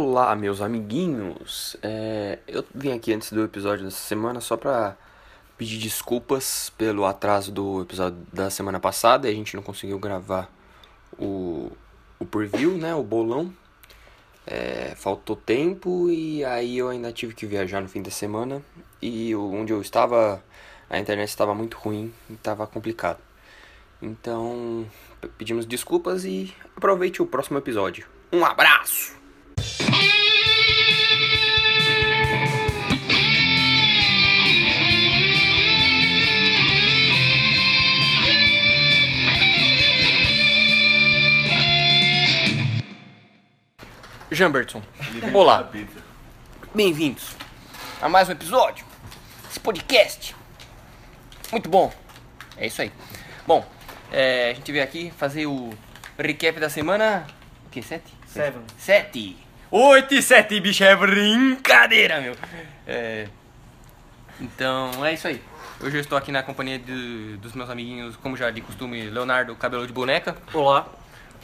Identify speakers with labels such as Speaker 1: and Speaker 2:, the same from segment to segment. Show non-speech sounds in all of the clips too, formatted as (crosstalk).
Speaker 1: Olá, meus amiguinhos. É, eu vim aqui antes do episódio dessa semana só pra pedir desculpas pelo atraso do episódio da semana passada. A gente não conseguiu gravar o, o preview, né? O bolão. É, faltou tempo e aí eu ainda tive que viajar no fim da semana. E o- onde eu estava, a internet estava muito ruim e estava complicado. Então, p- pedimos desculpas e aproveite o próximo episódio. Um abraço! Jamberton, olá, bem-vindos a mais um episódio desse podcast. Muito bom, é isso aí. Bom, é, a gente veio aqui fazer o recap da semana. O que, sete?
Speaker 2: Seven.
Speaker 1: Sete! Oito e sete, bicho, é brincadeira, meu! É, então, é isso aí. Hoje eu estou aqui na companhia de- dos meus amiguinhos, como já de costume, Leonardo, cabelo de boneca,
Speaker 2: Olá.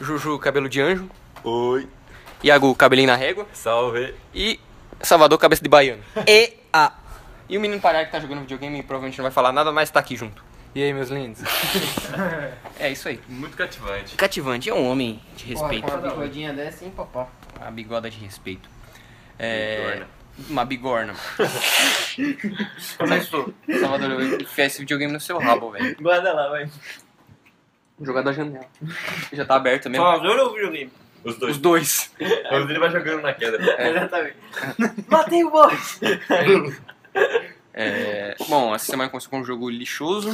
Speaker 1: Juju, cabelo de anjo,
Speaker 3: Oi.
Speaker 1: Iago, cabelinho na régua.
Speaker 3: Salve.
Speaker 1: E Salvador Cabeça de Baiano. E a. E o menino Pará que tá jogando videogame e provavelmente não vai falar nada, mas tá aqui junto.
Speaker 4: E aí, meus
Speaker 2: (laughs)
Speaker 4: lindos?
Speaker 1: É isso aí.
Speaker 3: Muito cativante.
Speaker 1: Cativante é um homem de respeito.
Speaker 4: uma bigodinha dessa, hein, papá?
Speaker 1: Uma bigoda de respeito. É.
Speaker 3: Bigorna.
Speaker 1: Uma bigorna. Começou. Salvador, eu enfiar esse videogame no seu rabo, velho.
Speaker 2: Guarda lá, vai.
Speaker 1: Jogar da janela. Já tá aberto mesmo.
Speaker 2: Salvador ou videogame?
Speaker 3: Os dois.
Speaker 1: Os dois.
Speaker 3: Mas ele vai jogando na queda.
Speaker 2: Exatamente. Matei o boss!
Speaker 1: É, Bom, essa semana começou com um jogo lixoso.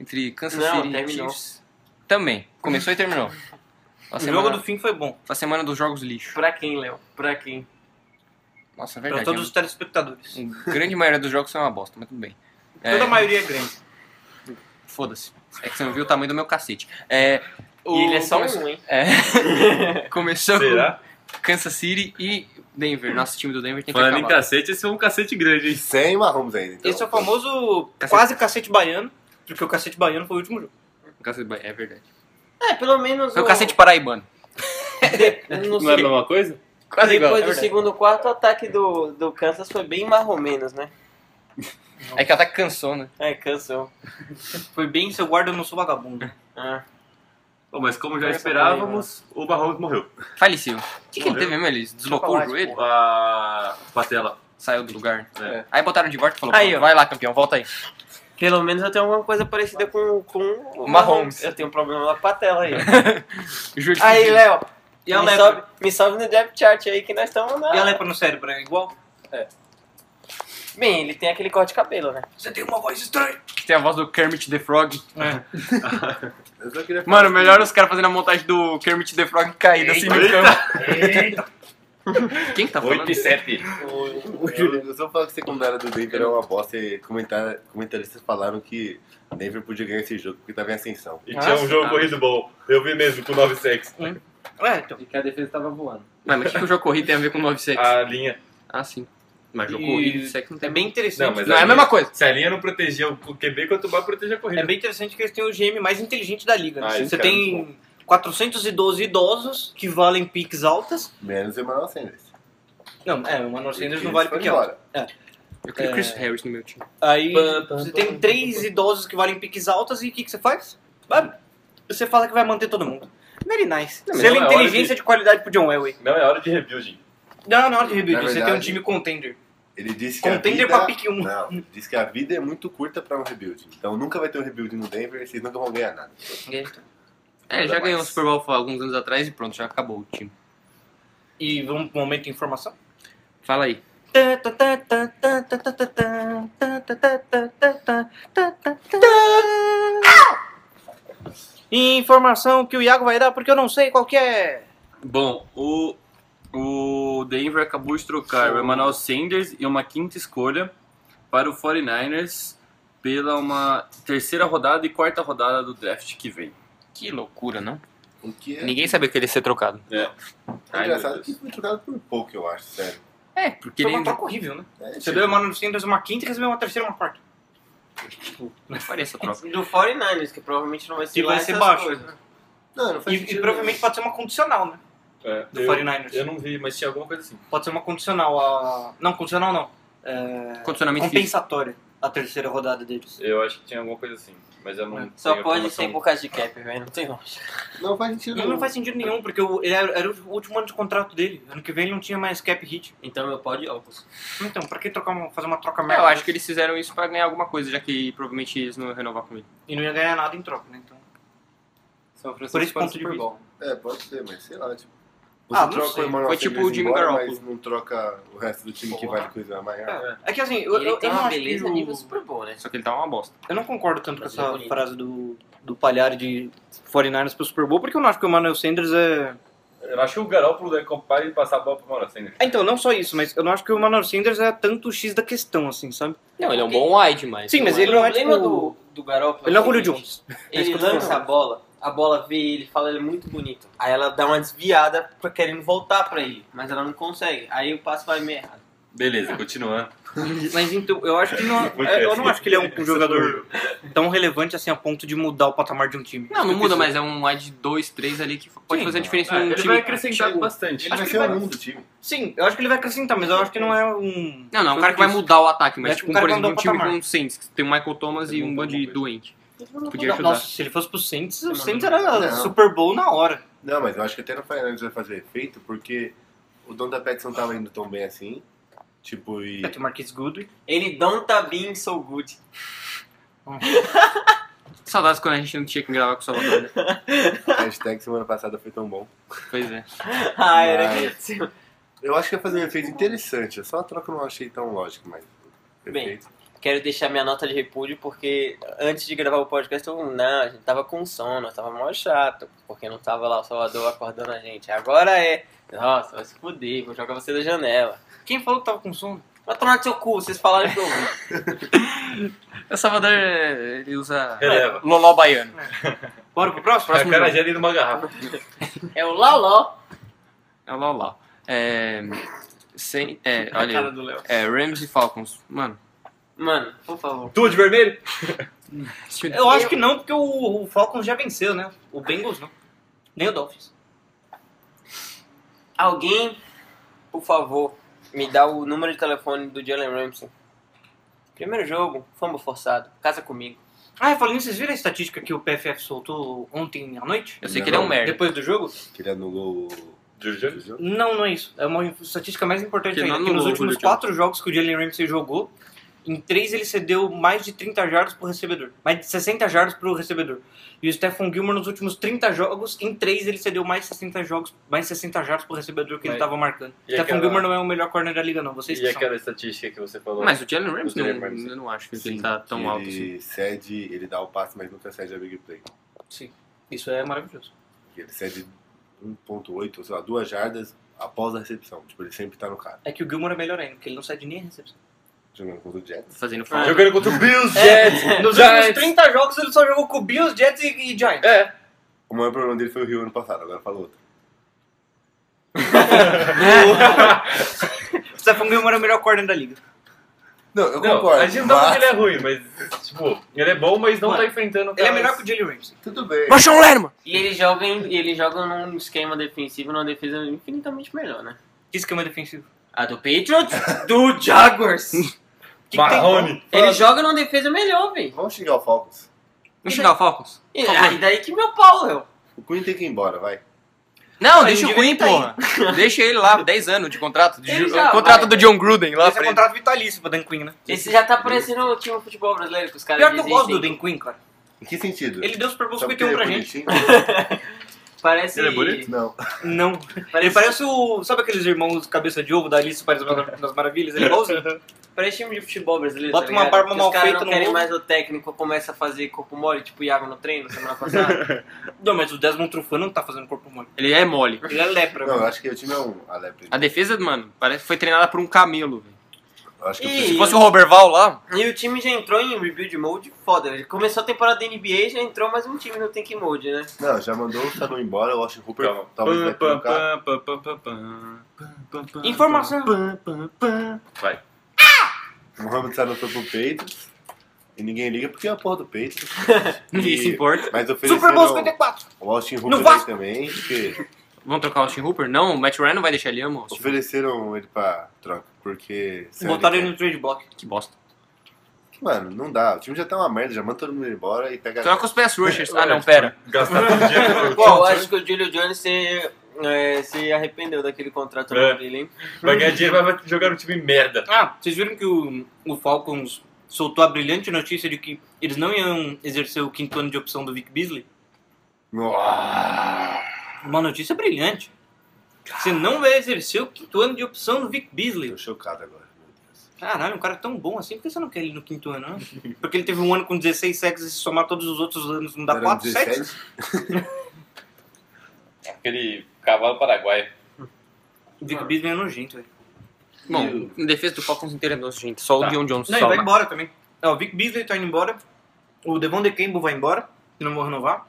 Speaker 1: Entre Kansas
Speaker 2: Não,
Speaker 1: City e
Speaker 2: terminou.
Speaker 1: Chiefs. Também. Começou e terminou. A
Speaker 2: O
Speaker 1: semana-
Speaker 2: jogo do fim foi bom.
Speaker 1: A semana dos jogos lixo.
Speaker 2: Pra quem, Léo? Pra quem?
Speaker 1: Nossa, é
Speaker 2: Pra
Speaker 1: verdade.
Speaker 2: todos os telespectadores.
Speaker 1: A grande maioria dos jogos são uma bosta, mas tudo bem. É,
Speaker 2: (laughs) Toda a maioria é grande.
Speaker 1: Foda-se. É que você não viu o tamanho do meu cacete. É, o-
Speaker 2: E ele é só
Speaker 1: começou-
Speaker 2: um, hein? (laughs)
Speaker 1: É. começou
Speaker 3: Será?
Speaker 1: com Kansas City e Denver. Nosso time do Denver tem que
Speaker 3: Falando em
Speaker 1: acabar.
Speaker 3: cacete, esse é um cacete grande, hein?
Speaker 5: Sem Mahomes ainda. Então.
Speaker 2: Esse é o famoso
Speaker 1: Cacete.
Speaker 2: quase cacete baiano. Porque o cacete baiano foi o último jogo.
Speaker 1: Cacete ba- É verdade.
Speaker 6: É, pelo menos
Speaker 1: É o
Speaker 6: o-
Speaker 1: cacete paraibano.
Speaker 6: no
Speaker 3: Não é a
Speaker 6: seg-
Speaker 3: mesma coisa?
Speaker 1: Quase igual.
Speaker 6: Depois
Speaker 1: é
Speaker 6: do
Speaker 1: verdade.
Speaker 6: segundo quarto, o ataque do, do Kansas foi bem mais ou menos, né?
Speaker 1: É que ela tá cansou, né?
Speaker 6: É, cansou.
Speaker 2: (laughs) Foi bem seu guarda, eu não sou vagabundo.
Speaker 6: Ah,
Speaker 3: Pô, mas como já
Speaker 6: Essa
Speaker 3: esperávamos, o Mahomes morreu.
Speaker 1: Faleceu. O que, que ele
Speaker 3: Morreu.
Speaker 1: teve mesmo? Ele deslocou o
Speaker 6: Chocolate,
Speaker 1: joelho?
Speaker 3: A patela.
Speaker 1: Saiu do lugar.
Speaker 3: É.
Speaker 1: Aí botaram de volta e falou,
Speaker 6: Aí,
Speaker 1: "Pô,
Speaker 6: ó.
Speaker 1: vai lá, campeão, volta aí.
Speaker 6: Pelo menos eu tenho alguma coisa parecida com, com o
Speaker 1: Mahomes.
Speaker 6: Eu tenho um problema na patela aí.
Speaker 1: Juro que-
Speaker 6: aí, né? Léo,
Speaker 2: E a
Speaker 6: me
Speaker 2: lepra?
Speaker 6: sobe, me sobe no depth chart aí que nós estamos na...
Speaker 2: E a lepra no cérebro é igual?
Speaker 6: Bem, ele tem aquele corte de cabelo, né?
Speaker 2: Você tem uma voz estranha.
Speaker 1: que tem a voz do Kermit the Frog.
Speaker 5: Eu só queria falar
Speaker 1: Mano, melhor os caras fazendo a montagem do Kermit the Frog caído assim no
Speaker 3: Eita.
Speaker 1: campo.
Speaker 2: (laughs)
Speaker 1: Quem que tá falando?
Speaker 3: 8 e 7.
Speaker 5: que o Júlio- eu só falar que a secundária do Denver é uma bosta e comentar, comentaristas falaram que o Denver podia ganhar esse jogo porque tava em ascensão.
Speaker 3: E tinha um jogo
Speaker 1: tá.
Speaker 3: corrido bom. Eu vi mesmo, com 9 sacks.
Speaker 2: É, então.
Speaker 4: E que a defesa tava voando.
Speaker 1: Mas, mas o que, que o jogo corrido tem a ver com 9 sexos?
Speaker 3: A linha...
Speaker 1: Ah, sim. Mas jogo
Speaker 2: E-
Speaker 1: corrido e sexo não
Speaker 2: É
Speaker 1: tem
Speaker 2: bem interessante.
Speaker 3: Não, mas
Speaker 1: Não, é a mesma coisa.
Speaker 3: Se a linha não protegia o QB, quanto mais protegia a corrida.
Speaker 2: É bem interessante que eles têm o GM mais inteligente da liga. né?
Speaker 3: Ah, esse
Speaker 2: Você
Speaker 3: cara é
Speaker 2: tem 412 idosos que valem piques altas.
Speaker 5: Menos o Emmanuel Sanders.
Speaker 2: Não, é, o Manuel Sanders
Speaker 5: Ele
Speaker 2: não vale
Speaker 5: foi
Speaker 2: pique alto.
Speaker 5: embora.
Speaker 1: Eu queria o
Speaker 2: É.
Speaker 1: Chris Harris no meu time.
Speaker 2: Aí
Speaker 6: Pam, pam,
Speaker 2: você
Speaker 6: pam,
Speaker 2: tem
Speaker 6: pam,
Speaker 2: três idosos que valem piques altas e o que, que você faz? Vai- Você fala que vai manter todo mundo. Very nice.
Speaker 3: Não, mas
Speaker 2: Selo
Speaker 3: não é hora
Speaker 2: inteligência de... qualidade pro John Elway.
Speaker 3: Não, é hora de rebuilding.
Speaker 2: Não, na hora de rebuild,
Speaker 5: Na
Speaker 2: você tem um
Speaker 5: verdade-
Speaker 2: time contender.
Speaker 5: Ele disse que
Speaker 2: Contender
Speaker 5: a vida...
Speaker 2: pra pique um.
Speaker 5: Não, ele disse que a vida é muito curta pra um rebuild. Então nunca vai ter um rebuild no Denver e vocês nunca vão ganhar nada.
Speaker 1: É, já
Speaker 5: Nada
Speaker 1: ganhou o
Speaker 5: mais.
Speaker 1: Super Bowl há alguns anos atrás e pronto, já acabou o time.
Speaker 2: E um momento de informação.
Speaker 1: Fala aí.
Speaker 2: Informação que o Iago vai dar, porque eu não sei qual que é.
Speaker 7: Bom, o, o Denver acabou de trocar o Emmanuel Sanders e uma quinta escolha para o 49ers pela uma terceira rodada e quarta rodada do draft que vem.
Speaker 1: Que loucura, não?
Speaker 5: O que é
Speaker 1: Ninguém sabia que ele ia ser trocado.
Speaker 7: Ai, meu
Speaker 5: engraçado
Speaker 7: Deus.
Speaker 5: que foi jogado por pouco, eu acho, sério.
Speaker 1: É, porque
Speaker 2: Foi
Speaker 1: ele
Speaker 2: uma troca horrível, né?
Speaker 5: É,
Speaker 2: Você
Speaker 5: tipo,
Speaker 2: deu o Emmanuel Sanders uma quinta e recebeu uma terceira e uma quarta.
Speaker 1: não faria essa troca.
Speaker 6: Do 49ers, que provavelmente não vai ser
Speaker 2: Que
Speaker 6: lá
Speaker 2: vai ser
Speaker 6: essas
Speaker 2: baixo.
Speaker 6: coisas.
Speaker 5: Não, não
Speaker 2: E,
Speaker 5: faz
Speaker 2: e
Speaker 5: sentido.
Speaker 2: provavelmente pode ser uma condicional, né?
Speaker 3: É,
Speaker 2: do
Speaker 3: eu,
Speaker 2: 49ers.
Speaker 3: eu não vi, mas tinha alguma coisa assim.
Speaker 2: Pode ser uma condicional. A... Não, condicional não. É,
Speaker 7: Condicionamento físico.
Speaker 2: Compensatória a terceira rodada deles.
Speaker 3: Eu acho que tinha alguma coisa assim, mas eu não
Speaker 6: Só
Speaker 3: tenho
Speaker 6: pode
Speaker 3: informação.
Speaker 6: ser por causa de cap, velho. Não tem longe.
Speaker 5: Não faz sentido.
Speaker 2: E
Speaker 5: nenhum.
Speaker 2: não faz sentido nenhum, porque o- ele era, era o último ano de contrato dele. Ano que vem ele não tinha mais cap hit.
Speaker 6: Então meu pau de óculos.
Speaker 2: Então, pra que trocar uma- fazer uma troca
Speaker 7: É,
Speaker 2: merda?
Speaker 7: eu acho que
Speaker 2: dessa?
Speaker 7: eles fizeram isso pra ganhar alguma coisa, já que provavelmente eles não iam renovar comigo.
Speaker 2: E não ia ganhar nada em troca, né? Então,
Speaker 8: São Francisco
Speaker 2: Por esse
Speaker 8: foi
Speaker 2: ponto de
Speaker 8: Super
Speaker 2: vista.
Speaker 8: Bowl.
Speaker 5: É, pode ser, mas sei lá, tipo. Você
Speaker 2: Ah, não
Speaker 5: troca
Speaker 2: sei.
Speaker 5: o Emmanuel
Speaker 7: Foi tipo
Speaker 5: Sanders
Speaker 7: o Jimmy
Speaker 5: embora,
Speaker 7: Garoppolo.
Speaker 5: mas não troca o resto do time que
Speaker 6: Porra.
Speaker 5: vale coisa maior.
Speaker 2: é que assim,
Speaker 6: E
Speaker 2: eu,
Speaker 6: ele
Speaker 2: eu,
Speaker 6: tem
Speaker 2: eu não
Speaker 6: uma
Speaker 2: acho
Speaker 6: beleza
Speaker 2: que o-
Speaker 6: nível super boa, né?
Speaker 7: Só que ele tá uma bosta.
Speaker 2: Eu não concordo tanto com
Speaker 6: Mas
Speaker 2: essa
Speaker 6: é bonito.
Speaker 2: frase do, do palhar de 49ers pro Super Bowl, porque eu não acho que o Emmanuel Sanders é.
Speaker 3: Eu acho que o Garoppolo é capaz de passar a bola pro Moracena.
Speaker 2: Ah, então, não só isso, mas eu não acho que o Emmanuel Sanders é tanto o X da questão, assim, sabe?
Speaker 6: Não, ele é um
Speaker 7: bom wide, mas.
Speaker 2: Sim, mas
Speaker 6: O
Speaker 2: ele não é
Speaker 6: problema
Speaker 2: tipo.
Speaker 6: do, do Garoppolo
Speaker 2: Ele não é o Julio
Speaker 6: seguinte,
Speaker 2: Jones. É isso
Speaker 6: Ele
Speaker 2: que eu tô
Speaker 6: lança a
Speaker 2: falando.
Speaker 6: bola, a bola vê ele, fala ele é muito bonito. Aí ela dá uma desviada pra querendo voltar pra ele, mas ela não consegue. Aí o passo vai meio errado.
Speaker 3: Beleza, continuando.
Speaker 2: Mas então, eu acho que não. é- Eu não acho que ele é um, um jogador tão relevante assim a ponto de mudar o patamar de um time.
Speaker 7: Não, não muda, mas é um wide 2, 3 ali que pode
Speaker 2: Sim,
Speaker 7: fazer a
Speaker 2: não.
Speaker 7: diferença
Speaker 3: Ah,
Speaker 7: num
Speaker 3: ele
Speaker 7: time.
Speaker 3: vai acrescentar
Speaker 7: Chegou.
Speaker 3: bastante.
Speaker 5: Ele vai ser o aluno do time.
Speaker 2: Sim, eu acho que ele vai acrescentar, mas eu acho que não é um.
Speaker 7: Não, não, é um
Speaker 2: Foi
Speaker 7: cara que vai
Speaker 2: isso.
Speaker 7: mudar o ataque, mas
Speaker 2: É
Speaker 7: tipo,
Speaker 2: tipo um
Speaker 7: por
Speaker 2: cara
Speaker 7: exemplo,
Speaker 2: que
Speaker 7: um
Speaker 2: mudou o
Speaker 7: time
Speaker 2: patamar.
Speaker 7: com o Saints, que tem o Michael Thomas e um bando de doente. Podia ajudar.
Speaker 2: Nossa, se ele fosse pro Saints, o Saints era
Speaker 5: Não.
Speaker 2: Super Bowl na hora.
Speaker 5: Não, mas eu acho que até no Fernandes vai fazer efeito, porque o dono da Pets não tava indo tão bem assim. Tipo,
Speaker 2: (laughs)
Speaker 5: e.
Speaker 2: Vai ter o Marquis Goodwin.
Speaker 6: Ele don't tá being so good.
Speaker 7: Saudades quando a gente não tinha que gravar com o Salvador, né?
Speaker 5: A hashtag semana passada foi tão bom.
Speaker 7: Pois é.
Speaker 6: Ah, era.
Speaker 5: Eu acho que vai fazer um efeito interessante. Eu só a troca eu não achei tão lógico, mas.
Speaker 6: Bem.
Speaker 5: Perfeito.
Speaker 6: Quero deixar minha nota de repúdio porque antes de gravar o podcast eu não, a gente tava com sono, eu tava mó chato, porque não tava lá o Salvador acordando a gente. Agora é. Nossa, vai se fuder, vou jogar você da janela.
Speaker 2: Quem falou que tava com sono?
Speaker 6: Vai tomar no seu cu, vocês falaram que eu ouvi.
Speaker 7: O Salvador, é, ele usa.
Speaker 3: Releva.
Speaker 7: Loló baiano.
Speaker 2: Bora pro próximo?
Speaker 3: A cara já dentro de uma garrafa.
Speaker 6: É o Loló.
Speaker 7: É o Loló. É. Sem, é, olha. aí.
Speaker 6: do Léo.
Speaker 7: É, Rams e Falcons. Mano.
Speaker 6: Mano, por favor.
Speaker 3: Tudo de vermelho?
Speaker 2: Eu acho que não, porque o, o Falcons já venceu, né? O Bengals não. Nem o Dolphins.
Speaker 6: Alguém, por favor, me dá o número de telefone do Jalen Ramsey. Primeiro jogo, fombo forçado. Casa comigo.
Speaker 2: Ah, falando nisso, vocês viram a estatística que o PFF soltou ontem à noite?
Speaker 7: Eu sei que ele é um
Speaker 5: Não.
Speaker 7: merda.
Speaker 2: Depois do jogo?
Speaker 5: Que ele anulou
Speaker 3: Júlio
Speaker 5: o
Speaker 3: Jones?
Speaker 5: jogo.
Speaker 2: Não, não é isso. É uma estatística mais importante
Speaker 7: Que
Speaker 2: ainda.
Speaker 7: não
Speaker 2: Que nos
Speaker 7: anulou o
Speaker 2: últimos
Speaker 7: Julio Jones.
Speaker 2: quatro jogos que o Jalen Ramsey jogou, em três ele cedeu mais de 30 jardas pro recebedor. Mais de 60 jardas pro recebedor. E o Stephen Gilmore nos últimos 30 jogos, em três ele cedeu mais de 60 jogos, mais de 60 jardas pro recebedor que ele
Speaker 3: Mas-
Speaker 2: tava marcando.
Speaker 3: e
Speaker 2: Stephen
Speaker 3: aquela-
Speaker 2: Gilmore não é o melhor corner da liga, não. Vocês
Speaker 3: E é
Speaker 2: que são.
Speaker 3: aquela estatística que você falou?
Speaker 7: Mas o Jalen Rams
Speaker 3: O
Speaker 7: não,
Speaker 3: Jalen Ramsey.
Speaker 7: eu não acho que ele
Speaker 5: Sim,
Speaker 7: tá tão
Speaker 5: que
Speaker 7: alto assim.
Speaker 5: Ele cede, ele dá o passe, mas nunca cede a Big Play.
Speaker 2: Isso é maravilhoso.
Speaker 5: Que Ele cede 1.8, ou sei lá, duas jardas após a recepção. Tipo, ele sempre tá no cara.
Speaker 2: É que o Gilmore é melhor ainda, porque ele não cede nem a recepção.
Speaker 5: Jogando contra o Jets.
Speaker 7: Fazendo falta.
Speaker 3: Jogando contra o Bills, Jets,
Speaker 2: Nos últimos
Speaker 3: Giants.
Speaker 2: 30 jogos ele só jogou com Bills, Jets e, e Giants.
Speaker 3: É.
Speaker 5: O maior problema dele foi o Rio ano passado, agora fala outro.
Speaker 2: O Stephen Gilmore é o melhor corner da liga.
Speaker 5: Não, eu
Speaker 3: Não,
Speaker 5: concordo.
Speaker 3: a gente não tá falando
Speaker 5: mas-
Speaker 3: que ele é ruim, mas, tipo, ele é bom, mas não
Speaker 2: Mano,
Speaker 3: tá enfrentando
Speaker 2: Ele é
Speaker 3: caras-
Speaker 2: melhor que o Jalen Ramsey.
Speaker 5: Tudo bem.
Speaker 7: Baixão Lerma!
Speaker 6: E ele joga, em, ele joga num esquema defensivo, numa defesa infinitamente melhor, né?
Speaker 2: Que esquema defensivo.
Speaker 6: A do Patriots? Do (laughs) Jaguars!
Speaker 2: Que que tem-
Speaker 3: Marrone.
Speaker 6: Ele joga numa defesa melhor, velho.
Speaker 5: Vamos xingar o Falcons.
Speaker 7: Vamos xingar o Falcons?
Speaker 6: E aí daí que meu pau, Léo.
Speaker 5: O Queen tem que ir embora, vai.
Speaker 7: Não,
Speaker 2: Mas
Speaker 7: deixa o
Speaker 2: devia
Speaker 7: Queen,
Speaker 2: tá aí.
Speaker 7: porra. Deixa ele lá, 10 anos de contrato. De
Speaker 6: Ele
Speaker 7: Ju-
Speaker 6: já
Speaker 7: contrato
Speaker 6: vai,
Speaker 7: do John Gruden lá
Speaker 2: Esse é
Speaker 7: pra ele.
Speaker 2: contrato vitalício pra Dan Quinn, né?
Speaker 6: Esse já tá parecendo o time de futebol brasileiro que os caras
Speaker 2: Pior que eu gosto do Dan
Speaker 6: desistem.
Speaker 2: Quinn, cara.
Speaker 5: Em que sentido?
Speaker 2: Ele deu o Super Bowl
Speaker 5: Só porque
Speaker 2: 51 pra
Speaker 5: ele é
Speaker 2: gente.
Speaker 5: bonitinho?
Speaker 6: Parece.
Speaker 3: Ele é bonito?
Speaker 5: Não.
Speaker 2: Não. Ele parece o... Sabe aqueles irmãos cabeça de ovo da Alice Paris das Maravilhas? Ele é igualzinho.
Speaker 6: Parece time de futebol brasileiro.
Speaker 2: Bota
Speaker 6: tá
Speaker 2: uma
Speaker 6: ligado?
Speaker 2: barba
Speaker 6: Que
Speaker 2: mal
Speaker 6: os caras
Speaker 2: feita
Speaker 6: não
Speaker 2: no
Speaker 6: querem
Speaker 2: ovo.
Speaker 6: mais o técnico, começa a fazer corpo mole, tipo o Iago no treino semana
Speaker 2: (laughs)
Speaker 6: passada.
Speaker 2: Não, mas o Desmond Trufant não tá fazendo corpo mole.
Speaker 7: Ele é mole.
Speaker 2: Ele é lepra.
Speaker 5: Não, eu
Speaker 2: mano.
Speaker 5: acho que o time é um alepre.
Speaker 7: A defesa, mano, parece que foi treinada por um camelo. velho.
Speaker 5: Eu acho que
Speaker 6: Ih,
Speaker 5: o
Speaker 7: Se fosse o Roberval lá,
Speaker 6: e o time já entrou em rebuild mode, foda. Ele começou a temporada da NBA e já entrou mais um time no tank mode, né?
Speaker 5: Não, já mandou o Sanu embora, eu acho que o Hooper
Speaker 3: Calma.
Speaker 5: talvez vai
Speaker 7: Pam,
Speaker 5: trocar.
Speaker 2: Informação.
Speaker 5: O Mohamed Sanu foi pro Patriots. E ninguém liga porque é a porra do Patriots.
Speaker 7: ninguém se importa.
Speaker 5: Mas ofereceram
Speaker 2: Super Bowl 54.
Speaker 5: o Austin
Speaker 2: No
Speaker 5: Hooper aí
Speaker 2: Vasco.
Speaker 5: também, porque
Speaker 1: Vão trocar o Austin Hooper? Não, o Matt Ryan não vai deixar ele, amo.
Speaker 5: Ofereceram ele pra troca, porque. se
Speaker 2: Botaram
Speaker 5: ele-
Speaker 2: ele no trade block.
Speaker 1: Que bosta.
Speaker 5: Mano, não dá. O time já tá uma merda, já manda todo mundo embora e pega.
Speaker 1: Troca os pass rushers. Ah, não, pera.
Speaker 3: Gastar todo o dinheiro.
Speaker 6: Eu acho que o Julio Jones se, é, se arrependeu daquele contrato
Speaker 3: É.
Speaker 6: dele, hein?
Speaker 3: Vai ganhar dinheiro, mas vai jogar no time merda.
Speaker 2: Ah, vocês viram que o, o Falcons soltou a brilhante notícia de que eles não iam exercer o quinto ano de opção do Vic Beasley?
Speaker 5: Nossa.
Speaker 2: Uma notícia brilhante. Você não vai exercer o quinto ano de opção do Vic Beasley.
Speaker 5: Tô chocado agora, meu Deus.
Speaker 2: Caralho, um cara tão bom assim, por que você não quer ele no quinto ano, né? Porque ele teve um ano com 16 sacks e se somar todos os outros anos não dá
Speaker 5: Era
Speaker 2: 4
Speaker 5: 17?
Speaker 2: sacks?
Speaker 3: Aquele cavalo paraguaio.
Speaker 2: O Vic Beasley é nojento, velho.
Speaker 1: Bom, em defesa do Falcons inteira é nosso, gente. Só o Dion Jones
Speaker 2: Não, ele
Speaker 1: salva.
Speaker 2: vai embora também. É, o Vic Beasley tá indo embora. O Devon de Campbell vai embora, que não vão renovar.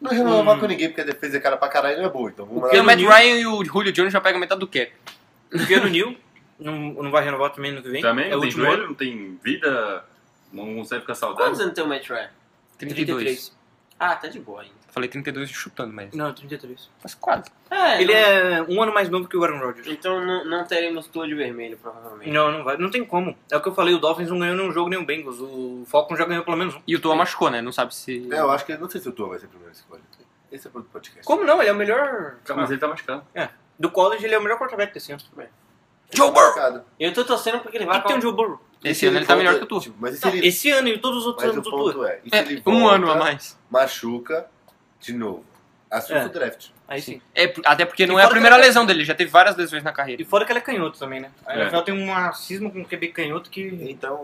Speaker 5: Não renovar com ninguém, porque a defesa é cara pra caralho e não é boa. Então vamos
Speaker 1: Porque o
Speaker 5: mandar-
Speaker 1: Matt Ryan e o Julio Jones já pegam metade do cap.
Speaker 2: O Keanu Neal (laughs) não, não vai renovar também no que vem.
Speaker 7: Também
Speaker 2: é
Speaker 7: não
Speaker 2: o
Speaker 7: tem
Speaker 2: último ano.
Speaker 7: joelho, não tem vida, não consegue ficar saudável.
Speaker 6: Quantos anos tem o Matt Ryan?
Speaker 1: 32.
Speaker 6: Ah, tá de boa ainda.
Speaker 1: Falei 32 chutando, mas...
Speaker 2: Não, 33.
Speaker 1: Mas quase.
Speaker 6: É,
Speaker 2: Ele
Speaker 6: não-
Speaker 2: é um ano mais novo que o Aaron Rodgers.
Speaker 6: Então não, não teremos tour de vermelho, provavelmente.
Speaker 2: Não, não vai. Não tem como. É o que eu falei, o Dolphins não ganhou nenhum jogo, nem o Bengals. O Falcons já ganhou pelo menos um.
Speaker 1: E o Tua machucou, né? Não sabe se...
Speaker 5: É, eu acho que não sei se o Tua vai ser a primeira escolha. Esse é o produto do podcast.
Speaker 2: Como não? Ele é o melhor...
Speaker 7: Tá, Mas ele tá machucado.
Speaker 2: Do college, ele é o melhor quarterback desse ano.
Speaker 1: Joe Burrow!
Speaker 5: Complicado.
Speaker 6: Eu tô torcendo porque ele
Speaker 2: Por
Speaker 6: vai
Speaker 2: que um tem o
Speaker 6: pra...
Speaker 2: Joe Burrow?
Speaker 5: E
Speaker 1: Esse
Speaker 5: se
Speaker 1: ano ele tá
Speaker 5: volta-
Speaker 1: melhor que o Tua.
Speaker 5: tipo, Mas e se
Speaker 2: Não,
Speaker 5: ele.
Speaker 2: Esse ano e todos os outros
Speaker 5: Mas o
Speaker 2: anos do Tua.
Speaker 5: ponto é, e se
Speaker 1: É,
Speaker 5: ele
Speaker 1: um
Speaker 5: volta,
Speaker 1: ano a mais.
Speaker 5: Machuca de novo. Assunto
Speaker 2: É.
Speaker 5: o draft.
Speaker 2: Aí sim.
Speaker 1: É, até porque não
Speaker 2: E
Speaker 1: é a
Speaker 2: fora que
Speaker 1: primeira
Speaker 2: ela-
Speaker 1: lesão dele, já teve várias lesões na carreira.
Speaker 2: E fora que ele é canhoto também, né? A
Speaker 7: É.
Speaker 2: NFL tem uma cisma com o QB canhoto que...
Speaker 5: Então,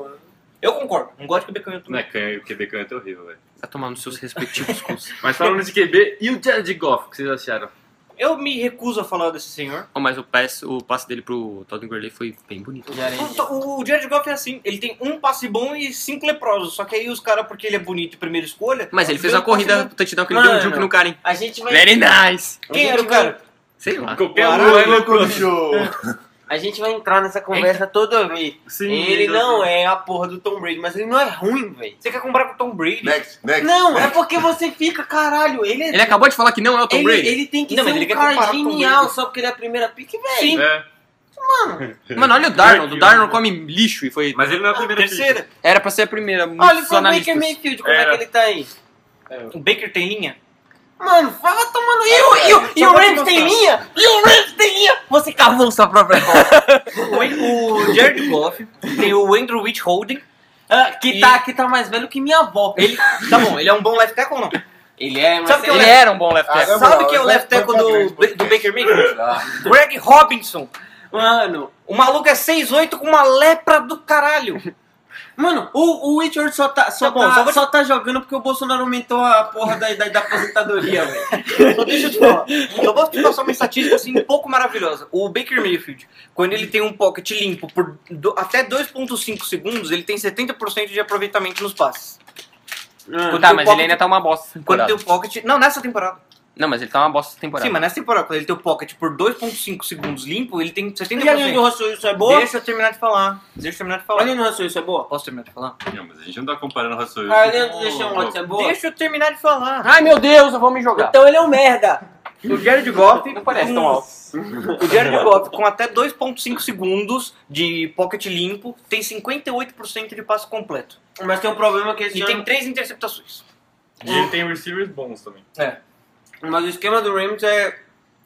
Speaker 5: eu-
Speaker 2: Eu concordo. Não gosto de QB canhoto
Speaker 7: Não
Speaker 2: também.
Speaker 7: é canho, o QB canhoto é horrível, velho.
Speaker 1: Tá tomando seus respectivos cursos.
Speaker 7: Mas falando de QB, e o Jared Goff, o que vocês acharam?
Speaker 2: Eu me recuso a falar desse senhor.
Speaker 1: Oh, mas o passe, o passe dele pro Todd Gurley foi bem bonito.
Speaker 6: Jared.
Speaker 2: O, o Jared Goff é assim. Ele tem um passe bom e cinco leprosos. Só que aí os caras, porque ele é bonito e primeira escolha...
Speaker 1: Mas ele fez
Speaker 2: vê
Speaker 1: a
Speaker 2: um passe
Speaker 1: corrida
Speaker 2: bom.
Speaker 1: pro touchdown que ele deu um
Speaker 6: Mano.
Speaker 1: juke no cara, hein?
Speaker 6: A gente vai...
Speaker 2: Né?
Speaker 1: Very nice!
Speaker 2: Quem
Speaker 6: A
Speaker 2: era
Speaker 7: é
Speaker 6: gente
Speaker 2: o cara?
Speaker 1: Sei lá.
Speaker 7: Qualquer
Speaker 2: Claro.
Speaker 7: um é meu
Speaker 6: vai- A gente vai entrar nessa conversa toda vez.
Speaker 7: Sim,
Speaker 6: ele
Speaker 7: então-
Speaker 6: não é a porra do Tom Brady, mas ele não é ruim, velho.
Speaker 2: Você quer comprar com o Tom Brady?
Speaker 5: next, next.
Speaker 6: Não, é porque você fica, caralho, ele é...
Speaker 1: Ele acabou de falar que não é o Tom
Speaker 6: ele,
Speaker 1: Brady.
Speaker 6: ele tem que
Speaker 2: Não,
Speaker 6: ser
Speaker 2: mas ele
Speaker 6: um
Speaker 2: quer
Speaker 6: cara
Speaker 2: comparar com o Tom
Speaker 6: genial
Speaker 2: Brady.
Speaker 6: só porque ele é a primeira pick, velho.
Speaker 2: Sim.
Speaker 7: É,
Speaker 1: Mano, olha o Darnold. O Darnold come lixo e foi...
Speaker 7: mas ele não é a primeira
Speaker 2: Terceira.
Speaker 1: Era pra ser a primeira.
Speaker 6: Olha
Speaker 1: Muitos
Speaker 6: o Baker
Speaker 1: analistas.
Speaker 6: Mayfield, como é
Speaker 7: Era.
Speaker 6: que ele tá aí.
Speaker 2: O Baker tem linha?
Speaker 6: Mano, fala tomando... E o, e o, e o
Speaker 2: É, pra te
Speaker 6: Rams tem
Speaker 2: mostrar.
Speaker 6: linha? E o Rams tem linha? Você cavou sua própria bola.
Speaker 2: O, o Jared Goff tem o Andrew Witt Holding.
Speaker 6: Ah, que, tá, que tá mais velho que minha avó.
Speaker 2: Ele, tá bom, ele é um bom left tackle ou não?
Speaker 6: Ele é, mas
Speaker 2: Sabe que eu
Speaker 6: ele
Speaker 1: Ele
Speaker 2: lembro?
Speaker 1: era um bom left tackle.
Speaker 5: Agora-
Speaker 2: Sabe quem é o left
Speaker 5: Vai- vai
Speaker 2: tackle
Speaker 5: pra
Speaker 2: do,
Speaker 5: grande podcast.
Speaker 2: do Baker Mayfield?
Speaker 5: Ah,
Speaker 2: Greg Robinson.
Speaker 6: Mano,
Speaker 2: O maluco é 6'8 com uma lepra do caralho.
Speaker 6: mano, o, o Richard só tá, só,
Speaker 2: Tá bom,
Speaker 6: tá,
Speaker 2: só vou te-
Speaker 6: só tá jogando porque o Bolsonaro aumentou a porra da idade da aposentadoria, velho.
Speaker 2: Só Então, deixa eu te falar. Eu vou te passar uma estatística assim um pouco maravilhosa. O Baker Mayfield, quando ele tem um pocket limpo por do- até 2.5 segundos, ele tem 70% de aproveitamento nos passes. Quando
Speaker 1: Tá,
Speaker 2: tem o
Speaker 1: mas
Speaker 2: pocket-
Speaker 1: ele ainda tá uma bosta essa
Speaker 2: Ah, Quando
Speaker 1: temporada.
Speaker 2: tem o pocket. Não, nessa temporada.
Speaker 1: Não, mas ele tá uma bosta essa temporada.
Speaker 2: Sim, mas nessa temporada, quando ele tem o pocket por 2.5 segundos limpo, ele tem
Speaker 6: E a linha do
Speaker 2: 70%.
Speaker 6: Russell Wilson é boa?
Speaker 2: Deixa eu terminar de falar. Deixa eu terminar de
Speaker 6: A
Speaker 2: falar.
Speaker 6: linha do Russell Wilson é boa?
Speaker 2: Posso terminar de falar?
Speaker 7: pick. Não, mas a gente não tá comparando o Russell
Speaker 2: Ah,
Speaker 6: A
Speaker 7: Wilson
Speaker 6: linha
Speaker 7: com
Speaker 6: do
Speaker 7: o
Speaker 6: Deshaun
Speaker 7: Goff.
Speaker 6: Watson Ah, é boa?
Speaker 2: Deixa eu terminar de falar.
Speaker 1: Ai, meu Deus, eu vou me jogar.
Speaker 6: Então ele é um merda.
Speaker 2: O Jared Goff.
Speaker 1: Não parece tão alto.
Speaker 2: O Jared Goff, com até 2.5 segundos de pocket limpo, tem 58% de passo completo.
Speaker 6: Mas tem um problema que esse
Speaker 2: E
Speaker 6: ano...
Speaker 2: tem três interceptações.
Speaker 3: E ele tem receivers bons também.
Speaker 6: Mas o esquema do Rams é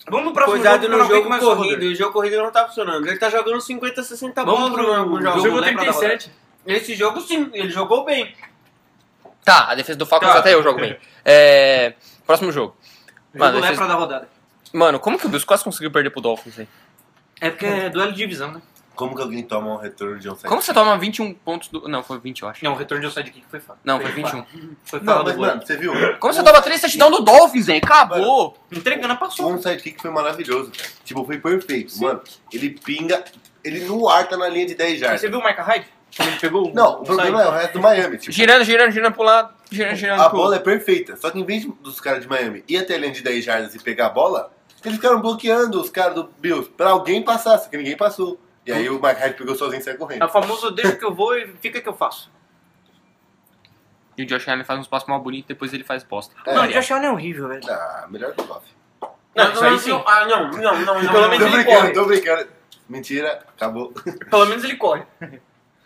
Speaker 2: Vamos pro próximo
Speaker 6: coisado
Speaker 2: jogo, que
Speaker 6: no
Speaker 2: eu não
Speaker 6: jogo
Speaker 2: aguento mais o
Speaker 6: corrido.
Speaker 2: Rodgers.
Speaker 6: E o jogo corrido não tá funcionando. Ele tá jogando 50, 60
Speaker 2: Vamos
Speaker 6: bolas
Speaker 2: pro
Speaker 6: no algum
Speaker 2: jogo é
Speaker 6: jogo.
Speaker 2: Jogou
Speaker 6: né, pra dar
Speaker 2: 37.
Speaker 6: rodada. Esse jogo sim, ele jogou bem.
Speaker 1: Tá, a defesa do Falcons
Speaker 7: Tá.
Speaker 1: até eu jogo bem. É, Próximo jogo. Mano,
Speaker 2: Jogo
Speaker 1: a
Speaker 2: é
Speaker 1: defesa-
Speaker 2: pra dar rodada.
Speaker 1: Mano, como que o Bills quase conseguiu perder pro Dolphins, hein?
Speaker 2: É porque é duelo de divisão, né?
Speaker 5: como que alguém toma um retorno de um site?
Speaker 1: Como você toma 21 pontos do... Não, foi 20, eu acho.
Speaker 2: Não, o retorno de outside kick foi fácil.
Speaker 1: Não, foi 21.
Speaker 2: Foi
Speaker 5: Não,
Speaker 2: fora
Speaker 5: mas
Speaker 2: do
Speaker 5: mano,
Speaker 2: gol.
Speaker 5: você viu?
Speaker 1: Como você toma 3 touchdowns do Dolphins, hein? Acabou!
Speaker 2: Entregando a passou.
Speaker 5: Um sidekick foi maravilhoso, cara. Tipo, foi perfeito. Mano, ele pinga, ele no ar tá na linha de 10
Speaker 2: E Você
Speaker 5: jardas.
Speaker 2: viu o Micah Hyde? Como ele pegou o-
Speaker 5: Não,
Speaker 2: o
Speaker 5: o problema
Speaker 2: side?
Speaker 5: é o resto do Miami. Tipo,
Speaker 1: Girando, girando, girando pro lado. Girando, girando
Speaker 5: a
Speaker 1: pro...
Speaker 5: bola é perfeita. Só que em vez dos caras de Miami ir até a linha de 10 jardas e pegar a bola, eles ficaram bloqueando os caras do Bills pra alguém passar, só que ninguém passou. E aí o Mike Hyde pegou sozinho e saiu
Speaker 2: É o
Speaker 5: correndo.
Speaker 2: famoso deixa que eu vou e fica que eu faço.
Speaker 1: E o Josh Allen faz uns passos mal bonitos, depois ele faz bosta.
Speaker 5: É.
Speaker 2: Não, o Josh Allen é horrível, velho.
Speaker 5: Ah, melhor que o Goff.
Speaker 6: Não, isso aí sim. Ah, não, não, não, não.
Speaker 2: Pelo
Speaker 6: não,
Speaker 2: menos
Speaker 5: Tô
Speaker 2: ele
Speaker 5: brincando,
Speaker 2: corre.
Speaker 5: tô brincando. Mentira, acabou.
Speaker 2: Pelo menos ele corre.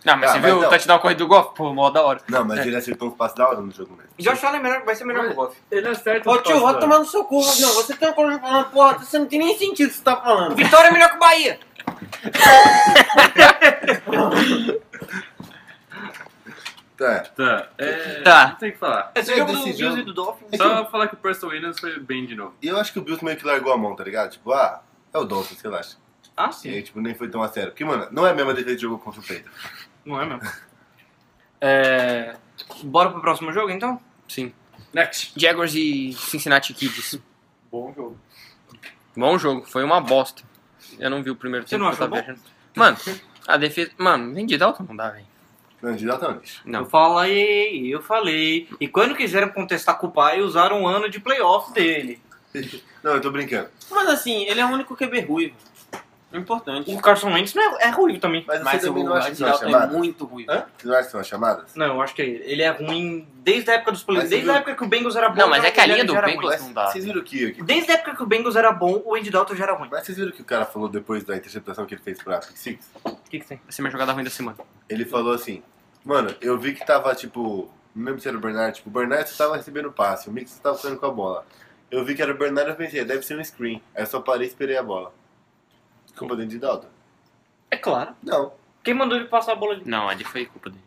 Speaker 1: Não, mas
Speaker 5: Ah,
Speaker 1: você
Speaker 5: mas
Speaker 1: viu
Speaker 5: não.
Speaker 1: o touchdown corrido do golfe? Pô, mó da hora.
Speaker 5: Não, mas ele acertou o passe da hora no jogo mesmo.
Speaker 2: Josh Allen é melhor- vai ser melhor que o Goff.
Speaker 8: Ele acerta
Speaker 6: Ô
Speaker 8: os
Speaker 6: tio, vai
Speaker 8: passes,
Speaker 6: tomar no seu cu. Não, você tá falando uma porra, você não tem nem sentido o que você tá falando.
Speaker 1: Então
Speaker 2: Vitória é melhor que o Bahia.
Speaker 5: Tá.
Speaker 7: Tá, é,
Speaker 1: Tá.
Speaker 7: Não tem o que falar.
Speaker 2: Esse
Speaker 5: É,
Speaker 2: jogo do
Speaker 5: desse
Speaker 2: Bills
Speaker 5: jogo.
Speaker 2: e do Dolphins.
Speaker 7: Só falar que o Preston Williams foi bem de novo.
Speaker 5: E eu acho que o Bills meio que largou a mão, tá ligado? Tipo, ah, é o Dolphins, relaxa.
Speaker 2: Ah,
Speaker 5: E
Speaker 2: sim.
Speaker 5: aí, tipo, nem foi tão a sério. Porque, mano, não é a mesma defesa de jogo contra o Peitos.
Speaker 2: Não é mesmo. É... Bora pro próximo jogo, então?
Speaker 1: Sim.
Speaker 7: Next.
Speaker 1: Jaguars e Cincinnati Kids.
Speaker 8: Bom jogo.
Speaker 1: Bom jogo, foi uma bosta. Eu não vi o primeiro
Speaker 2: Você
Speaker 1: tempo
Speaker 2: não
Speaker 1: que eu tava
Speaker 2: achou
Speaker 1: viajando. Mano, a defesa. Mano, nem de Dalton não dá, velho.
Speaker 5: Não, de Dalton é um lixo.
Speaker 1: Não.
Speaker 2: Eu falei, eu falei. E quando quiseram contestar com o pai, usaram um ano de playoff dele.
Speaker 5: Não, eu tô brincando.
Speaker 6: Mas assim, ele é o único QB ruivo. É Importante.
Speaker 2: O Carson Wentz não é, é ruim também.
Speaker 5: Mas,
Speaker 6: Mas
Speaker 5: você
Speaker 6: o
Speaker 5: também não acha que são as
Speaker 6: Adinaldo é
Speaker 5: chamadas?
Speaker 6: muito ruim.
Speaker 5: Hã? Você não acha que são as chamadas?
Speaker 2: Não, eu acho que é ele. Ele é ruim desde a época dos playoffs.
Speaker 5: Mas você
Speaker 2: Desde a
Speaker 5: viu-
Speaker 2: época que o Bengals era bom.
Speaker 1: Não, mas
Speaker 2: já-
Speaker 1: é que a
Speaker 2: ele
Speaker 1: linha
Speaker 2: já
Speaker 1: do
Speaker 2: era
Speaker 1: Bengals
Speaker 2: ruim.
Speaker 1: não dá.
Speaker 5: Vocês viram o que... que-
Speaker 2: Desde a época que o Bengals era bom, o Andy Dalton já era ruim.
Speaker 5: Mas vocês viram o que o cara falou depois da interceptação que ele fez pra Pick Six?
Speaker 2: O que, que tem?
Speaker 1: Vai ser minha jogada ruim da semana.
Speaker 5: Ele falou assim, mano, eu vi que tava, tipo, não lembro se era o Bernard, tipo, o Bernard só tava recebendo passe, o Mix tava saindo com a bola. Eu vi que era o Bernard, eu pensei, deve ser um screen. Aí eu só parei e esperei a bola. Desculpa, dentro de Dalton.
Speaker 2: É claro.
Speaker 5: Não,
Speaker 2: Quem mandou ele passar a bola de...
Speaker 1: Não, ali foi culpa dele.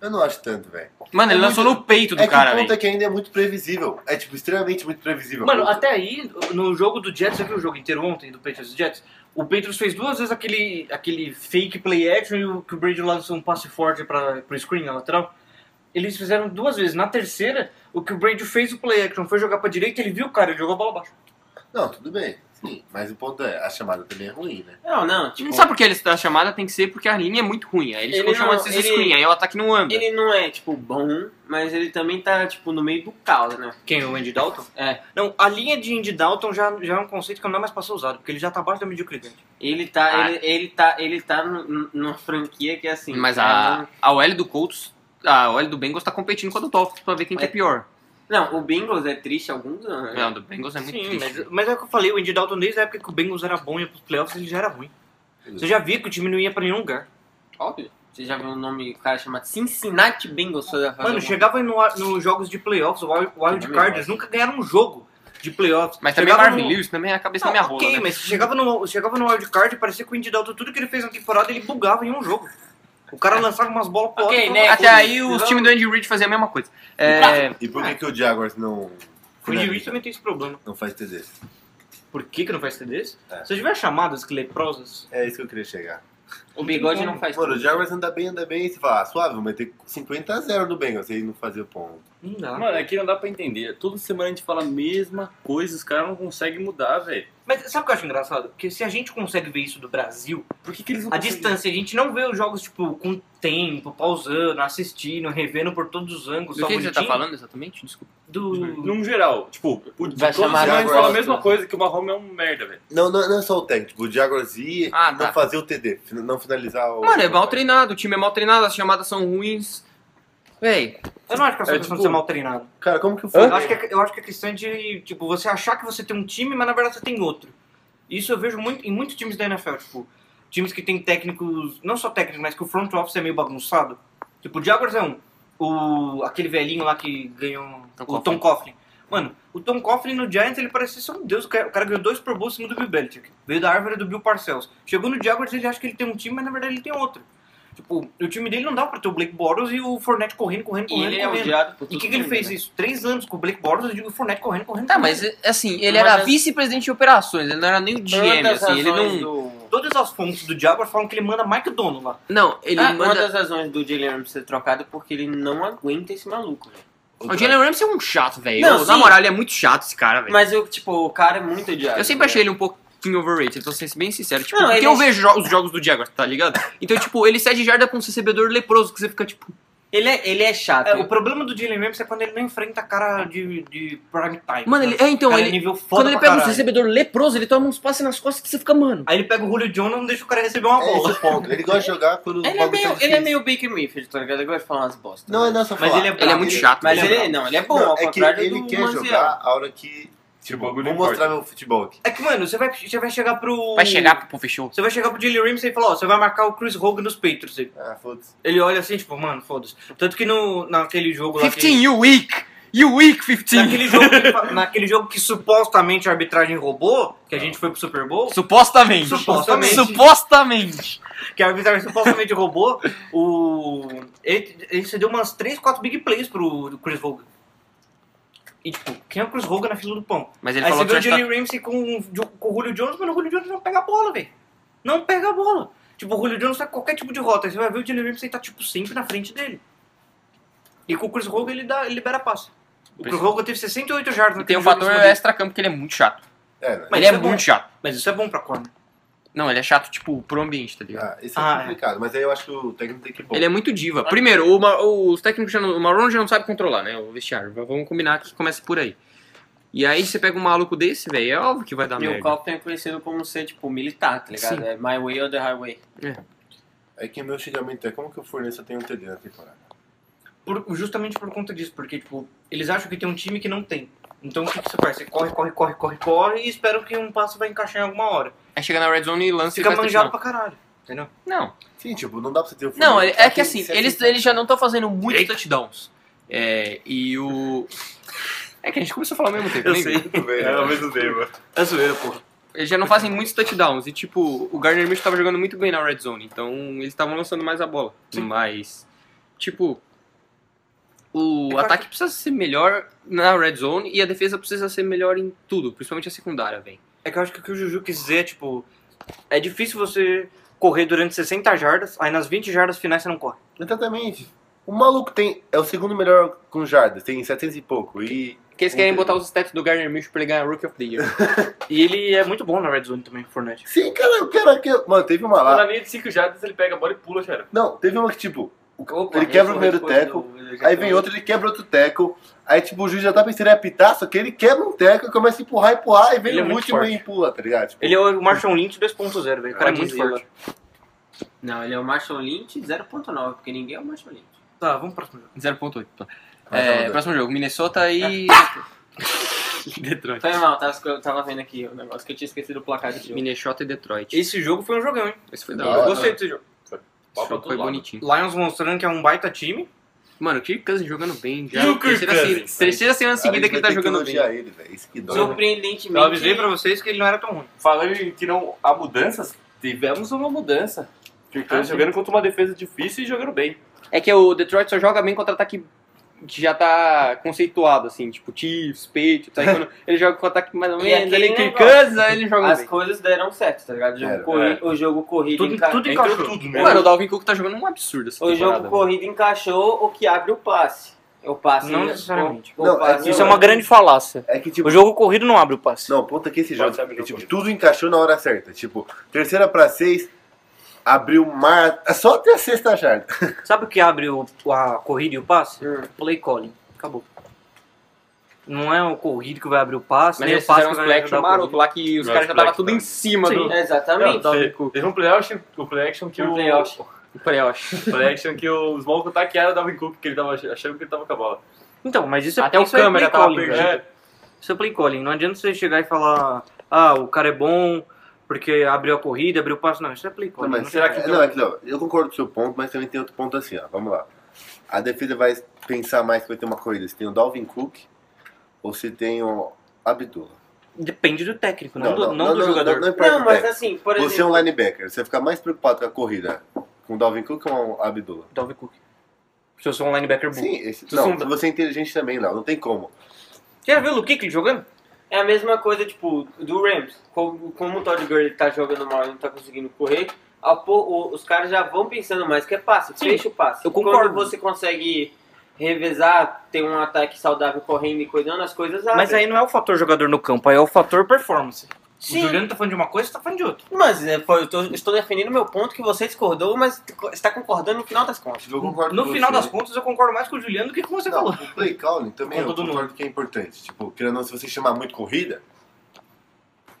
Speaker 5: eu não acho tanto, velho.
Speaker 1: Mano, ele
Speaker 5: É
Speaker 1: lançou
Speaker 5: muito-
Speaker 1: no peito do
Speaker 5: É que
Speaker 1: cara,
Speaker 5: o ponto é
Speaker 1: velho.
Speaker 5: que ainda é muito previsível. É, tipo, extremamente muito previsível.
Speaker 2: Mano, até aí, no jogo do Jets, você viu o jogo inteiro ontem, do Patriots e Jets? O Patriots fez duas vezes aquele, aquele fake play action e o, que o Brady lançou um passe forte para pro screen na lateral. Eles fizeram duas vezes. Na terceira, o que o Brady fez o play action foi jogar pra direita, ele viu o cara, ele jogou a bola abaixo.
Speaker 5: Não, tudo bem. Sim, mas o ponto é, a chamada também é ruim, né?
Speaker 6: Não, não,
Speaker 1: Não
Speaker 6: tipo,
Speaker 1: sabe por que eles, a chamada tem que ser porque a linha é muito ruim. Aí eles
Speaker 6: Ele
Speaker 1: ficam chamando
Speaker 6: não-
Speaker 1: esses
Speaker 6: ele-
Speaker 1: screen, aí o ataque não anda.
Speaker 6: ele não é, tipo, bom, mas ele também tá, tipo, no meio do caos, né?
Speaker 2: Quem? O Andy Dalton?
Speaker 6: É.
Speaker 2: Não, a linha de Andy Dalton já, já é um conceito que não é mais pra ser usado, porque ele já tá abaixo da mediocridade.
Speaker 6: Ele tá,
Speaker 1: Ah.
Speaker 6: ele, ele tá, ele tá nu- numa franquia que é assim.
Speaker 1: Mas
Speaker 6: é
Speaker 1: a,
Speaker 6: um-
Speaker 1: a OL do Colts, a OL do Bengals tá competindo com a do Dolphins pra ver quem que é
Speaker 6: Mas-
Speaker 1: pior.
Speaker 6: Não, o Bengals é triste há alguns anos.
Speaker 1: Não, a
Speaker 6: Né?
Speaker 1: do Bengals é muito
Speaker 2: Sim,
Speaker 1: triste.
Speaker 2: mas, mas é o que eu falei, o Andy Dalton desde a época que o Bengals era bom e ia pros playoffs, ele já era ruim. Você já via que o time não ia pra nenhum lugar.
Speaker 6: Óbvio. Você já viu o nome do cara chamado Cincinnati Bengals? fazer- um fazer
Speaker 2: Tá, Mano,
Speaker 6: alguma-
Speaker 2: chegava nos jogos de playoffs, o Wild, wild Cards nunca ganharam um jogo de playoffs.
Speaker 1: Mas também o
Speaker 2: Chegava
Speaker 1: Marvin
Speaker 2: no-
Speaker 1: Lewis também é a cabeça
Speaker 2: Não,
Speaker 1: da minha rola,
Speaker 2: ok,
Speaker 1: né?
Speaker 2: mas chegava no, chegava no Wild Card e parecia que o Indy Dalton, tudo que ele fez na temporada, ele bugava em um jogo. O cara lançava umas bolas pro
Speaker 6: Ok,
Speaker 2: alto.
Speaker 6: né?
Speaker 1: É. Até aí os
Speaker 6: Vamos-
Speaker 1: times do Andy Reid faziam a mesma coisa. É,
Speaker 5: E por que, que o Jaguars não...
Speaker 2: O Indy Reid também tem esse problema.
Speaker 5: Não faz TD.
Speaker 2: Por que que não faz TDs?
Speaker 5: É.
Speaker 2: Se eu tiver chamadas que leprosas...
Speaker 5: É isso que eu queria chegar.
Speaker 6: O bigode não faz
Speaker 5: Mano, o Jaguars anda bem, anda bem. Você fala, ah, suave, mas tem 50 a 0 no Bengals. Aí não fazia ponto.
Speaker 2: Não dá.
Speaker 7: Mano, aqui não dá pra entender. Toda semana a gente fala a mesma coisa, os caras não conseguem mudar, velho.
Speaker 2: Mas sabe o que eu acho engraçado? Porque se a gente consegue ver isso do Brasil,
Speaker 7: Por que, que eles não
Speaker 2: a
Speaker 7: conseguem-
Speaker 2: distância, a gente não vê os jogos, tipo, com tempo, pausando, assistindo, revendo por todos os ângulos.
Speaker 1: do
Speaker 2: só
Speaker 1: que que você tá
Speaker 2: bonitinho.
Speaker 1: falando Uhum. exatamente? Desculpa.
Speaker 2: Do...
Speaker 7: Num geral, tipo, o de
Speaker 6: Vai
Speaker 7: todos
Speaker 6: chamar
Speaker 7: os anos
Speaker 5: Jaguars.
Speaker 7: fala a mesma coisa que o Mahomes é um merda, velho.
Speaker 5: Não, não, não é só o técnico. O Jaguars ia
Speaker 1: Ah,
Speaker 5: não
Speaker 1: tá.
Speaker 5: fazer o TD. fin- Não finalizar o...
Speaker 1: Mano, é mal treinado, o time é mal treinado, as chamadas são ruins. Véi,
Speaker 2: Eu não acho que essa
Speaker 7: É,
Speaker 2: questão
Speaker 7: tipo,
Speaker 2: de ser mal treinado.
Speaker 5: Cara, como que foi?
Speaker 2: Eu acho que, é- eu acho que é questão de, tipo, você achar que você tem um time, mas na verdade você tem outro. Isso eu vejo muito em muitos times da NFL, tipo, times que tem técnicos, não só técnicos, mas que o front office é meio bagunçado. Tipo, o Jaguars é um. O, aquele velhinho lá que ganhou. um,
Speaker 1: Tom
Speaker 2: o
Speaker 1: Coughlin.
Speaker 2: Tom Coughlin. Mano, o Tom Coughlin no Giants, ele parecia ser um deus. O cara, o cara ganhou dois Pro Bowls em cima do Bill Belichick. Veio da árvore do Bill Parcells. Chegou no Jaguars, ele acha que ele tem um time, mas na verdade ele tem outro. Tipo, o time dele não dá pra ter o Blake Bortles e o Fournette correndo, correndo,
Speaker 6: E
Speaker 2: correndo,
Speaker 6: ele é
Speaker 2: correndo.
Speaker 6: odiado por
Speaker 2: E o
Speaker 6: todo
Speaker 2: que, que ele
Speaker 6: mundo,
Speaker 2: fez
Speaker 6: né?
Speaker 2: isso? Três anos com o Blake Bortles e o Fournette correndo, correndo.
Speaker 1: tá,
Speaker 2: correndo.
Speaker 1: mas assim, ele
Speaker 6: Uma
Speaker 1: era
Speaker 6: das-
Speaker 1: vice-presidente de operações, ele não era nem o GM,
Speaker 6: Todas as
Speaker 1: assim, ele
Speaker 6: razões
Speaker 1: não...
Speaker 6: do-
Speaker 2: Todas as fontes do Jaguar falam que ele manda Mike Dono lá.
Speaker 1: Não, ele
Speaker 6: Ah, Uma
Speaker 1: manda...
Speaker 6: das razões do Jalen Ramsey ser trocado é porque ele não aguenta esse maluco, velho.
Speaker 1: O Jalen Ramsey é um chato, velho.
Speaker 6: Não,
Speaker 1: Na
Speaker 6: sim.
Speaker 1: moral, ele é muito chato esse cara, velho.
Speaker 6: Mas eu, tipo, o cara é muito odiado.
Speaker 1: Eu sempre achei ele um pouquinho overrated, tô sendo bem sincero. Tipo,
Speaker 6: Não,
Speaker 1: porque
Speaker 6: ele
Speaker 1: eu
Speaker 6: é-
Speaker 1: vejo jo- os jogos do Jaguars, tá ligado? Então, tipo, ele cede jarda com um recebedor leproso, que você fica, tipo...
Speaker 6: Ele é, ele é chato.
Speaker 2: É, o problema do Jalen Ramsey é quando ele não enfrenta cara de, de prime time.
Speaker 1: Mano, ele... É, então,
Speaker 2: cara
Speaker 1: ele...
Speaker 2: nível foda
Speaker 1: Quando ele
Speaker 2: pra
Speaker 1: pega um
Speaker 2: caralho.
Speaker 1: recebedor leproso, ele toma uns passes nas costas que você fica, mano...
Speaker 2: Aí ele pega o Julio Jones e não deixa o cara receber uma
Speaker 5: É
Speaker 2: bola.
Speaker 5: esse o
Speaker 2: (laughs)
Speaker 5: ponto. Ele gosta de jogar quando o
Speaker 6: Ele é
Speaker 5: bagulho
Speaker 6: meio,
Speaker 5: tá
Speaker 6: ele é
Speaker 5: difícil.
Speaker 6: meio Baker Mayfield, tá ligado? Ele gosta de falar umas bosta.
Speaker 5: Não, é não só
Speaker 2: Mas
Speaker 5: falar.
Speaker 2: ele é
Speaker 1: Ele é muito chato.
Speaker 6: Mas
Speaker 1: velho.
Speaker 6: ele, não, ele é bom,
Speaker 5: Não,
Speaker 6: ao
Speaker 5: é que
Speaker 6: contrário
Speaker 5: ele
Speaker 6: do
Speaker 5: quer
Speaker 6: Manziel.
Speaker 5: jogar a hora que futebol.
Speaker 3: Bagulho
Speaker 5: Tipo, Vou
Speaker 3: importa.
Speaker 5: mostrar meu futebol aqui.
Speaker 2: É que, mano, você vai, você vai chegar pro.
Speaker 1: Vai
Speaker 6: é
Speaker 1: chegar
Speaker 6: um
Speaker 1: pro fechou.
Speaker 2: Você vai chegar pro Jalen Ramsey e falar, ó, você vai marcar o Chris Hogan nos Patriots. aí.
Speaker 5: Ah, foda-se.
Speaker 2: Ele olha assim, tipo, mano, foda-se. Tanto que no, naquele jogo lá. que-
Speaker 1: 15, you weak! You weak, 15!
Speaker 2: Naquele
Speaker 1: (laughs)
Speaker 2: jogo, que, fa- naquele jogo que supostamente a arbitragem roubou, que
Speaker 1: Ah.
Speaker 2: a gente foi pro Super Bowl,
Speaker 1: Supostamente.
Speaker 2: (laughs) Supostamente.
Speaker 1: Supostamente.
Speaker 2: que a arbitragem supostamente roubou, o. Ele, ele cedeu umas 3, 4 big plays pro Chris Hogan. E tipo, quem é o Chris Hogan na fila do pão?
Speaker 1: Mas ele
Speaker 2: Aí
Speaker 1: falou que
Speaker 2: você vê o
Speaker 1: já
Speaker 2: Jalen
Speaker 1: tá...
Speaker 2: Ramsey com, com o Julio Jones, mas o Julio Jones não pega a bola, velho. Não pega a bola. Tipo, o Julio Jones faz qualquer tipo de rota. Aí você vai ver o Jalen Ramsey tá, tipo, sempre na frente dele. E com o Chris Hogan ele, dá, ele libera passe. O Chris Hogan teve 68 jardas
Speaker 1: é. E
Speaker 2: naquele
Speaker 1: tem um
Speaker 2: jogo em
Speaker 1: fator
Speaker 2: cima dele.
Speaker 1: extra-campo que ele é muito chato.
Speaker 5: É, né?
Speaker 2: Mas
Speaker 1: ele é,
Speaker 2: isso é bom.
Speaker 1: muito chato.
Speaker 2: Mas isso é bom pra corner.
Speaker 1: Não, ele é chato, tipo, pro ambiente, tá ligado?
Speaker 5: Ah, isso é
Speaker 2: Ah, é.
Speaker 5: complicado, mas aí eu acho que o técnico tem que ir bom.
Speaker 1: Ele é muito diva. Primeiro, o Ma- os técnicos já não, o Marron já não sabe controlar, né? O vestiário. V- Vamos combinar que começa por aí. E aí você pega um maluco desse, velho, é óbvio que vai dar
Speaker 6: E o
Speaker 1: merda.
Speaker 6: Calvin é conhecido como ser, tipo, militar, tá ligado?
Speaker 1: Sim.
Speaker 6: É my way or the highway.
Speaker 5: É que meu xingamento é como que o Forneça tem um TD na temporada.
Speaker 2: Por- justamente por conta disso, porque, tipo, eles acham que tem um time que não tem. Então o que, que você faz? Você corre, corre, corre, corre, corre e espera que um passo vai encaixar em alguma hora.
Speaker 1: Aí chega na red zone e lança
Speaker 2: Fica
Speaker 1: e faz
Speaker 2: manjado
Speaker 1: touchdown.
Speaker 2: pra caralho.
Speaker 1: Não,
Speaker 5: Sim, tipo, não dá pra você ter o
Speaker 1: não, é,
Speaker 5: Forneza.
Speaker 1: é que assim,
Speaker 5: se
Speaker 1: eles, eles já não estão fazendo muitos touchdowns. É, e o... (laughs) É que a gente começou a falar ao mesmo tempo, nem vi.
Speaker 3: É o mesmo tema.
Speaker 2: É zoeira, porra.
Speaker 1: Eles já não fazem muitos touchdowns. E, tipo, o Gardner Mitchell tava jogando muito bem na red zone. Então, eles estavam lançando mais a bola. Mas, tipo, o ataque precisa ser melhor na red zone e a defesa precisa ser melhor em tudo. Principalmente a secundária, velho.
Speaker 2: É que eu acho que o que o Juju quis dizer é, tipo, é difícil você correr durante 60 jardas, aí nas 20 jardas finais você não corre.
Speaker 5: Exatamente. O maluco tem. É o segundo melhor com jardas, tem 700 e pouco. E.
Speaker 1: Porque eles querem botar os stats do Gardner Mitchell pra ele ganhar Rookie of the (laughs) Year.
Speaker 2: E ele é muito bom na Red Zone também, Fournette.
Speaker 5: Sim, cara, o cara que. Mano, teve uma
Speaker 3: Na
Speaker 5: lá.
Speaker 3: linha de 5 jardas ele pega a bola e pula, cara.
Speaker 5: Não, teve uma que, tipo, ele quebra o primeiro teco, aí vem outro, ele quebra outro teco. Aí, tipo, o juiz já tá pensando em apitar, só que ele quebra um teco e começa a empurrar, empurrar, e vem
Speaker 2: Ele é
Speaker 5: no
Speaker 2: muito
Speaker 5: último
Speaker 2: forte.
Speaker 5: e empurra, tá ligado? Tipo,
Speaker 2: Ele é o Marshall Lynch 2.0, velho. O cara é muito
Speaker 6: Dizila.
Speaker 2: forte.
Speaker 6: Não, ele é o Marshall Lynch 0.9, porque ninguém é o Marshall Lynch.
Speaker 2: Tá, vamos pro próximo jogo.
Speaker 1: 0.8. tá.
Speaker 5: Vai,
Speaker 1: É,
Speaker 5: vai, vai.
Speaker 1: próximo jogo. Minnesota e... Detroit.
Speaker 6: Foi mal, tava, eu tava vendo aqui o negócio que eu tinha esquecido do placar do jogo.
Speaker 1: Minnesota e Detroit.
Speaker 2: Esse jogo foi um jogão, hein?
Speaker 1: Esse foi da
Speaker 5: Da
Speaker 2: Eu
Speaker 5: hora.
Speaker 1: hora.
Speaker 2: gostei desse jogo.
Speaker 1: Esse jogo foi bonitinho.
Speaker 2: Lions mostrando que é um baita time. assim,
Speaker 1: Mano, o Kirk Cousins jogando bem. Já.
Speaker 3: E o Kirk
Speaker 1: terceira, se-
Speaker 3: Cousins?
Speaker 1: terceira semana
Speaker 5: Cara,
Speaker 1: seguida
Speaker 5: a gente
Speaker 1: que ele
Speaker 5: vai
Speaker 1: tá
Speaker 5: ter
Speaker 1: jogando bem.
Speaker 5: elogiar ele, velho. Isso que dói.
Speaker 2: Eu
Speaker 6: Surpreendentemente,
Speaker 2: avisei pra vocês que ele não era tão ruim.
Speaker 3: Falando em que não há mudanças, tivemos uma mudança. Kirkland jogando contra uma defesa difícil e jogando bem.
Speaker 1: É que o Detroit só joga bem contra ataque que já tá conceituado, assim, tipo Chiefs, Patriots, aí (laughs) quando ele joga com ataque mais ou
Speaker 6: E
Speaker 1: menos,
Speaker 6: aquele
Speaker 1: ele que
Speaker 6: negócio.
Speaker 1: cansa, aí ele joga
Speaker 6: as
Speaker 1: bem.
Speaker 6: coisas deram certo, tá ligado? O jogo,
Speaker 5: Era, é.
Speaker 6: corri-
Speaker 3: era.
Speaker 6: o jogo corrido
Speaker 2: Tudo,
Speaker 6: enca-
Speaker 2: tudo
Speaker 3: Entrou
Speaker 2: encaixou.
Speaker 3: tudo, né?
Speaker 1: Mano, o Dalvin Cook tá jogando um absurdo essa
Speaker 6: O jogo
Speaker 5: né?
Speaker 1: temporada,
Speaker 6: corrido encaixou o que abre o passe. O passe
Speaker 2: Não necessariamente.
Speaker 6: o- o
Speaker 5: Não,
Speaker 6: passe-
Speaker 5: isso é uma
Speaker 2: grande falácia.
Speaker 5: É que, tipo,
Speaker 2: O jogo corrido não abre o passe.
Speaker 5: Não, o ponto é que esse
Speaker 3: Pode
Speaker 5: jogo,
Speaker 3: ser abrir
Speaker 5: é,
Speaker 3: o
Speaker 5: tipo,
Speaker 3: jogo.
Speaker 5: tudo encaixou na hora certa. Tipo, terceira pra seis, abriu mar... é Só até a sexta jarda.
Speaker 2: Sabe o que abre o, a corrida e o passe?
Speaker 6: Hum.
Speaker 2: Play calling. Acabou. Não é o corrido que vai abrir o passe,
Speaker 1: Mas
Speaker 2: nem
Speaker 1: eles
Speaker 2: o passe
Speaker 1: fizeram
Speaker 2: que
Speaker 1: uns
Speaker 2: vai
Speaker 1: play
Speaker 2: ajudar
Speaker 1: action
Speaker 2: o corrido.
Speaker 1: maroto lá que os
Speaker 3: Não,
Speaker 1: caras já
Speaker 3: play
Speaker 1: tava
Speaker 3: action,
Speaker 1: tudo em
Speaker 3: tá.
Speaker 1: cima do
Speaker 6: Exatamente.
Speaker 5: tá,
Speaker 3: Não,
Speaker 1: Dalvin
Speaker 3: teve-
Speaker 1: Cook.
Speaker 3: Teve um play action, o play action que
Speaker 6: Um
Speaker 3: o.
Speaker 6: play action.
Speaker 1: Playoff.
Speaker 3: play action que os malucos taquearam o tá Dalvin Cook, que ele tava ach- achando que ele tava com a bola.
Speaker 2: Então, mas isso é
Speaker 1: Até o
Speaker 2: isso é play
Speaker 1: câmera tava
Speaker 2: calling,
Speaker 1: perdido.
Speaker 2: velho.
Speaker 3: É,
Speaker 2: Isso é play calling. Não adianta você chegar e falar, ah, o cara é bom porque abriu a corrida, abriu o passe. Não, isso é play calling.
Speaker 5: Não, mas
Speaker 2: não
Speaker 5: será
Speaker 2: tem-
Speaker 5: que. Não, é que não. Eu concordo com o seu ponto, mas também tem outro ponto assim, ó. Vamos lá. A defesa vai pensar mais que vai ter uma corrida. Se tem o Dalvin Cook ou se tem o Abdullah.
Speaker 2: Depende do técnico, né? não, do, não, do
Speaker 5: Não,
Speaker 2: jogador.
Speaker 5: importa
Speaker 6: Não,
Speaker 5: o
Speaker 6: mas
Speaker 5: técnico.
Speaker 6: assim, por
Speaker 5: Você é
Speaker 6: exemplo,
Speaker 5: um linebacker, você fica mais preocupado com a corrida com o Dalvin Cook ou com o Abdullah?
Speaker 2: Dalvin Cook. Se eu sou um linebacker burro.
Speaker 5: Sim, esse,
Speaker 2: Tu
Speaker 5: não,
Speaker 2: sou um-
Speaker 5: você é inteligente também, não, não tem como.
Speaker 2: Você já viu o Lukic jogando?
Speaker 6: é a mesma coisa, tipo, do Rams. Como, como o Todd Gurley tá jogando mal e não tá conseguindo correr, a po- o- os caras já vão pensando mais que é passe,
Speaker 2: Sim,
Speaker 6: fecha o passe.
Speaker 2: eu concordo.
Speaker 6: Quando você consegue revezar, ter um ataque saudável correndo e cuidando, as coisas abrem.
Speaker 2: Mas aí não é o fator jogador no campo, aí é o fator performance.
Speaker 6: Sim.
Speaker 2: O Juliano tá falando de uma coisa, você tá falando de outra.
Speaker 6: Mas é, pô, eu tô- estou defendendo meu ponto que você discordou, mas está concordando no final das contas.
Speaker 5: Eu concordo
Speaker 2: No
Speaker 5: com
Speaker 2: final
Speaker 5: você.
Speaker 2: das contas, eu concordo mais com o Juliano do que com você
Speaker 5: Não,
Speaker 2: falou.
Speaker 5: o play calling também
Speaker 2: Com
Speaker 5: eu
Speaker 2: todo
Speaker 5: concordo que é importante. Tipo, querendo ou não, se você chamar muito corrida,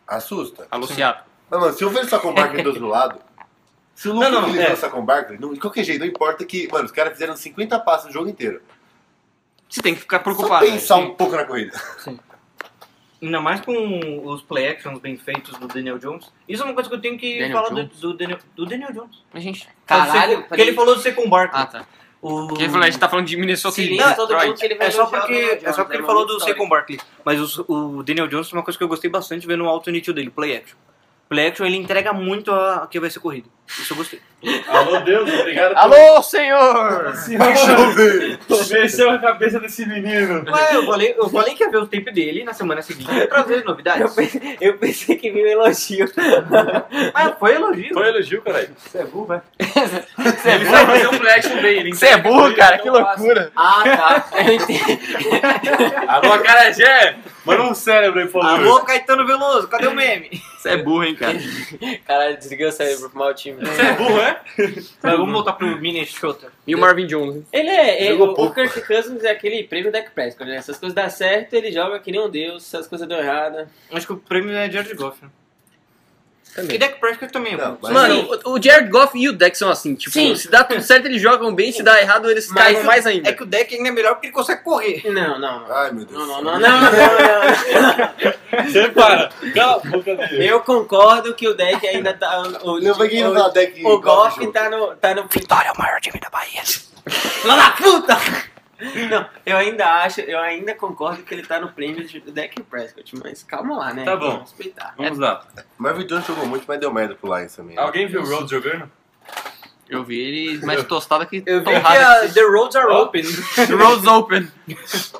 Speaker 5: assusta.
Speaker 1: Aluciado.
Speaker 5: Mas, mano, se eu vejo só com o Barkley do outro lado, se o Lucas
Speaker 2: Não, não,
Speaker 5: utilizou
Speaker 2: é.
Speaker 5: só com o Barkley, não, de qualquer jeito, não importa que, mano, os caras fizeram 50 passos o jogo inteiro.
Speaker 1: Você tem que ficar
Speaker 5: Só
Speaker 1: preocupado.
Speaker 5: pensar
Speaker 1: né?
Speaker 5: um pouco na corrida.
Speaker 2: né? Ainda mais com os play actions bem feitos do Daniel Jones. Isso é uma coisa que eu tenho que
Speaker 1: Daniel
Speaker 2: falar do, do Daniel, do Daniel Jones.
Speaker 1: A gente.
Speaker 6: Caralho,
Speaker 2: Porque ele falou do Second Barco.
Speaker 1: Ah, tá.
Speaker 2: O-
Speaker 1: Porque ele falou, a gente tá falando de Minnesota
Speaker 6: Sim,
Speaker 1: e
Speaker 2: Não,
Speaker 6: todo
Speaker 1: Detroit.
Speaker 6: mundo que ele vai
Speaker 2: É só
Speaker 6: elogiar né? o Daniel
Speaker 2: porque, é
Speaker 6: Jones,
Speaker 2: só porque ele
Speaker 6: uma
Speaker 2: falou do
Speaker 6: história.
Speaker 2: Saquon Barkley. Mas os- o, Daniel Jones tem uma coisa que eu gostei bastante vendo o alto nítido dele, play action. Play action ele entrega muito a a que vai ser corrido. Isso eu gostei.
Speaker 3: Alô, Deus, obrigado
Speaker 1: (laughs) Alô, senhor!
Speaker 3: por mexer a cabeça desse menino.
Speaker 2: Ué, eu falei, eu falei que ia ver o tape dele na semana seguinte ia trazer novidades.
Speaker 6: Eu pensei que viu elogio.
Speaker 2: Mas foi elogio.
Speaker 3: Foi elogio, caralho.
Speaker 7: Ele vai fazer um play action bem, ele
Speaker 1: Você é burro, cara,
Speaker 3: Então,
Speaker 1: que loucura!
Speaker 6: Ah, tá. (laughs) Eu entendi.
Speaker 7: Alô, Acarajé!
Speaker 3: Manda um cérebro aí, por favor.
Speaker 2: Alô, Caetano Veloso, cadê o meme?
Speaker 1: Você é burro, hein, cara?
Speaker 6: Caralho, desliguei o cérebro pro mau time.
Speaker 3: é
Speaker 2: Mas vamos voltar pro Minnesota.
Speaker 1: E o Marvin Jones?
Speaker 6: Ele é. Ele,
Speaker 5: Jogou
Speaker 6: o
Speaker 5: pouco.
Speaker 6: Kirk Cousins é aquele prêmio Deck Prescott, né? Se as coisas dão certo, ele joga que nem um deus. Se as coisas dão errado.
Speaker 2: Acho que o prêmio é Jared Goff. Né?
Speaker 1: Também.
Speaker 2: E Dak Prescott também. mano.
Speaker 5: Não, mas-
Speaker 1: Mano, o- o Jared Goff e o Deck são assim, tipo,
Speaker 6: Sim.
Speaker 1: se dá tudo certo eles jogam bem, se dá errado eles
Speaker 6: Mas
Speaker 1: caem
Speaker 6: o-
Speaker 1: mais
Speaker 2: É
Speaker 1: ainda.
Speaker 2: que o Dak ainda é melhor porque ele consegue correr.
Speaker 6: Não, não, não.
Speaker 5: Ai, meu Deus.
Speaker 6: Não, não, não, não, não, não,
Speaker 3: Você é para. Cala a boca
Speaker 6: não.
Speaker 3: dele.
Speaker 6: Eu concordo que o deck ainda tá. O,
Speaker 5: Não vai quem não
Speaker 6: o-
Speaker 5: fala deck.
Speaker 6: O
Speaker 5: golpe
Speaker 6: Goff tá no, tá no.
Speaker 2: Vitória é o maior time da Bahia.
Speaker 6: Lá da puta! Não, eu ainda acho, eu ainda concordo que ele tá no prêmio de- do Deck Prescott, mas calma lá, né?
Speaker 7: Tá bom.
Speaker 6: Vamos respeitar. É
Speaker 7: Vamos lá.
Speaker 5: Marvin Jones jogou muito, mas deu merda pro Lions também. né?
Speaker 3: Alguém viu o Rhodes jogando?
Speaker 1: Eu vi ele mais tostada que
Speaker 2: Eu vi que
Speaker 1: torrada.
Speaker 2: a The Roads Are
Speaker 3: Ó.
Speaker 2: Open.
Speaker 1: (laughs) que- Roads open.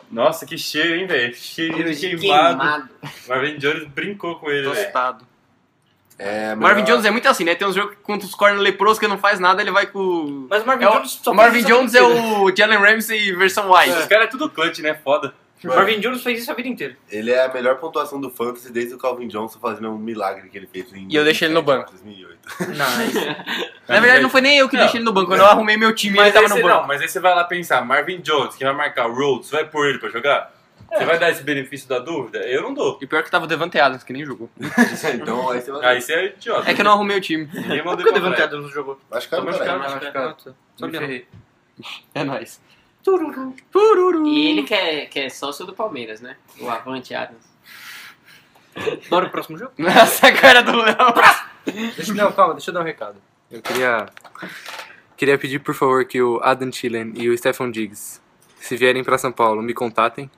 Speaker 3: Nossa, que cheiro, hein, velho? Cheiro de queimado. Marvin Jones brincou com ele, né? velho.
Speaker 1: Tostado.
Speaker 5: É,
Speaker 1: O Marvin
Speaker 5: melhor-
Speaker 1: Jones é muito assim, né? Tem uns jogos que contra os corner leprosos que não faz nada, ele vai com... o-
Speaker 2: Mas o Marvin
Speaker 1: É o-
Speaker 2: Jones só
Speaker 1: o Marvin
Speaker 2: fez isso né? a
Speaker 1: Jones
Speaker 2: vida
Speaker 1: é
Speaker 2: inteira.
Speaker 1: o Jalen Ramsey versão
Speaker 3: Os
Speaker 1: wide.
Speaker 3: caras é tudo clutch, né? Foda.
Speaker 2: O Marvin Jones fez isso a vida
Speaker 5: (laughs)
Speaker 2: inteira.
Speaker 5: Ele é a melhor pontuação do Fantasy desde o Calvin Johnson fazendo um milagre que ele fez em.
Speaker 1: E eu deixei ele no banco.
Speaker 5: 2008.
Speaker 1: Na verdade, não foi nem eu que
Speaker 7: Não.
Speaker 1: deixei ele no banco, quando eu arrumei meu time
Speaker 7: Mas
Speaker 1: ele tava
Speaker 7: aí,
Speaker 1: no
Speaker 7: você,
Speaker 1: banco.
Speaker 7: não, mas aí você vai lá pensar, Marvin Jones, que vai marcar o Rhodes, vai pôr ele pra jogar? Você vai dar esse benefício da dúvida? Eu não dou.
Speaker 1: E pior que tava o Devante Adams, que nem jogou.
Speaker 5: (laughs) então, aí você vai.
Speaker 7: Aí você é idiota.
Speaker 1: É que eu não arrumei o (laughs) time.
Speaker 7: Ninguém
Speaker 2: Por
Speaker 7: mandou
Speaker 2: que o
Speaker 7: ele
Speaker 2: Devante
Speaker 7: pra praia.
Speaker 2: Adams jogou?
Speaker 5: Acho que é o cara.
Speaker 7: Me
Speaker 1: Só que não.
Speaker 7: ferrei.
Speaker 1: É nóis.
Speaker 2: Tururu.
Speaker 1: Tururu.
Speaker 6: E ele que é, que é sócio do Palmeiras, né? O Avante Adams.
Speaker 2: Bora pro próximo jogo?
Speaker 1: Nossa, a cara do Léo.
Speaker 8: Deixa, não, calma, deixa eu dar um recado. Eu queria. Queria pedir, por favor, que o Adam Tillen e o Stefan Diggs, se vierem pra São Paulo, me contatem,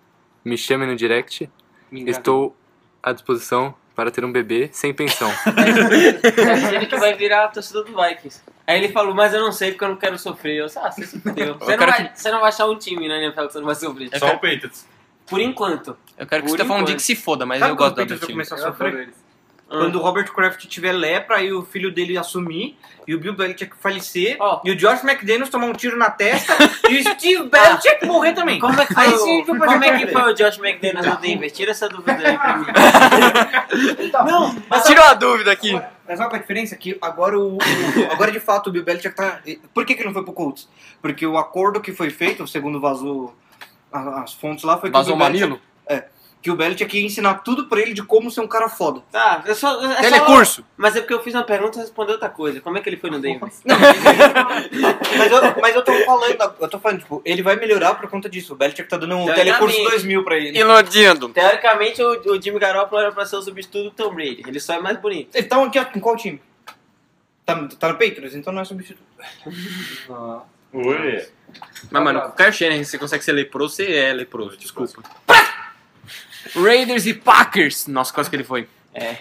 Speaker 8: me chamem no direct. Estou à disposição para ter um bebê sem pensão.
Speaker 6: Mas ele que vai virar torcedor do Vikings. Aí ele falou, mas eu não sei porque eu não quero sofrer. Eu disse, ah, você se fudeu. Você, não
Speaker 1: quero
Speaker 6: vai, você não vai achar um time na NFL É que você não vai sofrer.
Speaker 3: Só o Patriots.
Speaker 6: Por enquanto.
Speaker 1: Eu quero que o
Speaker 6: Por
Speaker 1: Stefan
Speaker 6: enquanto.
Speaker 1: Diggs se foda, mas
Speaker 2: Sabe
Speaker 1: eu
Speaker 2: quando
Speaker 1: gosto
Speaker 2: o
Speaker 1: do
Speaker 2: Patriots vai
Speaker 1: time.
Speaker 2: começar a sofrer? Quando o Robert Kraft tiver lepra e o filho dele assumir, e o Bill Belichick falecer,
Speaker 6: Ó.
Speaker 2: e o Josh McDaniels tomar um tiro na testa, (laughs) e o Steve Belichick morrer também.
Speaker 6: Como é que foi,
Speaker 2: Aí
Speaker 6: o-
Speaker 2: sim, viu,
Speaker 6: como é
Speaker 2: Patrick?
Speaker 6: que foi o Josh McDaniels no Denver? Tira essa dúvida aí pra mim.
Speaker 1: Mas tirou a dúvida aqui.
Speaker 2: Mas sabe qual é a diferença? Que agora o. o- agora de fato o Bill Belichick tá. Por que, que ele não foi pro Colts? Porque o acordo que foi feito, segundo vazou a- as fontes lá, foi que
Speaker 1: Vazou um
Speaker 2: o
Speaker 1: o
Speaker 2: Bill Belichick-
Speaker 1: mamilo?
Speaker 2: que o Belichick ia ensinar tudo pra ele de como ser um cara foda.
Speaker 6: Tá, eu só, é só-
Speaker 1: Telecurso.
Speaker 6: Mas é porque eu fiz uma pergunta e respondeu outra coisa. Como é que ele foi no Denver?
Speaker 2: Mas eu, mas eu tô falando, eu tô falando, tipo, ele vai melhorar por conta disso. O Belichick tá dando um
Speaker 6: Teoricamente.
Speaker 2: telecurso 2000 pra ele.
Speaker 1: Ilodindo.
Speaker 6: Teoricamente, o, o Jimmy Garoppolo era pra ser o substituto do Tom Brady. Ele só é mais bonito.
Speaker 2: Ele tá aqui, com qual time? Tá, tá no Patriots, então não é substituto.
Speaker 3: Oi.
Speaker 1: Mas, mano, o Kyle Shanahan, você consegue ser leproso, você é leproso, desculpa. Raiders e Packers. Nossa, quase que ele foi.
Speaker 6: É.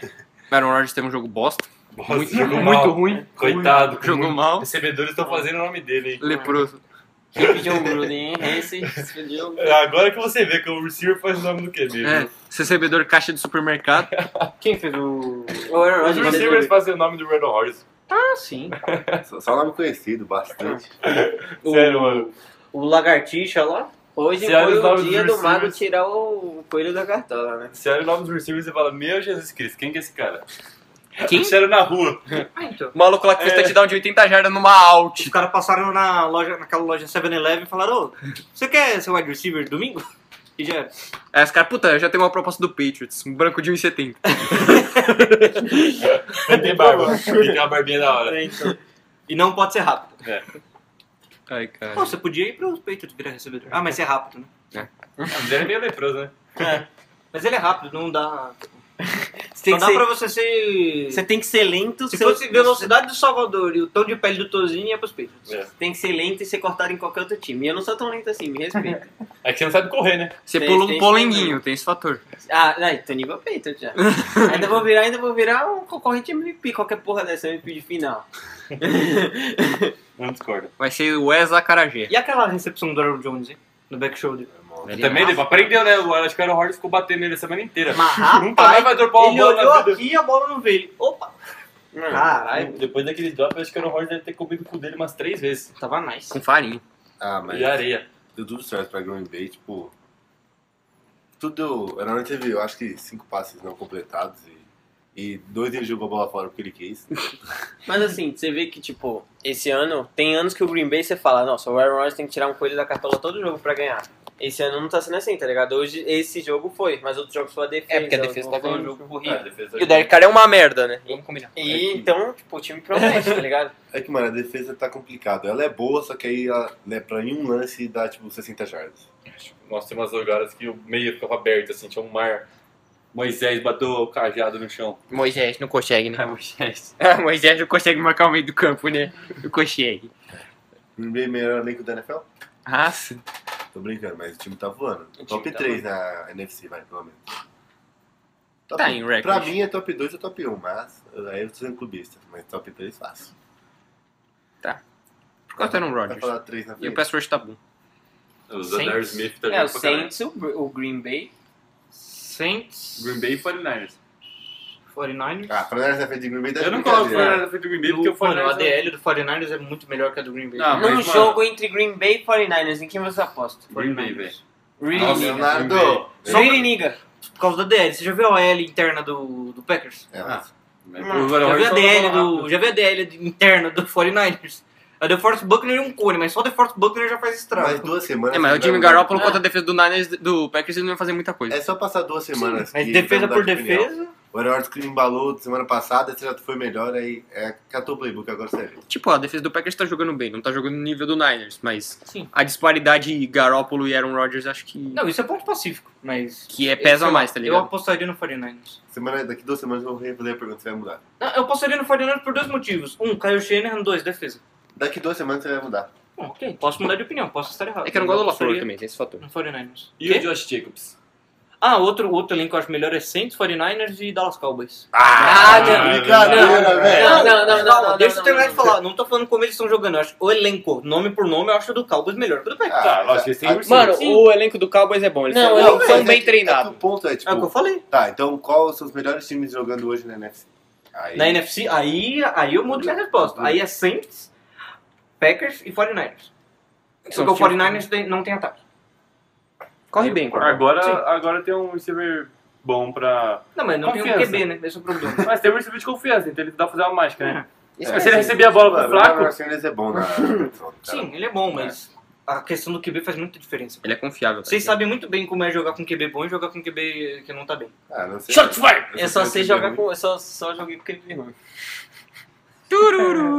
Speaker 1: Aaron Rodgers teve um jogo bosta. Muito,
Speaker 3: jogou
Speaker 1: muito
Speaker 3: mal.
Speaker 1: ruim.
Speaker 3: Coitado. com
Speaker 1: Jogou
Speaker 3: muito-
Speaker 1: mal.
Speaker 3: Recebedores estão fazendo o nome dele, hein?
Speaker 1: Leproso.
Speaker 6: Quem pediu o Gruden, hein? Esse um- se fudeu.
Speaker 3: É Agora que você vê que o receiver faz o nome do QB.
Speaker 1: É,
Speaker 3: viu?
Speaker 1: recebedor caixa de supermercado.
Speaker 2: Quem fez o.
Speaker 6: O Aaron
Speaker 3: Os
Speaker 6: Rodgers
Speaker 3: receivers fazem o nome do Randall Horse.
Speaker 2: Ah, sim.
Speaker 5: Só- Só nome conhecido, bastante.
Speaker 3: Sério, mano.
Speaker 2: O Lagartixa lá.
Speaker 6: Hoje
Speaker 3: Se olha os
Speaker 6: foi o
Speaker 3: nomes
Speaker 6: dia
Speaker 3: dos
Speaker 6: do mago
Speaker 3: receivers.
Speaker 6: tirar o coelho da cartola, né?
Speaker 3: Você olha o nome dos receivers e fala, meu Jesus Cristo, quem que é esse cara?
Speaker 1: Quem?
Speaker 3: Sério na rua.
Speaker 2: Ah, então.
Speaker 1: O maluco lá que fez touchdown de 80 jardas numa out.
Speaker 2: Os caras passaram na loja, naquela loja 7-Eleven e falaram: Ô, você quer ser wide receiver domingo? (laughs) E já era.
Speaker 1: Aí É, os caras, puta, eu já tenho uma proposta do Patriots, um branco de 1,70.
Speaker 3: Não tem (laughs) barba. E tem uma barbinha da hora.
Speaker 2: É, então. E não pode ser rápido.
Speaker 1: Ai, cara.
Speaker 2: Pô, você podia ir pros Patriots virar recebedor. Ah, mas é rápido, né?
Speaker 3: Mas ele é meio leproso, né?
Speaker 2: Mas ele é rápido, não dá.
Speaker 6: Você tem
Speaker 2: Não
Speaker 6: que
Speaker 2: dá
Speaker 6: ser,
Speaker 2: pra você ser.
Speaker 6: você tem que ser lento,
Speaker 2: Se
Speaker 6: ser-
Speaker 2: fosse velocidade do Salvador e o tom de pele do Tozinho, ia pros peitos.
Speaker 3: É.
Speaker 6: tem que ser lento e ser cortado em qualquer outro time. E eu não sou tão lento assim, me respeita.
Speaker 2: (laughs)
Speaker 3: É que você não sabe correr, né?
Speaker 1: Você
Speaker 6: Tem-
Speaker 1: pulou
Speaker 6: tem
Speaker 1: um
Speaker 6: esse
Speaker 1: polenguinho, tem esse fator.
Speaker 6: Ah, não, tô nível peito já. ainda vou virar, ainda vou virar um concorrente MVP, qualquer porra dessa MVP de final.
Speaker 3: Não discordo.
Speaker 1: Vai ser o Wes Acarajé.
Speaker 2: E aquela recepção do Aaron Jones, hein? No back shoulder.
Speaker 1: Ele é
Speaker 3: Também
Speaker 1: massa.
Speaker 3: ele aprendeu, né? O Alex Carol Hordes ficou batendo nele a semana inteira.
Speaker 2: (laughs) Mas
Speaker 3: Nunca mais
Speaker 2: rapaz,
Speaker 3: vai dropar uma
Speaker 2: ele olhou
Speaker 3: bola na vida.
Speaker 2: aqui e a bola não veio. Ele, Opa! Caralho,
Speaker 3: Depois daquele drop, eu acho que o Aaron Rodgers deve ter comido o cu dele umas três vezes.
Speaker 1: Tá
Speaker 2: tava nice.
Speaker 1: Com um farinha.
Speaker 5: Ah, mas
Speaker 3: E areia.
Speaker 5: deu tudo certo pra Green Bay, tipo... Tudo deu... Aaron teve, eu acho que, cinco passes não completados e... E dois ele jogou a bola fora porque ele quis.
Speaker 6: Mas assim, você vê que, tipo, esse ano, tem anos que o Green Bay você fala, nossa, o Aaron Rodgers tem que tirar um coelho da cartola todo jogo pra ganhar. Esse ano não tá sendo assim, tá ligado? Hoje, esse jogo foi, mas outro jogo foi a defesa.
Speaker 1: É, porque a defesa
Speaker 6: outro
Speaker 1: tá
Speaker 6: foi um
Speaker 1: ganhando.
Speaker 6: jogo
Speaker 3: É, a
Speaker 6: corrido.
Speaker 3: defesa
Speaker 1: E o Derek Carr é uma merda, né? Vamos combinar.
Speaker 6: E então, tipo, o time promete, tá ligado?
Speaker 5: É que, mano, a defesa tá complicada. Ela é boa, só que aí ela né, pra em um lance dá, tipo, 60 jardas.
Speaker 3: Nossa, tem umas jogadas que o meio ficava aberto, assim, tinha um mar. Moisés bateu o cajado no chão.
Speaker 1: Moisés não consegue, né?
Speaker 7: Ai,
Speaker 1: (laughs)
Speaker 7: Moisés.
Speaker 1: Moisés não consegue marcar o meio do campo, né? Não consegue.
Speaker 5: Green Bay é melhor elenco da NFL?
Speaker 1: Nossa.
Speaker 5: Tô brincando, mas o time tá voando.
Speaker 6: time
Speaker 5: top
Speaker 6: tá
Speaker 5: 3 na NFC, vai, pelo menos. Top,
Speaker 1: Tá em recorde.
Speaker 5: Pra mim é top 2 ou top 1, mas aí eu tô sendo clubista. Mas top 3 fácil.
Speaker 1: Por causa do Aaron
Speaker 5: Vai
Speaker 1: Rodgers.
Speaker 5: falar 3 na
Speaker 1: E o
Speaker 5: frente.
Speaker 1: password tá bom.
Speaker 3: O
Speaker 2: Saints.
Speaker 3: Zadar Smith tá
Speaker 6: É, o
Speaker 3: jogando pra caralho.
Speaker 6: Saints, o, Br- o Green Bay.
Speaker 2: Saints,
Speaker 3: Green Bay e 49ers.
Speaker 2: 49ers.
Speaker 5: Ah, Fernandes na frente de Green Bay dá
Speaker 3: Eu não coloco o
Speaker 5: brincadeira.
Speaker 3: Fernandes na frente do Green Bay porque
Speaker 2: o,
Speaker 3: o Fernandes...
Speaker 2: ADL do 49ers é muito melhor que a do Green Bay.
Speaker 3: Ah,
Speaker 6: Num
Speaker 3: mas, mano,
Speaker 6: jogo entre Green Bay e 49ers, em quem você aposta?
Speaker 3: Green Bay, velho.
Speaker 6: Really
Speaker 3: Ah,
Speaker 5: Nossa,
Speaker 6: nigga.
Speaker 5: Leonardo!
Speaker 2: Só
Speaker 6: Really
Speaker 2: um-
Speaker 6: nigga.
Speaker 2: Por causa da DL. Você já viu a L interna do, do Packers?
Speaker 5: É, mas-
Speaker 3: O
Speaker 2: Já vi, a
Speaker 3: Rodgers
Speaker 2: DL
Speaker 3: só não
Speaker 2: do, já vi a DL de- interna do 49ers. A DeForest Buckner é um cone, mas só o DeForest Buckner já faz estrago.
Speaker 5: mais duas semanas.
Speaker 1: É, mas o
Speaker 5: vai
Speaker 1: Jimmy
Speaker 5: mudar
Speaker 1: Garoppolo
Speaker 5: de
Speaker 1: contra a defesa do Niners, do Packers, ele não vai fazer muita
Speaker 5: opinião.
Speaker 1: coisa.
Speaker 5: É só passar duas semanas.
Speaker 2: Mas
Speaker 5: que
Speaker 2: defesa
Speaker 5: vai
Speaker 2: por
Speaker 5: mudar de opinião.
Speaker 2: defesa,
Speaker 5: O Aeronautics que embalou semana passada, esse já foi melhor, aí é, catou o playbook, agora serve.
Speaker 1: Tipo, a defesa do Packers tá jogando bem, não tá jogando no nível do Niners, mas
Speaker 2: sim.
Speaker 1: a disparidade Garoppolo e Aaron Rodgers acho que,
Speaker 2: Não, isso é ponto pacífico, mas...
Speaker 1: que é pesa
Speaker 2: Sei lá,
Speaker 1: mais, tá
Speaker 2: Eu
Speaker 1: ligado?
Speaker 2: apostaria no 49ers.
Speaker 5: Semana, daqui duas semanas eu vou refazer a pergunta, você vai mudar.
Speaker 2: Não, eu apostaria no 49ers por dois motivos. Um, Kyle Shanahan. Dois, defesa.
Speaker 5: Daqui duas semanas você vai mudar.
Speaker 2: Bom, ok. Posso mudar de opinião, posso estar errado.
Speaker 1: É que eu não gosto do LaFleur
Speaker 2: Apostaria
Speaker 1: também, tem esse fator.
Speaker 2: No 49ers.
Speaker 3: E o Josh Jacobs?
Speaker 2: Ah, outro, outro elenco que eu acho melhor é Saints, 49ers e Dallas Cowboys.
Speaker 6: Ah, não.
Speaker 5: Brincadeira,
Speaker 6: Não,
Speaker 1: Ah,
Speaker 5: velho.
Speaker 6: não, não, não, não, não,
Speaker 2: deixa
Speaker 6: não,
Speaker 2: eu terminar
Speaker 6: não.
Speaker 2: de falar. Não tô falando como eles estão jogando. Eu acho o elenco, nome por nome, eu acho do Cowboys melhor. Tudo bem. É
Speaker 5: Ah,
Speaker 3: lógico, eles têm
Speaker 5: ah,
Speaker 3: ursinho.
Speaker 1: Mano,
Speaker 2: Sim.
Speaker 1: o elenco do Cowboys é bom, eles
Speaker 6: Não,
Speaker 1: são,
Speaker 6: eu
Speaker 1: eles
Speaker 5: mas
Speaker 1: são
Speaker 5: é
Speaker 1: bem
Speaker 5: que- É que
Speaker 1: treinados.
Speaker 5: o ponto é,
Speaker 2: É o que eu
Speaker 5: tipo,
Speaker 2: falei.
Speaker 5: tá, então quais são os melhores times jogando hoje na NFC? Aí,
Speaker 2: Na NFC, aí, aí eu mudo minha resposta. Aí é Saints, Packers e 49ers.
Speaker 1: São
Speaker 2: Porque o
Speaker 1: os times-
Speaker 2: 49ers tem- não tem ataque.
Speaker 1: Corre bem, corre.
Speaker 3: Agora,
Speaker 2: Sim.
Speaker 3: agora tem um receiver bom pra...
Speaker 2: Não, mas não tem o
Speaker 3: Confiança.
Speaker 2: QB, né? Esse é o problema.
Speaker 3: Mas tem um receiver de confiança, então ele dá pra fazer uma mágica, né?
Speaker 1: Esse
Speaker 5: É.
Speaker 1: vai
Speaker 3: Mas se
Speaker 1: ser
Speaker 3: ele receber a bola
Speaker 5: Mano,
Speaker 3: pro
Speaker 5: o Bruno
Speaker 3: fraco,
Speaker 5: Martinez é bom na
Speaker 2: Sim, ele é bom, mas a questão do QB faz muita diferença.
Speaker 1: Ele é confiável. tá
Speaker 2: Vocês
Speaker 1: ligado?
Speaker 2: sabem muito bem como é jogar com QB bom e jogar com QB que não tá bem.
Speaker 5: Ah, não sei. é
Speaker 3: Shots fired!
Speaker 6: Eu só sei jogar com. Eu só, só joguei porque ele ruim.
Speaker 2: É.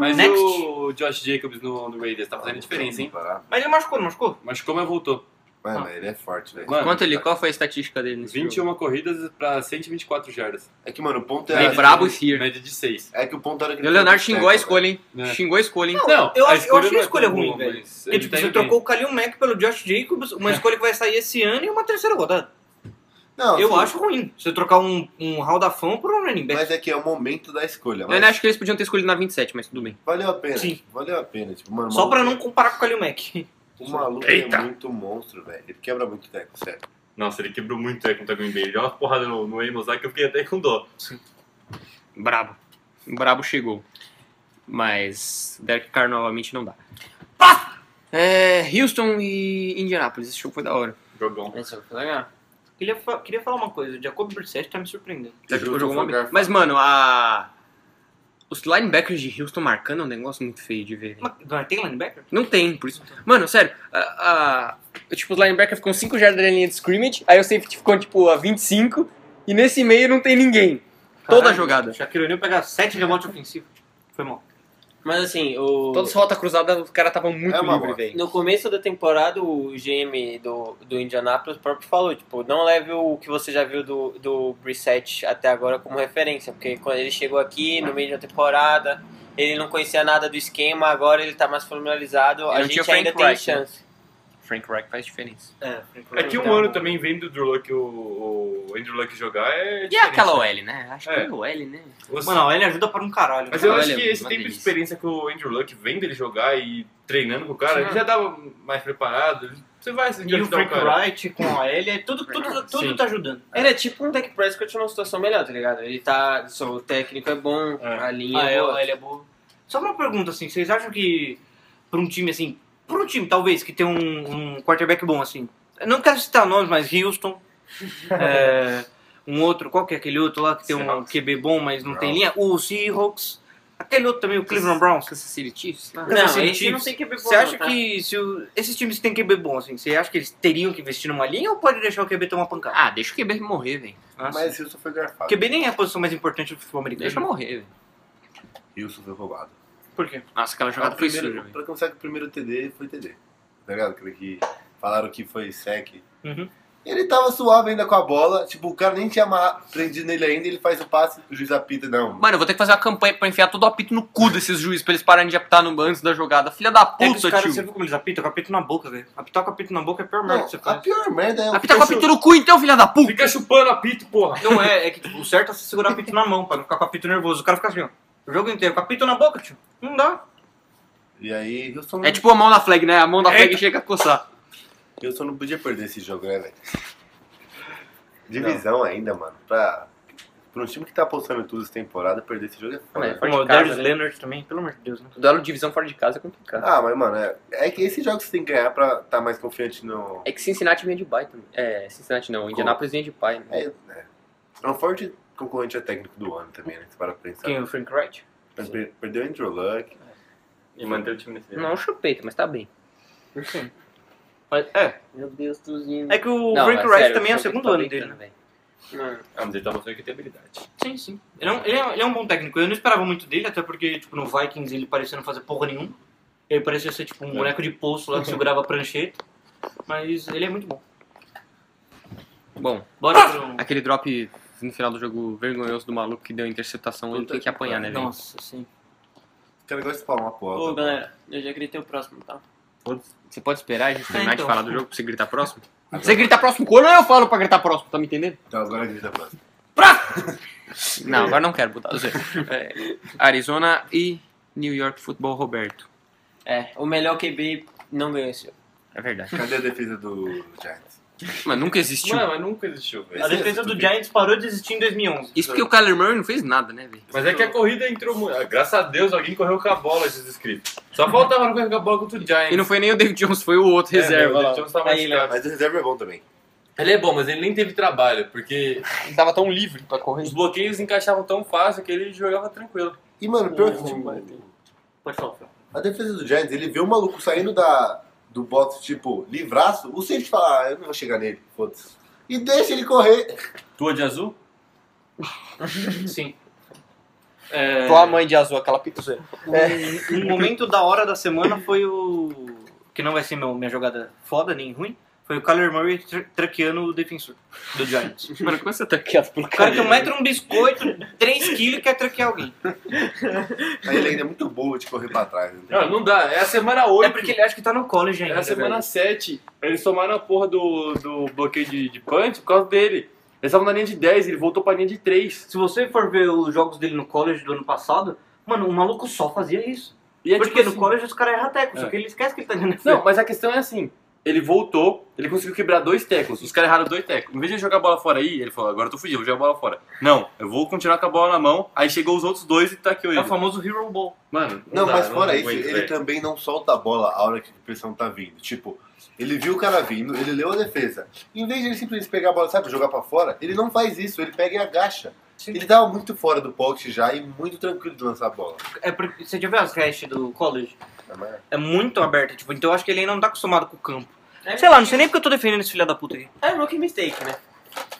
Speaker 3: Mas
Speaker 2: Next.
Speaker 3: o Josh Jacobs no, no Raiders tá fazendo diferença, hein?
Speaker 2: Mas ele machucou, não machucou?
Speaker 3: Machucou, mas voltou.
Speaker 5: Mano, ele é forte, velho.
Speaker 3: Mano,
Speaker 1: Quanto ele, qual foi a estatística dele nesse
Speaker 3: 21 corridas pra 124 jardas.
Speaker 5: É que, mano, o
Speaker 3: Tá.
Speaker 5: ponto
Speaker 1: jogo?
Speaker 5: é...
Speaker 1: Bem brabo here.
Speaker 3: Média de 6.
Speaker 5: É que o ponto era que...
Speaker 1: E o Leonardo xingou a escolha, hein?
Speaker 3: É.
Speaker 1: Xingou a escolha, hein?
Speaker 3: Não,
Speaker 2: eu acho- eu
Speaker 3: escolha
Speaker 2: achei
Speaker 3: não é
Speaker 2: a escolha
Speaker 3: tão
Speaker 2: ruim,
Speaker 3: boa,
Speaker 2: velho.
Speaker 3: mas
Speaker 2: Porque,
Speaker 3: ele
Speaker 2: tipo,
Speaker 3: tá
Speaker 2: você
Speaker 3: indo bem. É.
Speaker 2: trocou o Kalil Mack pelo Josh Jacobs, uma escolha que vai sair esse ano e uma terceira rodada.
Speaker 5: Não,
Speaker 2: Eu
Speaker 5: sim,
Speaker 2: acho ruim. Você trocar um, um Hall da Fama por um running back.
Speaker 5: Mas é que é o momento da escolha.
Speaker 1: Eu ainda
Speaker 5: Mas
Speaker 1: acho que eles podiam ter escolhido na 27, mas tudo bem.
Speaker 5: valeu a pena.
Speaker 2: Sim.
Speaker 5: Valeu a pena. Tipo,
Speaker 1: é
Speaker 5: mano, o
Speaker 2: Só pra
Speaker 5: maluco-
Speaker 2: não comparar com o Kalil Mack. (laughs)
Speaker 5: O maluco é muito monstro, velho. Ele quebra muito teco, sério.
Speaker 3: Nossa, ele quebrou muito o teco contra o Green Bay. Ele deu uma porrada no, no Amos lá que eu fiquei até com dó.
Speaker 1: Brabo. Brabo chegou. Mas Derek Carr novamente não dá. É, Houston e Indianapolis. Esse jogo foi da hora.
Speaker 3: Jogão.
Speaker 6: Esse jogo foi legal.
Speaker 2: Queria, fa- queria falar uma coisa. Jacob Brissett tá me surpreendendo.
Speaker 1: Derek
Speaker 5: Houston
Speaker 1: jogou uma
Speaker 5: foi
Speaker 1: bem.
Speaker 5: garfo.
Speaker 1: Mas, mano, a... Os linebackers de Houston marcando é um negócio muito feio de ver.
Speaker 2: Mas, mas tem linebacker?
Speaker 1: Não tem, por isso. Mano, sério, a, a- tipo, os linebackers ficam 5 jardas da linha de scrimmage, aí o safety ficou, tipo, a 25, e nesse meio não tem ninguém. Toda a
Speaker 2: Caralho,
Speaker 1: jogada.
Speaker 2: Shaquille O'Neal pegar sete rebotes ofensivos. Foi mal.
Speaker 6: Mas assim, o...
Speaker 1: Todas as rotas cruzadas, os caras estavam muito
Speaker 5: É uma
Speaker 1: livres,
Speaker 5: bosta.
Speaker 1: velho.
Speaker 6: No começo da temporada, o GM do, do Indianapolis próprio falou, tipo, não leve o que você já viu do, do Brissett até agora como referência, porque quando ele chegou aqui, no meio da temporada, ele não conhecia nada do esquema, agora ele tá mais familiarizado, a
Speaker 1: não tinha
Speaker 6: gente
Speaker 1: Frank
Speaker 6: ainda tem
Speaker 1: Reich, né?
Speaker 6: chance.
Speaker 1: Frank Reich faz diferença.
Speaker 2: É,
Speaker 3: Daqui um ano também vendo o Drew Luck, o, o Andrew Luck jogar é.
Speaker 1: E
Speaker 3: diferente.
Speaker 1: aquela OL, né? Acho que
Speaker 3: É.
Speaker 1: é OL, né?
Speaker 3: Você-
Speaker 2: Mano, ele ajuda para um caralho.
Speaker 3: Mas eu
Speaker 1: Olha,
Speaker 3: acho que esse
Speaker 1: uma
Speaker 3: tempo de
Speaker 1: delícia.
Speaker 3: experiência que o Andrew Luck vendo ele jogar e treinando com o cara, ele já tava mais preparado. Você vai se
Speaker 2: E o
Speaker 3: ajudar o
Speaker 2: Frank
Speaker 3: cara.
Speaker 2: Wright com a L, é tudo, tudo, tudo
Speaker 3: é um Sim.
Speaker 2: tá ajudando.
Speaker 6: Ele é tipo um Dak Prescott numa situação melhor, tá ligado? Ele tá, só o técnico é bom,
Speaker 3: É.
Speaker 6: a linha é boa.
Speaker 2: ele é boa. Só uma pergunta, assim, vocês acham que pra um time, assim, pra um time, talvez, que tem um, um quarterback bom, assim, eu não quero citar nomes, mas Houston,
Speaker 3: (laughs)
Speaker 2: é, um outro, qual que é aquele outro lá que tem um QB bom, mas não tem linha? O Seahawks, aquele outro também, o Cleveland Browns.
Speaker 1: Kansas City Chiefs? Não.
Speaker 2: Kansas
Speaker 6: Não,
Speaker 2: City
Speaker 6: esse não
Speaker 2: Chiefs.
Speaker 6: tem que tá?
Speaker 2: Você acha
Speaker 3: né?
Speaker 2: que se o- esses times que têm QB bom, assim, você acha que eles teriam que investir numa linha ou pode deixar o QB tomar pancada?
Speaker 1: Ah, deixa o QB morrer, velho.
Speaker 2: Ah,
Speaker 5: Mas Wilson foi garfado.
Speaker 2: QB nem é a posição mais importante do futebol americano.
Speaker 1: Deixa morrer, velho.
Speaker 5: Wilson foi roubado.
Speaker 2: Por quê?
Speaker 1: Nossa, aquela
Speaker 5: Ah,
Speaker 1: jogada
Speaker 5: o
Speaker 1: foi
Speaker 5: primeiro-
Speaker 1: suja, velho.
Speaker 5: Pra começar que o primeiro TD foi TD. Tá ligado? Aquele que falaram que foi sec.
Speaker 2: Uhum.
Speaker 5: Ele tava suave ainda com a bola. Tipo, o cara nem tinha amarra- prendido nele ainda. Ele faz o passe, o juiz apita. Não.
Speaker 1: Mano, eu vou ter que fazer uma campanha pra enfiar todo o apito no cu desses juízes pra eles pararem de apitar no antes da jogada. Filha da
Speaker 2: É que os
Speaker 1: puta,
Speaker 2: caras, você
Speaker 1: tio.
Speaker 2: viu como eles apitam? Com apito na boca, velho. Apitar com apito na boca é a pior merda
Speaker 5: Não,
Speaker 2: que você
Speaker 5: a
Speaker 2: faz.
Speaker 5: pior merda é o
Speaker 1: Apitar com apito no cu então, filha da puta.
Speaker 3: Fica chupando apito, porra.
Speaker 2: assim, Não é, é que tipo, o certo é você segurar o apito na mão, pra não ficar com o apito nervoso. O cara fica assim, ó. O jogo inteiro, com o apito na boca, tio. Não dá.
Speaker 5: E aí, Wilson,
Speaker 1: É tipo a mão na flag, né? A mão da flag
Speaker 2: Eita.
Speaker 1: chega a coçar.
Speaker 5: Wilson não podia perder esse jogo, né, velho? Divisão ainda, mano. Pra, pra um time que tá apostando em tudo essa temporada, perder esse jogo é foda.
Speaker 1: É,
Speaker 5: né?
Speaker 1: fora
Speaker 2: Como
Speaker 1: de
Speaker 2: o
Speaker 1: casa,
Speaker 2: Darius
Speaker 1: né?
Speaker 2: Leonard também, pelo amor de Deus, né?
Speaker 1: Duelo de divisão fora de casa é complicado.
Speaker 5: Ah, mas, mano, é, é que esse jogo que você tem que ganhar pra tá mais confiante no...
Speaker 1: É que Cincinnati vinha de pai também. É, Cincinnati não. Indianapolis vinha de pai. né?
Speaker 5: É, é. é um forte concorrente a técnico do ano também, né? Se para pra pensar.
Speaker 2: Quem? é O Frank Wright?
Speaker 5: Mas per- Perdeu o Andrew Luck.
Speaker 3: E manter o time nesse
Speaker 1: Não é um chupeta, mas tá bem.
Speaker 2: Mas, é.
Speaker 6: Meu Deus, tuzinho.
Speaker 2: É que o
Speaker 1: Não,
Speaker 2: Frank
Speaker 1: é
Speaker 2: Wright
Speaker 1: sério,
Speaker 2: também é o
Speaker 1: Frank
Speaker 2: segundo
Speaker 1: tá
Speaker 2: ano
Speaker 1: brincando,
Speaker 2: dele, né?
Speaker 1: velho.
Speaker 6: Mano,
Speaker 3: Ah, mas ele tá mostrando que tem habilidade.
Speaker 2: Sim, sim. Ele é, um, ele, é, ele é um bom técnico. Eu não esperava muito dele, até porque, tipo, no Vikings ele parecia não fazer porra nenhuma. Ele parecia ser,
Speaker 1: É.
Speaker 2: tipo, um boneco de poço lá que segurava a prancheta. Mas ele é
Speaker 1: (laughs)
Speaker 2: muito bom.
Speaker 1: Bom,
Speaker 2: Bora pro...
Speaker 1: aquele drop no final do jogo vergonhoso do maluco que deu a interceptação, ele
Speaker 5: Puta
Speaker 1: tem que
Speaker 5: que
Speaker 1: apanhar, né, velho?
Speaker 2: Nossa, sim.
Speaker 5: O cara gosta de falar uma porra.
Speaker 6: ô galera, eu já gritei o próximo, tá?
Speaker 1: Você pode esperar a gente terminar de
Speaker 2: então.
Speaker 1: falar do jogo pra você gritar próximo? Você grita próximo quando eu falo pra gritar próximo, tá me entendendo?
Speaker 5: Então agora grita a próxima.
Speaker 1: Não, agora não quero botar. É, Arizona e New York Football Roberto.
Speaker 6: É, o melhor QB não ganhou esse jogo.
Speaker 1: É verdade.
Speaker 5: Cadê a defesa do Giants?
Speaker 1: Mas nunca existiu.
Speaker 3: Mano, mas nunca existiu, velho.
Speaker 2: A defesa do Giants parou de existir em 2011.
Speaker 1: Isso porque o Kyler Murray não fez nada, né, velho?
Speaker 3: Mas é que a corrida entrou muito. Ah, Graças a Deus alguém correu com a bola, esses inscritos. Só faltava não correr com a bola contra o Giants.
Speaker 1: E não foi nem o David Jones, foi o outro
Speaker 3: É,
Speaker 1: reserva né?
Speaker 3: meu,
Speaker 1: lá.
Speaker 3: o Jones tava
Speaker 6: Aí,
Speaker 3: machucado.
Speaker 5: Mas o reserva é bom também.
Speaker 3: Ele é bom, mas ele nem teve trabalho, porque
Speaker 1: Ele tava tão livre pra correr.
Speaker 3: os bloqueios encaixavam tão fácil que ele jogava tranquilo.
Speaker 5: E, mano, pior que, tipo,
Speaker 2: Pode falar, Fel.
Speaker 5: a defesa do Giants, ele vê o maluco saindo da, do box, tipo, livraço, o safety fala, ah, eu não vou chegar nele, foda-se. E deixa ele correr.
Speaker 3: Tua de azul?
Speaker 2: Sim. É,
Speaker 1: Tua mãe de azul, aquela pituzeira.
Speaker 2: um, um momento da hora da semana foi o. Que não vai ser meu- minha jogada foda nem ruim. Foi o Kyler Murray tr traqueando o defensor do Giants.
Speaker 1: Mano, como você tá quieto pelo
Speaker 2: O cara que mete um biscoito, (laughs) 3 quilos e quer traquear alguém.
Speaker 5: (laughs) Aí ele ainda é muito burro de correr pra trás. Né?
Speaker 3: Não, não dá. É a semana 8.
Speaker 2: É porque ele acha que tá no college ainda.
Speaker 3: Na semana
Speaker 2: velho.
Speaker 3: 7, eles tomaram a porra do, do bloqueio de, de punch por causa dele. Eles estavam na linha de 10, ele voltou pra linha de 3.
Speaker 2: Se você for ver os jogos dele no college do ano passado, mano, o maluco só fazia isso.
Speaker 3: E é
Speaker 2: Porque
Speaker 3: tipo
Speaker 2: no
Speaker 3: assim-
Speaker 2: college os caras erram teco, só
Speaker 3: É.
Speaker 2: que ele esquece que ele tá ganhando.
Speaker 3: Não, mas a questão é assim. Ele voltou, ele conseguiu quebrar dois tecos. Os caras erraram dois tecos. Em vez de jogar a bola fora aí, ele falou, agora eu tô fudido, vou jogar a bola fora. Não, eu vou continuar com a bola na mão. Aí chegou os outros dois e tá aqui
Speaker 2: É
Speaker 3: ele.
Speaker 2: o famoso Hero Ball.
Speaker 3: Mano,
Speaker 5: Não,
Speaker 3: dá, é.
Speaker 5: mas fora isso,
Speaker 3: aguento,
Speaker 5: ele
Speaker 3: velho.
Speaker 5: também não solta a bola a hora que a pressão tá vindo. Tipo, ele viu o cara vindo, ele leu a defesa. Em vez de ele simplesmente pegar a bola, sabe, jogar pra fora, ele não faz isso, ele pega e agacha. Ele tava muito fora do pocket já e muito tranquilo de lançar a bola.
Speaker 2: É porque, você já viu as hashes do college?
Speaker 5: Tá, mas-
Speaker 2: É muito aberta, tipo, então eu acho que ele ainda não tá acostumado com o campo. Sei lá, não sei nem porque eu tô defendendo esse filho da puta aqui.
Speaker 6: É rookie mistake, né?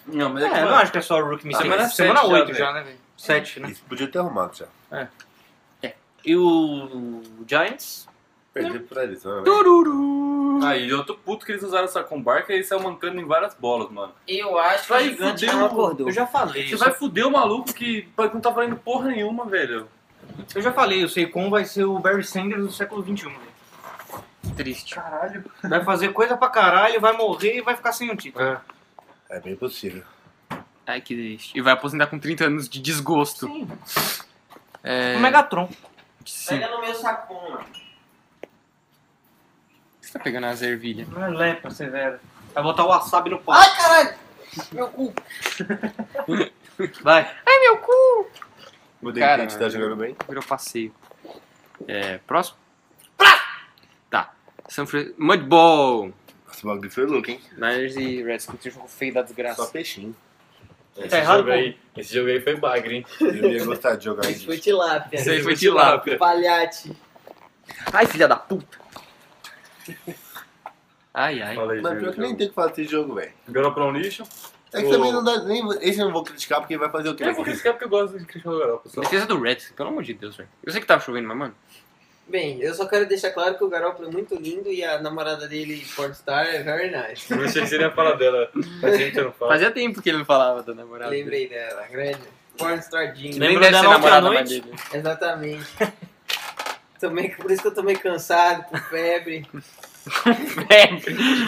Speaker 3: Não, mas
Speaker 2: É,
Speaker 3: é que,
Speaker 2: eu não
Speaker 3: mano,
Speaker 2: acho que é só o Rookie Mistake.
Speaker 3: Semana
Speaker 2: semana
Speaker 3: sete já,
Speaker 2: 8
Speaker 3: velho.
Speaker 2: já, né, velho? 7, né?
Speaker 5: Isso podia ter arrumado já.
Speaker 2: E o Giants?
Speaker 5: Perder pro Arizona. tá-
Speaker 3: Aí eu tô puto que eles usaram essa com barca e eles saiu mancando em várias bolas, mano.
Speaker 6: Eu acho que o
Speaker 3: Vai
Speaker 6: gigante
Speaker 3: fuder
Speaker 6: não
Speaker 3: o-
Speaker 6: acordou.
Speaker 2: Eu já falei.
Speaker 3: Você vai fuder o maluco que não tá valendo porra nenhuma, velho.
Speaker 2: Eu já falei, eu sei como vai ser o Barry Sanders do século XXI. velho.
Speaker 1: Triste.
Speaker 2: Vai fazer coisa pra caralho, vai morrer e vai ficar sem o título.
Speaker 5: É bem possível.
Speaker 1: Ai, que triste. E vai aposentar com 30 anos de desgosto.
Speaker 2: Sim.
Speaker 1: É...
Speaker 2: O Megatron.
Speaker 1: Sim.
Speaker 6: Pega no meu saco, mano.
Speaker 1: Por que você tá pegando as ervilhas?
Speaker 2: Não é lepra, severa. Vai botar o wasabi no pau.
Speaker 6: Ai, caralho! Meu cu.
Speaker 2: Vai.
Speaker 5: O
Speaker 1: Cara,
Speaker 5: Dente tá jogando bem.
Speaker 1: Virou passeio. É, próximo? Tá. San Fran... Mudball.
Speaker 5: Esse bagulho foi louco, hein?
Speaker 1: Niners e Redskins. Um jogo feio da desgraça.
Speaker 5: Só peixinho.
Speaker 3: Esse
Speaker 2: Tá errado,
Speaker 3: jogo aí, esse jogo aí foi bagre, hein? é
Speaker 5: Eu ia gostar de jogar
Speaker 6: Isso
Speaker 5: isso.
Speaker 6: foi tilápia.
Speaker 1: Isso aí foi tilápia.
Speaker 6: Palhate.
Speaker 1: Ai, filha da puta. Ai, ai.
Speaker 3: Fala aí,
Speaker 5: tipo, Mas pior que nem
Speaker 3: Júlio.
Speaker 5: tem o que falar desse jogo, velho.
Speaker 3: Garopão um lixo.
Speaker 5: É que
Speaker 3: Ô.
Speaker 5: também não dá nem. Esse eu não vou criticar porque vai fazer o quê?
Speaker 3: Eu vou criticar porque eu gosto de Cristiano Garopa, (laughs) só.
Speaker 1: Defesa do Redskins, pelo amor de Deus, velho. Eu sei que tava chovendo, mas, mano.
Speaker 6: Bem, eu só quero deixar claro que o Garoppolo é muito lindo e a namorada dele, Pornstar, é very nice.
Speaker 3: Não sei se ele ia falar dela, mas a gente não fala.
Speaker 1: Fazia tempo que ele não falava da namorada. dele.
Speaker 6: Lembrei dela, grande. Pornstar Jean.
Speaker 1: Nem
Speaker 2: Lembrou
Speaker 1: deve
Speaker 2: dela
Speaker 1: ser
Speaker 2: ontem à
Speaker 1: namorada mais
Speaker 2: noite?
Speaker 1: dele.
Speaker 6: Exatamente. (laughs) tô meio, por isso que eu tô meio cansado, com febre.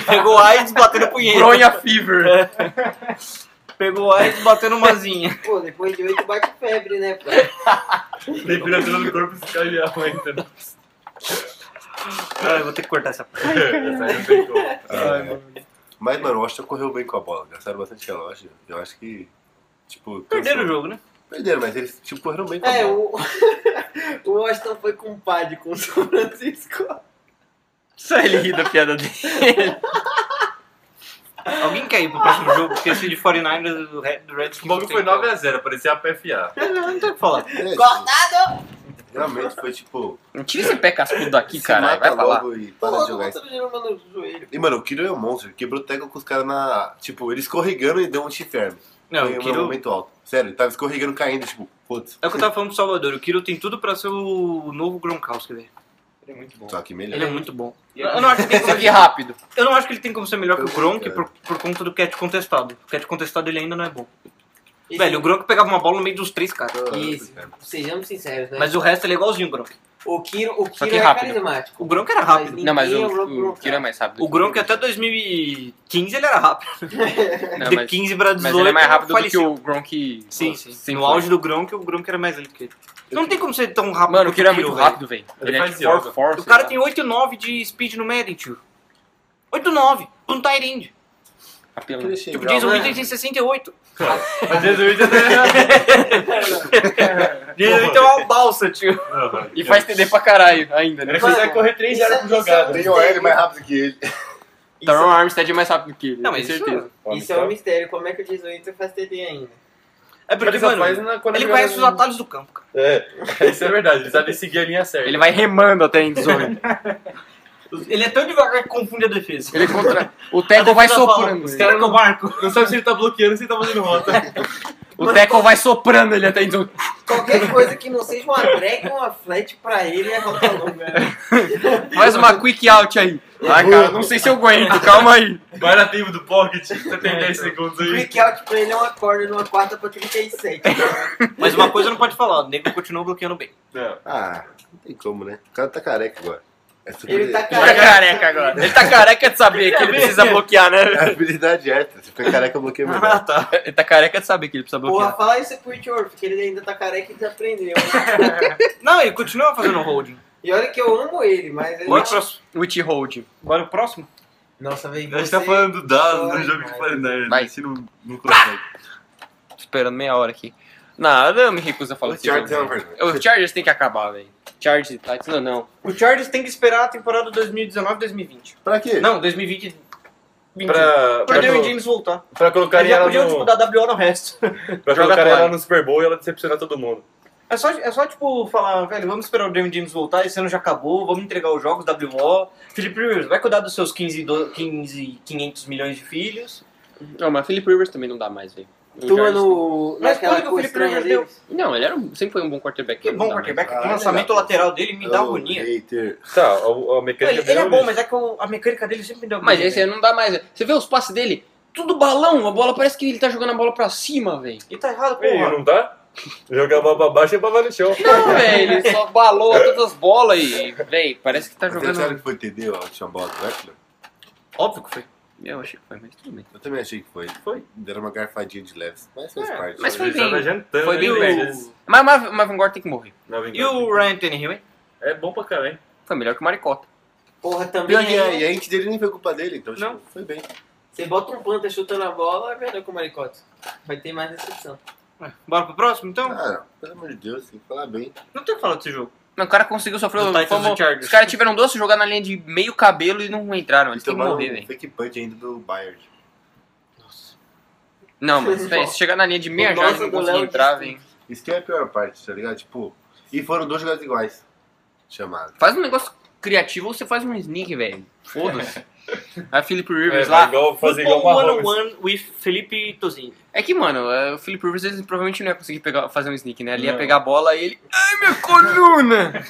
Speaker 2: Pegou AIDS batendo punheta.
Speaker 1: Bronha (laughs)
Speaker 3: É,
Speaker 1: Fever.
Speaker 2: Pegou AIDS batendo mazinha.
Speaker 6: Pô, depois de oito bate febre, né, pô?
Speaker 3: Temperatura do corpo escaliar, ainda.
Speaker 2: (laughs) Cara, eu vou ter que cortar essa parte.
Speaker 3: Essa aí não tem como.
Speaker 5: Ah. Mas, mano, o Washington correu bem com a bola. Gastaram bastante relógio. Eu acho que. Tipo.
Speaker 2: Perderam o
Speaker 5: cansou.
Speaker 2: jogo, né?
Speaker 5: Perderam, mas eles, tipo, correram bem com a
Speaker 6: É,
Speaker 5: bola.
Speaker 6: o, (laughs) o Washington foi compadre com o São Francisco.
Speaker 1: Só ele ri da piada dele.
Speaker 2: Alguém quer ir pro próximo jogo? Porque esse de 49ers do Red, do Redskins
Speaker 3: O bagulho foi 9x0, parecia a PFA.
Speaker 2: Não tem o que falar.
Speaker 5: É, tipo,
Speaker 6: Cortado!
Speaker 5: realmente foi tipo.
Speaker 1: Não tira esse pé cascudo daqui,
Speaker 5: se
Speaker 1: caralho.
Speaker 5: mata
Speaker 1: Vai falar.
Speaker 5: logo E, para
Speaker 6: Pô,
Speaker 5: de jogar isso.
Speaker 6: outro gerou no joelho.
Speaker 5: e, mano, o Kiro é um monstro. Quebrou teco com os caras na. Tipo, ele escorregando e deu um chifre.
Speaker 2: Não,
Speaker 5: foi
Speaker 2: o
Speaker 5: um
Speaker 2: Kiro...
Speaker 5: momento alto. Sério, ele tava escorregando caindo, tipo, putz.
Speaker 2: É o que eu tava falando pro Salvador. O Kiro tem tudo pra ser o novo Gronkowski, velho.
Speaker 5: Só que melhor.
Speaker 2: Ele é muito bom.
Speaker 3: E é-
Speaker 2: Eu não acho
Speaker 3: (laughs)
Speaker 2: que tem
Speaker 1: Só
Speaker 2: como...
Speaker 1: que rápido.
Speaker 2: Eu não acho que ele tem como ser melhor que o
Speaker 5: Eu
Speaker 2: Gronk
Speaker 5: concordo.
Speaker 2: por, por conta do catch contestado. O catch contestado ele ainda não é bom.
Speaker 6: Esse-
Speaker 2: Velho, o Gronk pegava uma bola no meio dos três, cara.
Speaker 5: Nossa,
Speaker 6: Isso.
Speaker 5: cara.
Speaker 6: Sejamos sinceros, né?
Speaker 2: Mas o resto ele é igualzinho o Gronk.
Speaker 6: o Kiro, o
Speaker 1: Só
Speaker 6: Kiro
Speaker 1: que
Speaker 6: é
Speaker 1: rápido.
Speaker 6: carismático.
Speaker 2: O Gronk era rápido.
Speaker 1: Não, mas
Speaker 6: Ninguém
Speaker 1: o,
Speaker 6: é o Gronk
Speaker 1: o,
Speaker 6: Gronk.
Speaker 1: Kiro é mais rápido.
Speaker 2: O Gronk até 2015 ele era rápido.
Speaker 1: Não,
Speaker 2: De
Speaker 1: mas,
Speaker 2: 15 pra
Speaker 1: mas
Speaker 2: 18
Speaker 1: ele é mais rápido
Speaker 2: faleceu.
Speaker 1: do que o Gronk.
Speaker 2: Sim, sim.
Speaker 1: Sem
Speaker 2: no
Speaker 1: força.
Speaker 2: auge do Gronk, o Gronk era mais lento que ele. Não tem como ser tão rápido
Speaker 1: Mano, o
Speaker 2: quanto
Speaker 1: Kiro é muito
Speaker 2: velho.
Speaker 1: rápido, velho.
Speaker 3: Ele
Speaker 1: Ele é
Speaker 3: faz
Speaker 1: de 4
Speaker 3: yoga.
Speaker 1: force.
Speaker 2: O cara tem um 8,9 de speed no Madden, tio. 8,9. Um Tyrande.
Speaker 1: Apelando.
Speaker 2: Tipo, Jason Witten tem 68.
Speaker 3: Mas Jesus Witzel tá
Speaker 2: Jason Witten é uma balsa, tio.
Speaker 3: errado.
Speaker 1: E faz TD pra caralho ainda, né?
Speaker 3: Ele consegue correr 3
Speaker 6: Isso é-
Speaker 3: horas por
Speaker 6: isso é
Speaker 3: jogada.
Speaker 6: um
Speaker 5: Tem o L
Speaker 6: mistério.
Speaker 5: mais rápido que Tá ele.
Speaker 1: Taron Armstead é mais rápido que ele.
Speaker 2: Não,
Speaker 1: com
Speaker 2: mas isso-
Speaker 1: certeza.
Speaker 6: Isso é um mistério. Como é que o 18 faz TD ainda?
Speaker 2: É porque, mano, ele conhece os atalhos do campo, cara.
Speaker 3: É, isso é verdade, ele sabe seguir a linha
Speaker 2: é-
Speaker 3: certa.
Speaker 1: Ele vai remando até em
Speaker 2: (laughs)
Speaker 1: zone.
Speaker 2: Ele é tão devagar que confunde a defesa.
Speaker 1: Ele contra. O
Speaker 2: A defesa
Speaker 1: Teco vai
Speaker 2: fala,
Speaker 1: soprando.
Speaker 2: tá Os
Speaker 1: ele.
Speaker 2: caras não marcam. (laughs)
Speaker 3: Não sabe se ele tá bloqueando ou se ele tá fazendo rota.
Speaker 1: O Teco vai soprando ele até em zone.
Speaker 6: Qualquer (laughs) coisa que não seja uma drag ou uma flat pra ele é
Speaker 3: (laughs)
Speaker 6: rota longa.
Speaker 1: Faz uma quick out aí. Ai, cara, não sei se eu aguento, calma aí.
Speaker 3: Vai na tempo do pocket, você (laughs) tem 10 segundos aí.
Speaker 6: Quick out pra ele é uma corda numa quarta pra 37.
Speaker 2: Mas uma coisa não pode falar, o nego continua bloqueando bem.
Speaker 5: Ah, não tem como, né? O cara tá careca agora. É super...
Speaker 6: Ele
Speaker 5: (laughs)
Speaker 6: tá
Speaker 1: Ele tá
Speaker 6: careca.
Speaker 1: careca agora. Ele tá careca de saber que ele precisa bloquear, né?
Speaker 5: É habilidade extra. Se ficar careca, eu bloqueio melhor.
Speaker 2: Ah, tá.
Speaker 1: Ele tá careca de saber que ele precisa
Speaker 6: Porra,
Speaker 1: bloquear.
Speaker 6: fala isso pro Itchor, porque ele ainda tá careca e desaprendeu.
Speaker 2: Não, ele continua fazendo holding.
Speaker 6: E olha que eu amo ele, mas ele.
Speaker 2: Bora o próximo.
Speaker 1: Witch Hold.
Speaker 2: Bora o próximo?
Speaker 6: Nossa, velho.
Speaker 3: A gente tá
Speaker 6: você-
Speaker 3: falando do Dallas no
Speaker 6: Ai,
Speaker 3: jogo de
Speaker 6: cara.
Speaker 3: Fortnite,
Speaker 1: Vai.
Speaker 3: a gente não, não consegue.
Speaker 1: Tô esperando meia hora aqui. Nada, eu me recuso a falar
Speaker 5: O
Speaker 1: desse jogo.
Speaker 5: Charles é uma vergonha.
Speaker 2: um
Speaker 1: O Chargers tem que acabar, velho. Chargers e Titans, não, não.
Speaker 2: O Chargers tem que esperar a temporada 2019-2020.
Speaker 5: Pra quê?
Speaker 2: Não, 2020. 20.
Speaker 3: Pra,
Speaker 2: Pra Derwin James voltar.
Speaker 3: pra
Speaker 2: Eles
Speaker 3: colocarem
Speaker 2: já
Speaker 3: ela
Speaker 2: podiam,
Speaker 3: no,
Speaker 2: tipo, dar WO no resto.
Speaker 3: pra
Speaker 1: joga
Speaker 3: colocarem ela
Speaker 1: fora.
Speaker 3: no Super Bowl e ela decepcionar todo mundo.
Speaker 2: É só, é só, tipo, falar, velho, vamos esperar o Derwin James voltar, esse ano já acabou, vamos entregar os jogos, WO. Felipe Rivers, vai cuidar dos seus 15, do- 15 500 milhões de filhos.
Speaker 1: Não, mas Philip Rivers também não dá mais, velho.
Speaker 6: Turma no.
Speaker 2: Mas
Speaker 6: naquela
Speaker 2: quando que o
Speaker 6: cor
Speaker 2: Felipe
Speaker 6: estranha
Speaker 2: Rivers deu?
Speaker 6: deles.
Speaker 1: Não, ele era um- sempre foi um bom quarterback.
Speaker 2: Que
Speaker 1: não
Speaker 2: bom
Speaker 1: dá, mas-
Speaker 2: quarterback.
Speaker 5: Ah,
Speaker 2: o lançamento lateral dele me dá
Speaker 5: Oh,
Speaker 2: agonia.
Speaker 5: hater.
Speaker 3: Tá, a, a mecânica
Speaker 2: Ele, ele
Speaker 3: dele
Speaker 2: é
Speaker 3: o
Speaker 2: bom,
Speaker 3: mesmo.
Speaker 2: mas é que o- a mecânica dele sempre me dá agonia.
Speaker 1: Mas esse aí não dá mais. né? Você vê os passes dele? Tudo balão, a bola parece que ele tá jogando a bola pra cima, velho.
Speaker 2: E tá errado,
Speaker 3: Ei,
Speaker 2: porra.
Speaker 3: não dá? Jogar é a bola pra baixo e baba no chão.
Speaker 1: Não,
Speaker 2: (laughs)
Speaker 1: velho, ele só balou todas as bolas e, velho, parece que tá
Speaker 5: Vocês acharam
Speaker 1: jogando.
Speaker 5: que foi TD a última bola do Eckler?
Speaker 2: Óbvio que foi.
Speaker 1: Eu achei que foi, mas tudo bem.
Speaker 5: Eu também achei que foi. Foi. Deram uma garfadinha de leves. Mas faz parte. né?
Speaker 1: Mas foi
Speaker 3: Ele tava
Speaker 1: bem.
Speaker 3: jantando,
Speaker 1: Foi bem
Speaker 3: né,
Speaker 1: perto.
Speaker 3: vezes.
Speaker 1: Mas o Marv- Marvin Gore tem que morrer.
Speaker 3: Não, vem
Speaker 2: E
Speaker 3: cá.
Speaker 2: o Ryan Tannehill, hein?
Speaker 3: É bom pra caralho.
Speaker 1: Foi melhor que o Maricota.
Speaker 6: Porra, também.
Speaker 5: Pior que é,
Speaker 6: aí,
Speaker 5: e a gente dele nem foi culpa dele, então
Speaker 2: Não.
Speaker 5: tipo, foi bem.
Speaker 6: Você bota um planta chutando a bola, é melhor que o Maricota. Vai ter mais decepção.
Speaker 2: Bora pro próximo, então?
Speaker 5: Cara, Ah, pelo amor de Deus, tem que falar bem.
Speaker 2: Não tem que falar desse jogo.
Speaker 1: Não, o cara conseguiu sofrer
Speaker 2: Do
Speaker 1: o
Speaker 2: Titans
Speaker 1: fumble.
Speaker 2: do Chargers.
Speaker 1: Os caras tiveram doce jogar na linha de meio cabelo e não entraram. Eles têm que
Speaker 5: Tomaram
Speaker 1: morrer, né?
Speaker 5: um
Speaker 1: velho.
Speaker 5: fake punch ainda do Bayern.
Speaker 1: Não, (laughs) mas velho, se chegar na linha de meia
Speaker 6: Nossa,
Speaker 1: jarda e não
Speaker 6: do
Speaker 1: conseguir
Speaker 6: Léo
Speaker 1: entrar,
Speaker 6: Distante.
Speaker 1: velho.
Speaker 5: Isso que é a pior parte, tá ligado? Tipo, e foram dois jogadores iguais. Chamado.
Speaker 1: Faz um negócio criativo ou você faz um sneak, velho. (laughs) Foda-se. A Philip Rivers
Speaker 3: É,
Speaker 1: lá.
Speaker 3: igual fazer igual o
Speaker 2: Football
Speaker 3: Mahomes.
Speaker 2: 101 with Felipe Tozinho.
Speaker 1: É que, mano, é, o Philip Rivers eles provavelmente não ia conseguir pegar, fazer um sneak, né? Ele ia pegar a bola e ele. Ai, minha coluna!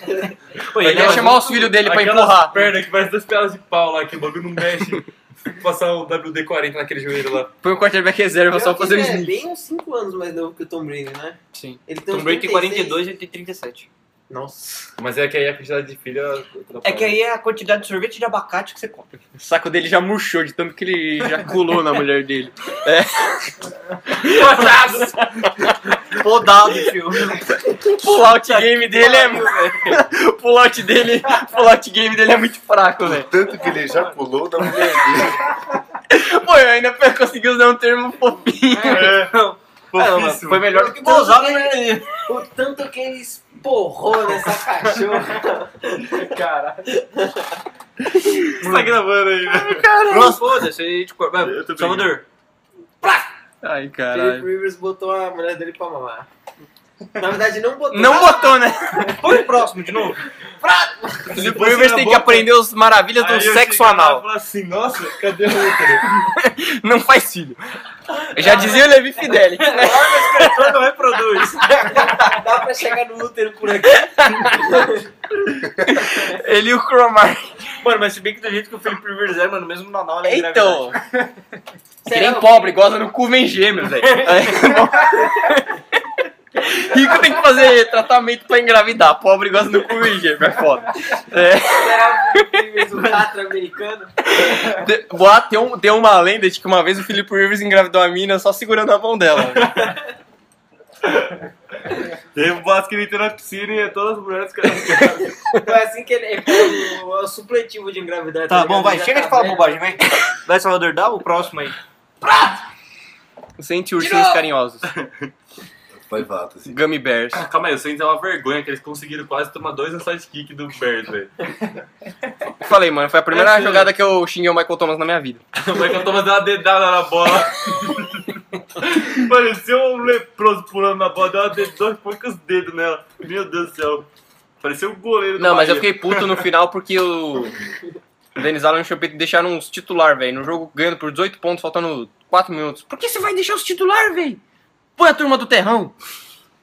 Speaker 2: Pô,
Speaker 1: Ele ia chamar os filhos dele pra
Speaker 3: Aquelas
Speaker 1: empurrar.
Speaker 3: pernas que parece duas pelas de pau lá, que o bagulho não mexe. (laughs) Passar um WD-40 naquele joelho lá.
Speaker 1: Põe o quarterback reserva só
Speaker 6: Pior
Speaker 1: pra fazer
Speaker 6: que
Speaker 1: um
Speaker 6: ele
Speaker 1: sneak.
Speaker 6: É bem uns 5 anos mais novo que o Tom Brady, né?
Speaker 1: Sim.
Speaker 6: Ele tem
Speaker 2: Tom
Speaker 6: uns
Speaker 2: Brady tem
Speaker 6: 36.
Speaker 2: 42 e ele tem 37.
Speaker 6: Nossa.
Speaker 3: Mas é que aí a quantidade de filha.
Speaker 2: É que aí é a quantidade de sorvete de abacate que você compra.
Speaker 1: O saco dele já murchou de tanto que ele já colou na mulher dele. (laughs)
Speaker 2: Podado, tio.
Speaker 1: Pullout game dele é. mu- Pullout dele. Pullout game dele é muito fraco, velho.
Speaker 5: Tanto que ele já pulou da mulher dele.
Speaker 1: Pô, eu ainda consegui usar um termo fofinho.
Speaker 3: Fofíssimo.
Speaker 1: Foi melhor do que
Speaker 6: Tanto
Speaker 2: Ousado,
Speaker 6: que ele- O tanto que ele esporrou nessa cachorra.
Speaker 3: tá gravando aí, velho.
Speaker 2: Nossa, foda-se. aí te corta. Vai,
Speaker 3: Eu tô
Speaker 2: Salvador.
Speaker 1: Ai,
Speaker 6: Philip
Speaker 1: caralho.
Speaker 6: Rivers botou a mulher dele pra mamar. Na verdade, não botou.
Speaker 1: Não botou, né?
Speaker 2: Põe o próximo de novo.
Speaker 1: Felipe Rivers tem que aprender as maravilhas do
Speaker 3: Aí eu
Speaker 1: sexo
Speaker 3: cheguei lá e
Speaker 1: anal.
Speaker 3: falei assim, nossa, cadê o outro?
Speaker 1: (laughs) Não faz filho. Já dizia o Levi Fidel.
Speaker 2: Só não
Speaker 3: é
Speaker 2: reproduz.
Speaker 6: Dá pra chegar no útero por aqui.
Speaker 1: Ele e o Cromar.
Speaker 2: Mano, mas se bem que do jeito que o Felipe Rivers é, mano, mesmo na nova, ele é
Speaker 1: Então. Que
Speaker 6: Será
Speaker 1: nem
Speaker 6: que-
Speaker 1: pobre, goza no cu, vem gêmeos, velho. Rico tem que fazer tratamento pra engravidar. Pobre gosta do cu, vem gêmeo, é foda. É,
Speaker 6: Será que o né? Philip Rivers, um catra americano?
Speaker 1: de- lá tem, um, tem uma lenda de que uma vez o Felipe Rivers engravidou a mina só segurando a mão dela. velho.
Speaker 3: Teve um boss que ele entrou na piscina e é todas as mulheres ficaram.
Speaker 6: Foi assim que ele é o, o supletivo de engravidar.
Speaker 2: Tá bom,
Speaker 6: ligado?
Speaker 2: vai.
Speaker 6: Ele já
Speaker 2: Chega
Speaker 6: tá
Speaker 2: de falar
Speaker 6: velho.
Speaker 2: bobagem, vai. Vai, Salvador, dá o próximo aí.
Speaker 1: Sente ursinhos carinhosos.
Speaker 5: (laughs) Foi falta, assim.
Speaker 1: Gummy Bears.
Speaker 3: Calma aí, eu sei que é uma vergonha que eles conseguiram quase tomar dois onside kick do Bears, velho.
Speaker 1: Falei, mano, foi a primeira
Speaker 3: É, sim.
Speaker 1: jogada que eu xinguei o Michael Thomas na minha vida.
Speaker 3: O Michael Thomas deu uma dedada na bola. (laughs) Parecia um leproso pulando na bola, deu uma dedada foi com os dedos nela. Meu Deus do céu. Parecia um goleiro do
Speaker 1: Não, mas eu
Speaker 3: Bahia.
Speaker 1: fiquei puto no final porque o Denis Allen e o Chopeito deixaram uns titular, velho. No jogo ganhando por 18 pontos, faltando 4 minutos. Por que você vai deixar os titular, velho? Põe a turma do terrão.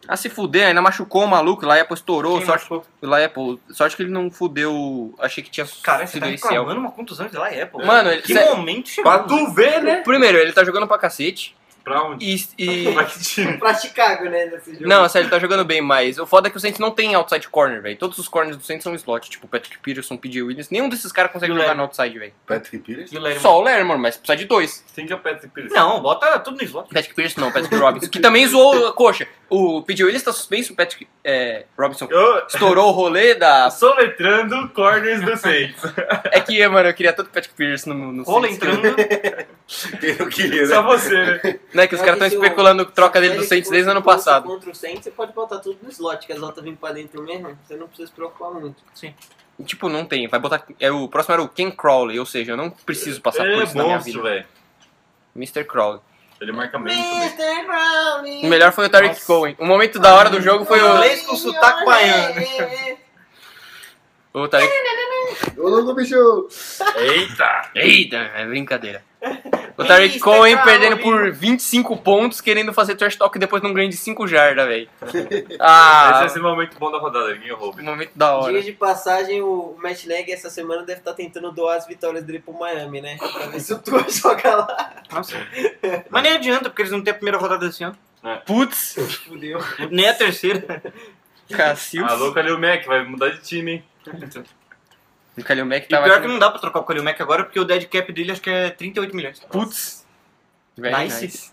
Speaker 1: Ah, se fuder, ainda machucou o maluco, lá Apple estourou,
Speaker 2: Quem
Speaker 1: sorte, lá Apple, sorte que ele não fudeu, achei que tinha
Speaker 2: Cara, você
Speaker 1: sido
Speaker 2: tá
Speaker 1: esse alvo.
Speaker 2: reclamando uma contusão de lá é, pô.
Speaker 1: Mano, ele,
Speaker 2: que
Speaker 1: sé-
Speaker 2: momento chegou.
Speaker 3: Pra tu ver, né?
Speaker 1: primeiro, ele tá jogando pra cacete
Speaker 3: Pra onde?
Speaker 2: Tá
Speaker 1: e, e-
Speaker 3: Pra que time?
Speaker 6: Pra Chicago, né? Nesse jogo.
Speaker 1: Não, sério, ele tá jogando bem, mas o foda é que o Saints não tem outside corner, velho. Todos os corners do Saints são slot, tipo Patrick Peterson, PJ Williams. Nenhum desses caras consegue
Speaker 2: E o
Speaker 1: jogar
Speaker 2: Lerner?
Speaker 1: no outside, velho.
Speaker 5: Patrick Pires?
Speaker 1: Só o Lerner, mano, mas precisa de dois.
Speaker 3: Tem que apertar esse Pires.
Speaker 2: Não, bota tudo no slot.
Speaker 1: Patrick Peterson não, Patrick Robinson. Que também zoou a coxa. O PJ Williams tá suspenso, o Patrick é, Robinson
Speaker 3: Eu
Speaker 1: estourou o rolê da...
Speaker 3: sou letrando corners do Saints.
Speaker 1: É que, mano, eu queria tanto Patrick Peterson no, no
Speaker 2: Rola
Speaker 1: Saints. né? (laughs)
Speaker 2: entrando.
Speaker 5: Eu queria, né?
Speaker 3: Só você, né?
Speaker 1: Né, que os
Speaker 6: É
Speaker 1: caras
Speaker 6: que
Speaker 1: tão
Speaker 6: se o-
Speaker 1: especulando troca dele
Speaker 6: Ele
Speaker 1: do Saints
Speaker 6: fosse
Speaker 1: desde o ano
Speaker 6: contra-
Speaker 1: passado.
Speaker 6: Contra o Saints, você pode botar tudo no slot, que as notas vêm pra dentro mesmo. Você não precisa se preocupar muito.
Speaker 1: Tipo, não tem. Vai botar... É, o próximo era o Ken Crowley, ou seja, eu não preciso passar
Speaker 3: Ele
Speaker 1: por
Speaker 3: é
Speaker 1: isso na minha
Speaker 3: monstro,
Speaker 1: vida.
Speaker 3: velho.
Speaker 1: Mr. Crowley.
Speaker 3: Ele marca bem também.
Speaker 6: Mr. Browning!
Speaker 1: O melhor foi o Tarek Cohen. O momento da hora do jogo foi o,
Speaker 2: Inglês com sotaque baiano.
Speaker 1: o Tarek.
Speaker 5: né? Ô, louco, bicho!
Speaker 3: Eita!
Speaker 2: (laughs)
Speaker 1: Eita, é brincadeira. O Tariq
Speaker 2: Ih,
Speaker 1: Cohen
Speaker 2: espetacular,
Speaker 1: perdendo
Speaker 2: viu?
Speaker 1: por 25 pontos, querendo fazer trash talk e depois não ganha de 5 jardas,
Speaker 2: (laughs)
Speaker 1: velho. Ah, um
Speaker 3: Esse é o momento bom da rodada, ninguém rouba.
Speaker 1: momento da hora.
Speaker 6: Dias de passagem, o Matt Leg essa semana deve estar tentando doar as vitórias dele pro Miami, né? Pra ver se o Tua (laughs) joga lá.
Speaker 2: Nossa. Mas nem adianta, porque eles não têm a primeira rodada desse ano.
Speaker 1: Putz,
Speaker 6: Fudeu.
Speaker 2: Nem a terceira. (laughs)
Speaker 1: Cacilda.
Speaker 3: Alô, cadê Ah, o Mac? Vai mudar de time, hein?
Speaker 1: O Kalil Mack
Speaker 2: E
Speaker 1: tava
Speaker 2: pior que
Speaker 1: aqui.
Speaker 2: não dá pra trocar o Khalil Mack agora, porque o dead cap dele acho que é 38 milhões.
Speaker 1: Putz. é Very
Speaker 2: Nice.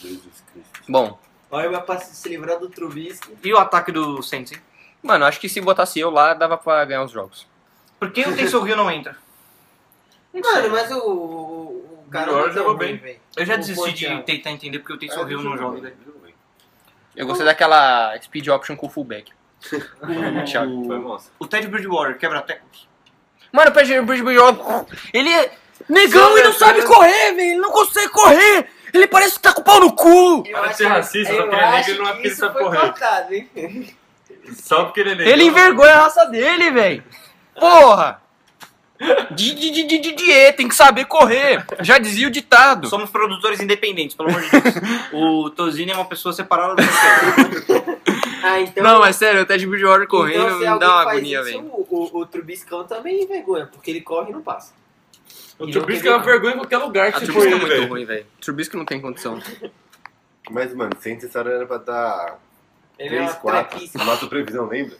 Speaker 5: Jesus Cristo.
Speaker 1: Bom,
Speaker 6: Olha vai passe se livrar do Trubisky.
Speaker 2: E o ataque do Saints, hein?
Speaker 1: mano, acho que se botasse eu lá, dava pra ganhar os jogos.
Speaker 2: Por que o Taysom Hill não entra?
Speaker 6: Mano, mas o, o, o cara
Speaker 3: Melhor
Speaker 6: não é.
Speaker 3: jogou bem.
Speaker 6: velho.
Speaker 2: Eu já
Speaker 6: O
Speaker 2: desisti de
Speaker 6: Pontiac.
Speaker 2: tentar entender porque o
Speaker 5: É,
Speaker 2: Taysom Hill não joga. né?
Speaker 1: Eu gostei
Speaker 2: Uhum.
Speaker 1: daquela speed option com
Speaker 2: (laughs)
Speaker 1: fullback.
Speaker 3: Foi monstro.
Speaker 2: O Ted Bridgewater quebra tecos.
Speaker 1: Mano, o Patrick Bridgewater, ele é negão e não sabe correr, velho. Ele não consegue correr. Ele parece que tá com o pau no cu.
Speaker 6: Eu
Speaker 3: Para de
Speaker 6: acho-
Speaker 3: ser racista, só
Speaker 6: eu
Speaker 3: porque ele é negro,
Speaker 6: acho
Speaker 3: ele não é
Speaker 6: que
Speaker 3: porque ele
Speaker 6: isso
Speaker 3: sabe
Speaker 6: foi
Speaker 3: correr.
Speaker 6: cortado, hein?
Speaker 3: Só porque ele é negro.
Speaker 1: Ele envergonha a raça dele, velho. Porra. De, de, de, de, de, de, tem que saber correr. Já dizia o ditado.
Speaker 2: Somos produtores independentes, pelo amor de (laughs) Deus. o Tozini é uma pessoa separada do
Speaker 6: Ah, então...
Speaker 1: Não, mas sério, o Ted Bridgewater correndo
Speaker 6: então, se
Speaker 1: me
Speaker 6: alguém
Speaker 1: dá uma
Speaker 6: faz
Speaker 1: agonia,
Speaker 6: isso,
Speaker 1: velho.
Speaker 6: O, o, o Trubiscão também envergonha, porque ele corre e não passa.
Speaker 3: O
Speaker 6: E
Speaker 3: Trubisky é
Speaker 6: não
Speaker 3: uma vergonha em qualquer lugar
Speaker 1: Ah,
Speaker 3: que você
Speaker 1: Trubisky
Speaker 3: for
Speaker 1: é
Speaker 3: ele,
Speaker 1: muito
Speaker 3: velho.
Speaker 1: ruim, velho. Trubisky não tem condição.
Speaker 5: Mas, mano, sem história era pra dar
Speaker 6: Ele é
Speaker 5: 3,
Speaker 6: uma
Speaker 5: 4.
Speaker 6: traquíssima.
Speaker 5: Mata previsão, lembra?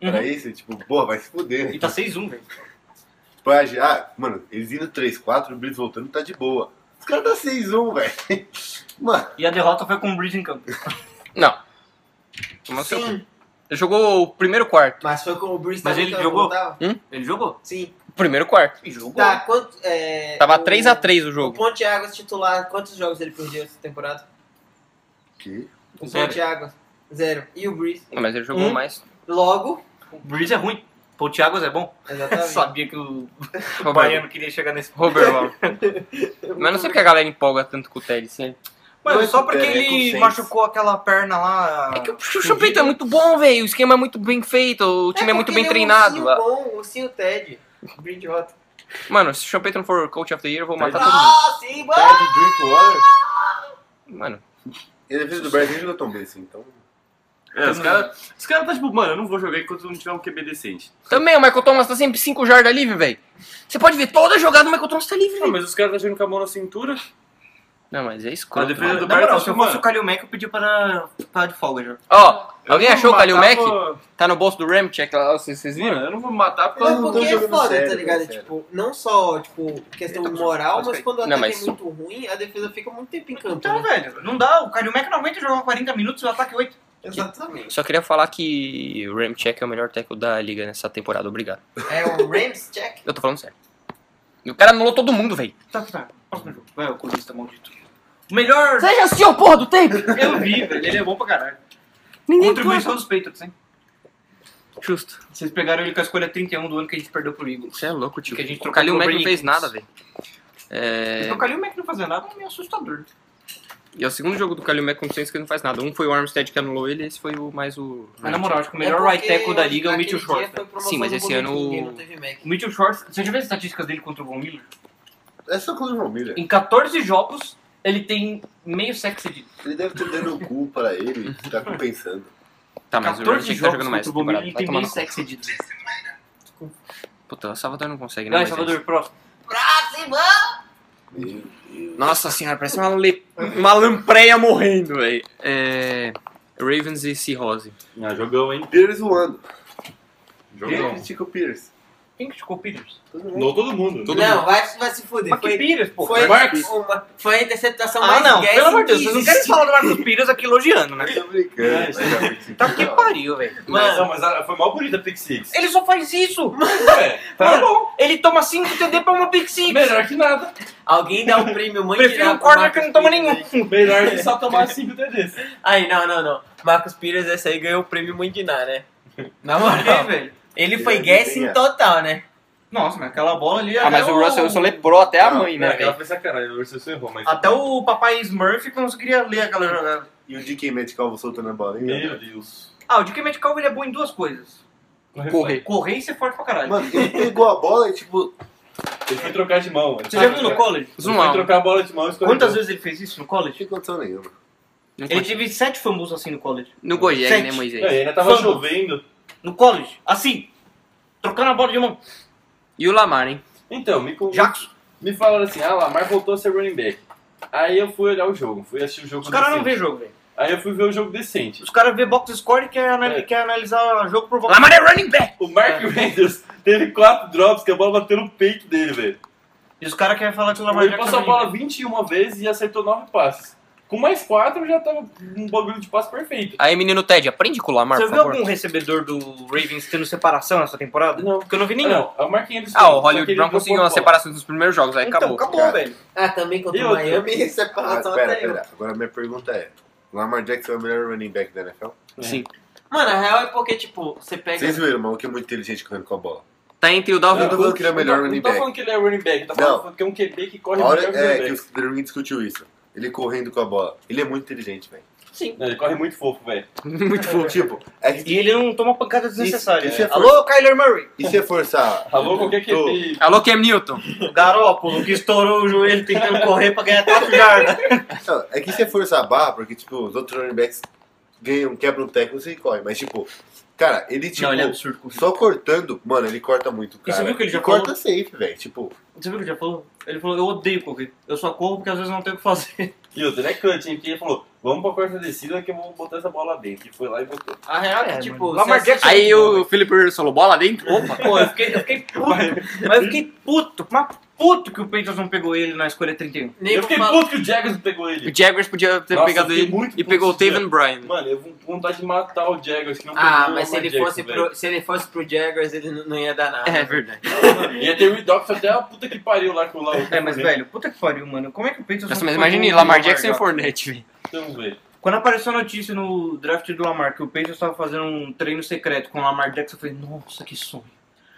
Speaker 5: Era isso? Tipo, pô, vai se fuder.
Speaker 2: E tá 6-1, velho.
Speaker 5: Tipo, ah, mano, eles indo 3, 4, o Brits voltando tá de boa. Os caras tá 6, 1, velho. (laughs) Mano,
Speaker 2: E a derrota foi com o Bridge em campo.
Speaker 1: Não. Tomar seu cu. Ele jogou o primeiro quarto.
Speaker 6: Mas foi com o Bruce
Speaker 2: Mas
Speaker 6: também
Speaker 2: ele
Speaker 6: que
Speaker 2: jogou?
Speaker 6: voltava?
Speaker 2: Ele jogou.
Speaker 6: Sim.
Speaker 1: O Primeiro quarto.
Speaker 6: Tá, quanto... É,
Speaker 1: Tava
Speaker 6: o-
Speaker 1: 3x3 o
Speaker 6: O
Speaker 1: jogo.
Speaker 6: Ponte Águas titular, quantos jogos ele perdeu essa temporada?
Speaker 5: que
Speaker 6: O
Speaker 2: Zero.
Speaker 6: Ponte Águas. Zero. E o Breeze?
Speaker 1: Não, mas ele jogou
Speaker 2: Hum.
Speaker 1: mais.
Speaker 6: Logo.
Speaker 2: O Bridge é ruim. Pô, o Thiago é bom.
Speaker 1: Tá
Speaker 6: Exatamente.
Speaker 2: Sabia que o
Speaker 1: Robert,
Speaker 2: baiano queria chegar nesse
Speaker 1: Robert
Speaker 2: (laughs)
Speaker 1: Lau. Mas não sei porque a galera empolga tanto com o Ted. Assim.
Speaker 2: Mano,
Speaker 5: Mas
Speaker 2: só
Speaker 5: o
Speaker 2: porque
Speaker 5: Pelé com
Speaker 2: ele
Speaker 5: seis.
Speaker 2: machucou aquela perna lá.
Speaker 1: É que
Speaker 6: Ah,
Speaker 1: o Chu- Chupeta é muito bom, velho. O esquema é muito bem feito. O time é, muito
Speaker 6: porque
Speaker 1: bem
Speaker 6: ele
Speaker 1: treinado.
Speaker 6: É um ursinho bom, um ursinho Ted. Bridgewater.
Speaker 1: Mano, se o Chupeta não for coach of the year, eu vou matar todo mundo.
Speaker 6: Ah, sim, mano!
Speaker 3: É
Speaker 5: Ted Drinkwater.
Speaker 1: Mano,
Speaker 5: E a defesa do Brasil jogou tão bem assim, então.
Speaker 3: É, os caras os cara tá tipo, mano, eu não vou jogar enquanto não tiver um QB decente.
Speaker 1: também o Michael Thomas tá sempre 5 jardas livre, velho. Você pode ver toda jogada do Michael Thomas tá livre,
Speaker 9: Não,
Speaker 1: velho.
Speaker 9: mas os caras tá jogando com a mão na cintura.
Speaker 1: Não, mas é
Speaker 3: A
Speaker 1: escroto.
Speaker 3: defesa
Speaker 1: mano.
Speaker 3: do
Speaker 2: Na moral,
Speaker 3: Barça,
Speaker 2: se eu
Speaker 3: tipo,
Speaker 2: fosse
Speaker 3: mano...
Speaker 2: o Kalil Mack, eu pedi para parar de folga
Speaker 1: Tá
Speaker 2: já.
Speaker 1: Ó, alguém
Speaker 3: eu não
Speaker 1: achou o
Speaker 3: vou
Speaker 1: Kalil
Speaker 3: matar
Speaker 1: Mack?
Speaker 3: por-
Speaker 1: Tá no bolso do Ramchek lá, vocês vocês viram?
Speaker 3: Mano, eu não vou matar porque
Speaker 5: Não,
Speaker 3: eu
Speaker 6: Mas
Speaker 5: não
Speaker 3: não
Speaker 5: tô
Speaker 6: porque é
Speaker 5: jogando
Speaker 6: foda,
Speaker 5: sério,
Speaker 6: tá ligado?
Speaker 5: sério.
Speaker 6: Tipo, não só, tipo, questão
Speaker 1: Eita, mas-
Speaker 6: moral,
Speaker 1: mas
Speaker 6: mas
Speaker 1: peraí.
Speaker 6: quando o
Speaker 1: tá Não,
Speaker 6: ataque
Speaker 1: mas-
Speaker 6: é muito ruim, a defesa fica muito tempo em campo.
Speaker 2: Então,
Speaker 6: né?
Speaker 2: velho, não dá. O Kalil Mack não aguenta jogar 40 minutos e o ataque 8.
Speaker 6: Exatamente.
Speaker 1: Só queria falar que o Ramchek é o melhor tackle da liga nessa temporada, obrigado.
Speaker 6: É o Rams check.
Speaker 1: Eu tô falando sério. E o cara anulou todo mundo, velho.
Speaker 2: Tá, tá. Próximo jogo. Vai, o colista maldito. O melhor.
Speaker 1: Seja assim, ô porra do tempo!
Speaker 2: Eu vi, velho. Ele é bom pra caralho. Contribuição dos Patriots, hein?
Speaker 1: Justo.
Speaker 2: assim. Vocês pegaram ele com a escolha 31 do ano que a gente perdeu pro Eagles.
Speaker 1: Você é louco, tio.
Speaker 2: Que a gente
Speaker 1: o
Speaker 2: trocou
Speaker 1: Kalil
Speaker 2: pro
Speaker 1: Mack não
Speaker 2: Brady
Speaker 1: fez
Speaker 2: Higgins.
Speaker 1: nada, velho. É...
Speaker 2: Então, o Kalil Mack não fazer nada é meio assustador.
Speaker 1: E é o segundo jogo do Kalil Mack com o Saints que ele não faz nada. Um foi o Armstead que anulou ele, esse foi o mais o...
Speaker 2: Mas na moral, acho que o
Speaker 6: É
Speaker 2: melhor
Speaker 6: porque
Speaker 2: right tackle da liga é o
Speaker 6: naquele
Speaker 2: Mitchell
Speaker 6: dia
Speaker 2: Schwartz.
Speaker 6: foi promoção
Speaker 1: Sim, mas
Speaker 6: do
Speaker 1: esse ano-
Speaker 6: Boletim, não teve Mac.
Speaker 2: O Mitchell Schwartz, você já viu as estatísticas dele contra o Von Miller?
Speaker 5: É só contra o Romilha.
Speaker 2: Em 14 jogos, ele tem meio sexo de
Speaker 5: Ele deve ter dando o cu pra ele, que tá compensando.
Speaker 1: Tá, mas o
Speaker 2: 14
Speaker 1: Ramchek tá
Speaker 2: jogos
Speaker 1: jogando
Speaker 2: contra
Speaker 1: mais
Speaker 2: o
Speaker 1: essa
Speaker 2: Von Miller,
Speaker 1: temporada.
Speaker 2: ele
Speaker 1: Vai
Speaker 2: tem
Speaker 1: tomar no
Speaker 2: meio
Speaker 1: cu.
Speaker 2: sexo de
Speaker 1: Puta, o Salvador não consegue, né?
Speaker 2: Vai,
Speaker 1: mas é
Speaker 2: Salvador, próximo.
Speaker 5: Meu Deus.
Speaker 1: isso. Nossa senhora, parece uma, le... uma lampreia morrendo, velho. É... Ravens e Seahawks.
Speaker 3: Ah, jogão, hein?
Speaker 5: Pierce voando.
Speaker 3: Tá
Speaker 5: Quem
Speaker 3: Jogão.
Speaker 5: critica o Pierce?
Speaker 2: Quem que ficou Pires?
Speaker 3: Não todo mundo.
Speaker 1: Todo
Speaker 6: Não, vai, vai se fuder.
Speaker 2: Mas que
Speaker 6: Foi,
Speaker 2: Pires, pô?
Speaker 6: foi,
Speaker 3: Marcos.
Speaker 6: uma- foi a interceptação
Speaker 2: Ah,
Speaker 6: mais
Speaker 2: não,
Speaker 6: gas
Speaker 2: pelo amor de Deus,
Speaker 6: que
Speaker 2: vocês não
Speaker 6: existe.
Speaker 2: querem falar do Marcos Pires aqui elogiando, né?
Speaker 5: Tô
Speaker 3: É,
Speaker 5: brincando. mas já critica.
Speaker 2: Tá que pariu, velho.
Speaker 3: Mas, não, mas a- foi mal bonita a Pick Six.
Speaker 2: Ele só faz isso!
Speaker 3: É, tá
Speaker 2: Mano,
Speaker 3: bom.
Speaker 2: Ele toma 5 TD pra uma Big Six!
Speaker 3: Melhor que nada.
Speaker 6: Alguém dá
Speaker 2: (laughs)
Speaker 6: um prêmio muito
Speaker 2: Prefiro um corner que não toma nenhum.
Speaker 1: (laughs)
Speaker 3: Melhor que só tomar 5 TDs.
Speaker 6: Aí, não, não, não. Marcos Pires, essa aí ganhou o prêmio Mundiná, né? Na
Speaker 2: Ok,
Speaker 6: moral.
Speaker 2: velho.
Speaker 6: Ele
Speaker 5: Ele
Speaker 6: foi
Speaker 5: não
Speaker 6: gas
Speaker 5: tem
Speaker 6: em
Speaker 5: essa.
Speaker 6: total, né?
Speaker 2: Nossa, mas aquela bola ali.
Speaker 1: Ah, mas o Russell Wilson leprou até a
Speaker 5: Não,
Speaker 1: mãe, né, velho?
Speaker 3: Ela foi sacanagem, o Ursus errou, mas...
Speaker 2: Até o papai Smurf conseguiria ler aquela jogada.
Speaker 5: E o DK Metcalvo soltando a bola, hein?
Speaker 3: Meu Deus.
Speaker 2: Ah, o Dick Metcalf ele é bom em duas coisas.
Speaker 1: Correr.
Speaker 2: Correr e ser forte pra caralho.
Speaker 5: Mano, ele pegou a bola e, tipo,
Speaker 3: Ele foi trocar de mão. Ele
Speaker 2: Você já viu no college?
Speaker 3: foi
Speaker 1: um.
Speaker 3: trocar a bola de mão e escorregou.
Speaker 2: Quantas vezes ele fez isso no college?
Speaker 5: tem condição nenhuma.
Speaker 2: Ele teve sete fumbles assim no college.
Speaker 1: No Gojek,
Speaker 2: Sete.
Speaker 1: né,
Speaker 3: Não, e
Speaker 1: Moisés?
Speaker 3: ainda É, tava
Speaker 2: Fumble.
Speaker 3: chovendo.
Speaker 2: No college, assim. Trocando a bola de mão.
Speaker 1: E o Lamar, hein?
Speaker 3: Então, me, con-
Speaker 2: Jackson.
Speaker 3: me falaram assim, ah, Lamar voltou a ser running back. Aí eu fui olhar o jogo, fui assistir o jogo
Speaker 2: Os caras não
Speaker 3: decente.
Speaker 2: vê jogo, velho.
Speaker 3: Aí eu fui ver o jogo decente.
Speaker 2: Os caras vê box score e quer, anal
Speaker 3: É.
Speaker 2: quer analisar jogo por box.
Speaker 1: Lamar é running back!
Speaker 3: O Mark Randers teve quatro drops que a bola bateu no peito dele, velho.
Speaker 2: E os caras querem falar que o Lamar
Speaker 3: Ele
Speaker 2: Jackson
Speaker 3: passou a
Speaker 2: é
Speaker 3: bola 21 vezes e acertou 9 passes. Com mais 4 já tava um bagulho de passe perfeito.
Speaker 1: Aí, menino Ted, aprende com o Lamar,
Speaker 2: Você
Speaker 1: por
Speaker 2: viu
Speaker 1: favor.
Speaker 2: algum recebedor do Ravens tendo separação essa temporada?
Speaker 3: Não.
Speaker 2: Porque eu não vi
Speaker 3: Ah,
Speaker 2: nenhum.
Speaker 3: Não, é o Mark Andrews.
Speaker 1: Ah, o
Speaker 3: Só que
Speaker 1: Hollywood
Speaker 3: ele
Speaker 1: Brown
Speaker 3: dropou
Speaker 1: conseguiu
Speaker 3: a
Speaker 1: uma
Speaker 3: bola.
Speaker 1: separação nos primeiros jogos, aí
Speaker 2: então,
Speaker 1: acabou.
Speaker 2: acabou,
Speaker 5: cara.
Speaker 2: velho.
Speaker 6: Ah, também contra
Speaker 3: E
Speaker 6: o
Speaker 3: outra?
Speaker 6: Miami, (laughs)
Speaker 5: Mas
Speaker 6: separação
Speaker 5: pera,
Speaker 6: até eu.
Speaker 5: pera. Agora minha pergunta é: Lamar Jackson é o melhor running back da NFL?
Speaker 6: Mano, a real é porque, tipo, você pega.
Speaker 5: Vocês viram, mano, que é muito inteligente correndo com a bola.
Speaker 1: Tá entre o
Speaker 5: Eu
Speaker 1: Dalvin
Speaker 5: não tô falando que ele é o melhor
Speaker 3: não,
Speaker 5: running
Speaker 3: não tô
Speaker 5: back.
Speaker 3: falando que ele é running back, tá
Speaker 5: Não.
Speaker 3: falando que é um QB que corre
Speaker 5: A
Speaker 3: melhor
Speaker 5: hora
Speaker 3: que o
Speaker 5: é que
Speaker 3: running
Speaker 5: o Derwin discutiu isso. Ele correndo com a bola. Ele é muito inteligente, velho.
Speaker 3: back. É, Ele corre muito fofo, velho.
Speaker 1: muito fofo.
Speaker 5: Tipo, é que
Speaker 2: E ele não toma pancada desnecessária.
Speaker 5: isso é
Speaker 3: né?
Speaker 5: força. é
Speaker 2: Alô, Kyler Murray.
Speaker 5: e se forçar?
Speaker 3: Alô, qualquer
Speaker 5: Tô.
Speaker 3: QB.
Speaker 1: Alô, Cam Newton.
Speaker 2: O Garópolo que estourou o joelho tentando correr pra
Speaker 1: (laughs)
Speaker 2: ganhar 4 jardas.
Speaker 5: Não, É que se forçar a barra, porque, tipo, os outros running backs ganham, quebram o técnico e correm. Mas, tipo, cara, ele, tipo,
Speaker 2: Não, ele é absurdo.
Speaker 5: só cortando, mano, ele corta muito,
Speaker 2: você
Speaker 5: cara.
Speaker 2: viu que ele já
Speaker 5: e corta
Speaker 2: falou?
Speaker 5: safe, velho. Tipo,
Speaker 2: Você viu o que ele já falou? Ele falou, eu odeio correr. Eu só corro porque às vezes eu não tenho o que fazer.
Speaker 3: E outra, né, Cut, hein? Porque ele falou: vamos pra quarta descida que eu vou botar essa bola lá dentro. E foi lá e botou.
Speaker 6: A real é que, tipo.
Speaker 2: mano. Lamar
Speaker 6: você assiste-
Speaker 1: Aí o Felipe Rivers falou, bola dentro? Opa.
Speaker 2: (laughs) Pô, eu fiquei, eu fiquei puto. Mas eu fiquei puto. Mas puto que o Patriots não pegou ele na escolha 31.
Speaker 6: Nego
Speaker 3: Eu fiquei
Speaker 6: fala-
Speaker 3: puto que o Jaggers pegou ele.
Speaker 1: O Jaguars podia ter
Speaker 3: Nossa,
Speaker 1: pegado
Speaker 3: eu fiquei
Speaker 1: ele
Speaker 3: muito
Speaker 1: e
Speaker 3: puto
Speaker 1: pegou o
Speaker 3: esse dia.
Speaker 1: Taven Bryan.
Speaker 3: Mano, eu vou com vontade de matar o Jaggers que não
Speaker 6: Ah,
Speaker 3: pegou
Speaker 6: mas se
Speaker 3: o Lamar
Speaker 6: ele,
Speaker 3: Jackson,
Speaker 6: fosse
Speaker 3: velho.
Speaker 6: pro, se ele fosse pro Jaguars, ele n- não ia dar nada.
Speaker 1: É verdade.
Speaker 3: Ia ter o Redox até a puta que pariu lá com o Lau. Então,
Speaker 2: É, mas velho, puta que pariu, mano. Como é que o Patriots
Speaker 1: Nossa,
Speaker 2: não
Speaker 1: mas
Speaker 2: pegou
Speaker 1: imagine
Speaker 2: o
Speaker 1: Lamar Jackson e o
Speaker 2: Jackson?
Speaker 1: Fournette, velho.
Speaker 3: Então, velho.
Speaker 2: Quando apareceu a notícia no draft do Lamar que o Patriots estava fazendo um treino secreto com o Lamar Jackson, eu falei, nossa, que sonho.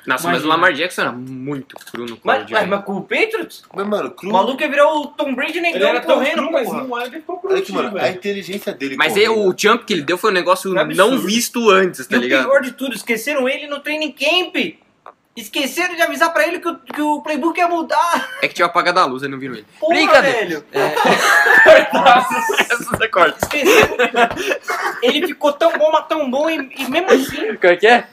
Speaker 1: Nossa, mas o
Speaker 2: Imagina.
Speaker 1: Lamar Jackson era muito cru no college.
Speaker 2: Mas, mas,
Speaker 1: velho.
Speaker 2: mas com o Patriots,
Speaker 5: mas, mano,
Speaker 2: o
Speaker 5: cru.
Speaker 2: maluco é ia virar o Tom Brady
Speaker 3: Ele
Speaker 2: negão
Speaker 3: era tão
Speaker 2: correndo,
Speaker 3: rico, mas
Speaker 2: um porra.
Speaker 3: não era ele ficou
Speaker 5: Olha que, mano, a
Speaker 3: velho.
Speaker 5: inteligência dele.
Speaker 1: Mas aí,
Speaker 5: correndo.
Speaker 1: o jump que ele deu foi um negócio
Speaker 2: Foi absurdo.
Speaker 1: não visto antes, tá
Speaker 2: E o
Speaker 1: ligado?
Speaker 2: pior de tudo, esqueceram ele no training camp. Esqueceram de avisar pra ele que o, que o playbook ia mudar.
Speaker 1: É que tinha apagado a luz, aí não viram ele.
Speaker 2: Porra,
Speaker 1: Brincadeira.
Speaker 2: velho.
Speaker 1: Essa você corta.
Speaker 2: Esqueceram. (laughs) ele ficou tão bom, mas tão bom, e, e mesmo assim,
Speaker 1: Como é que é?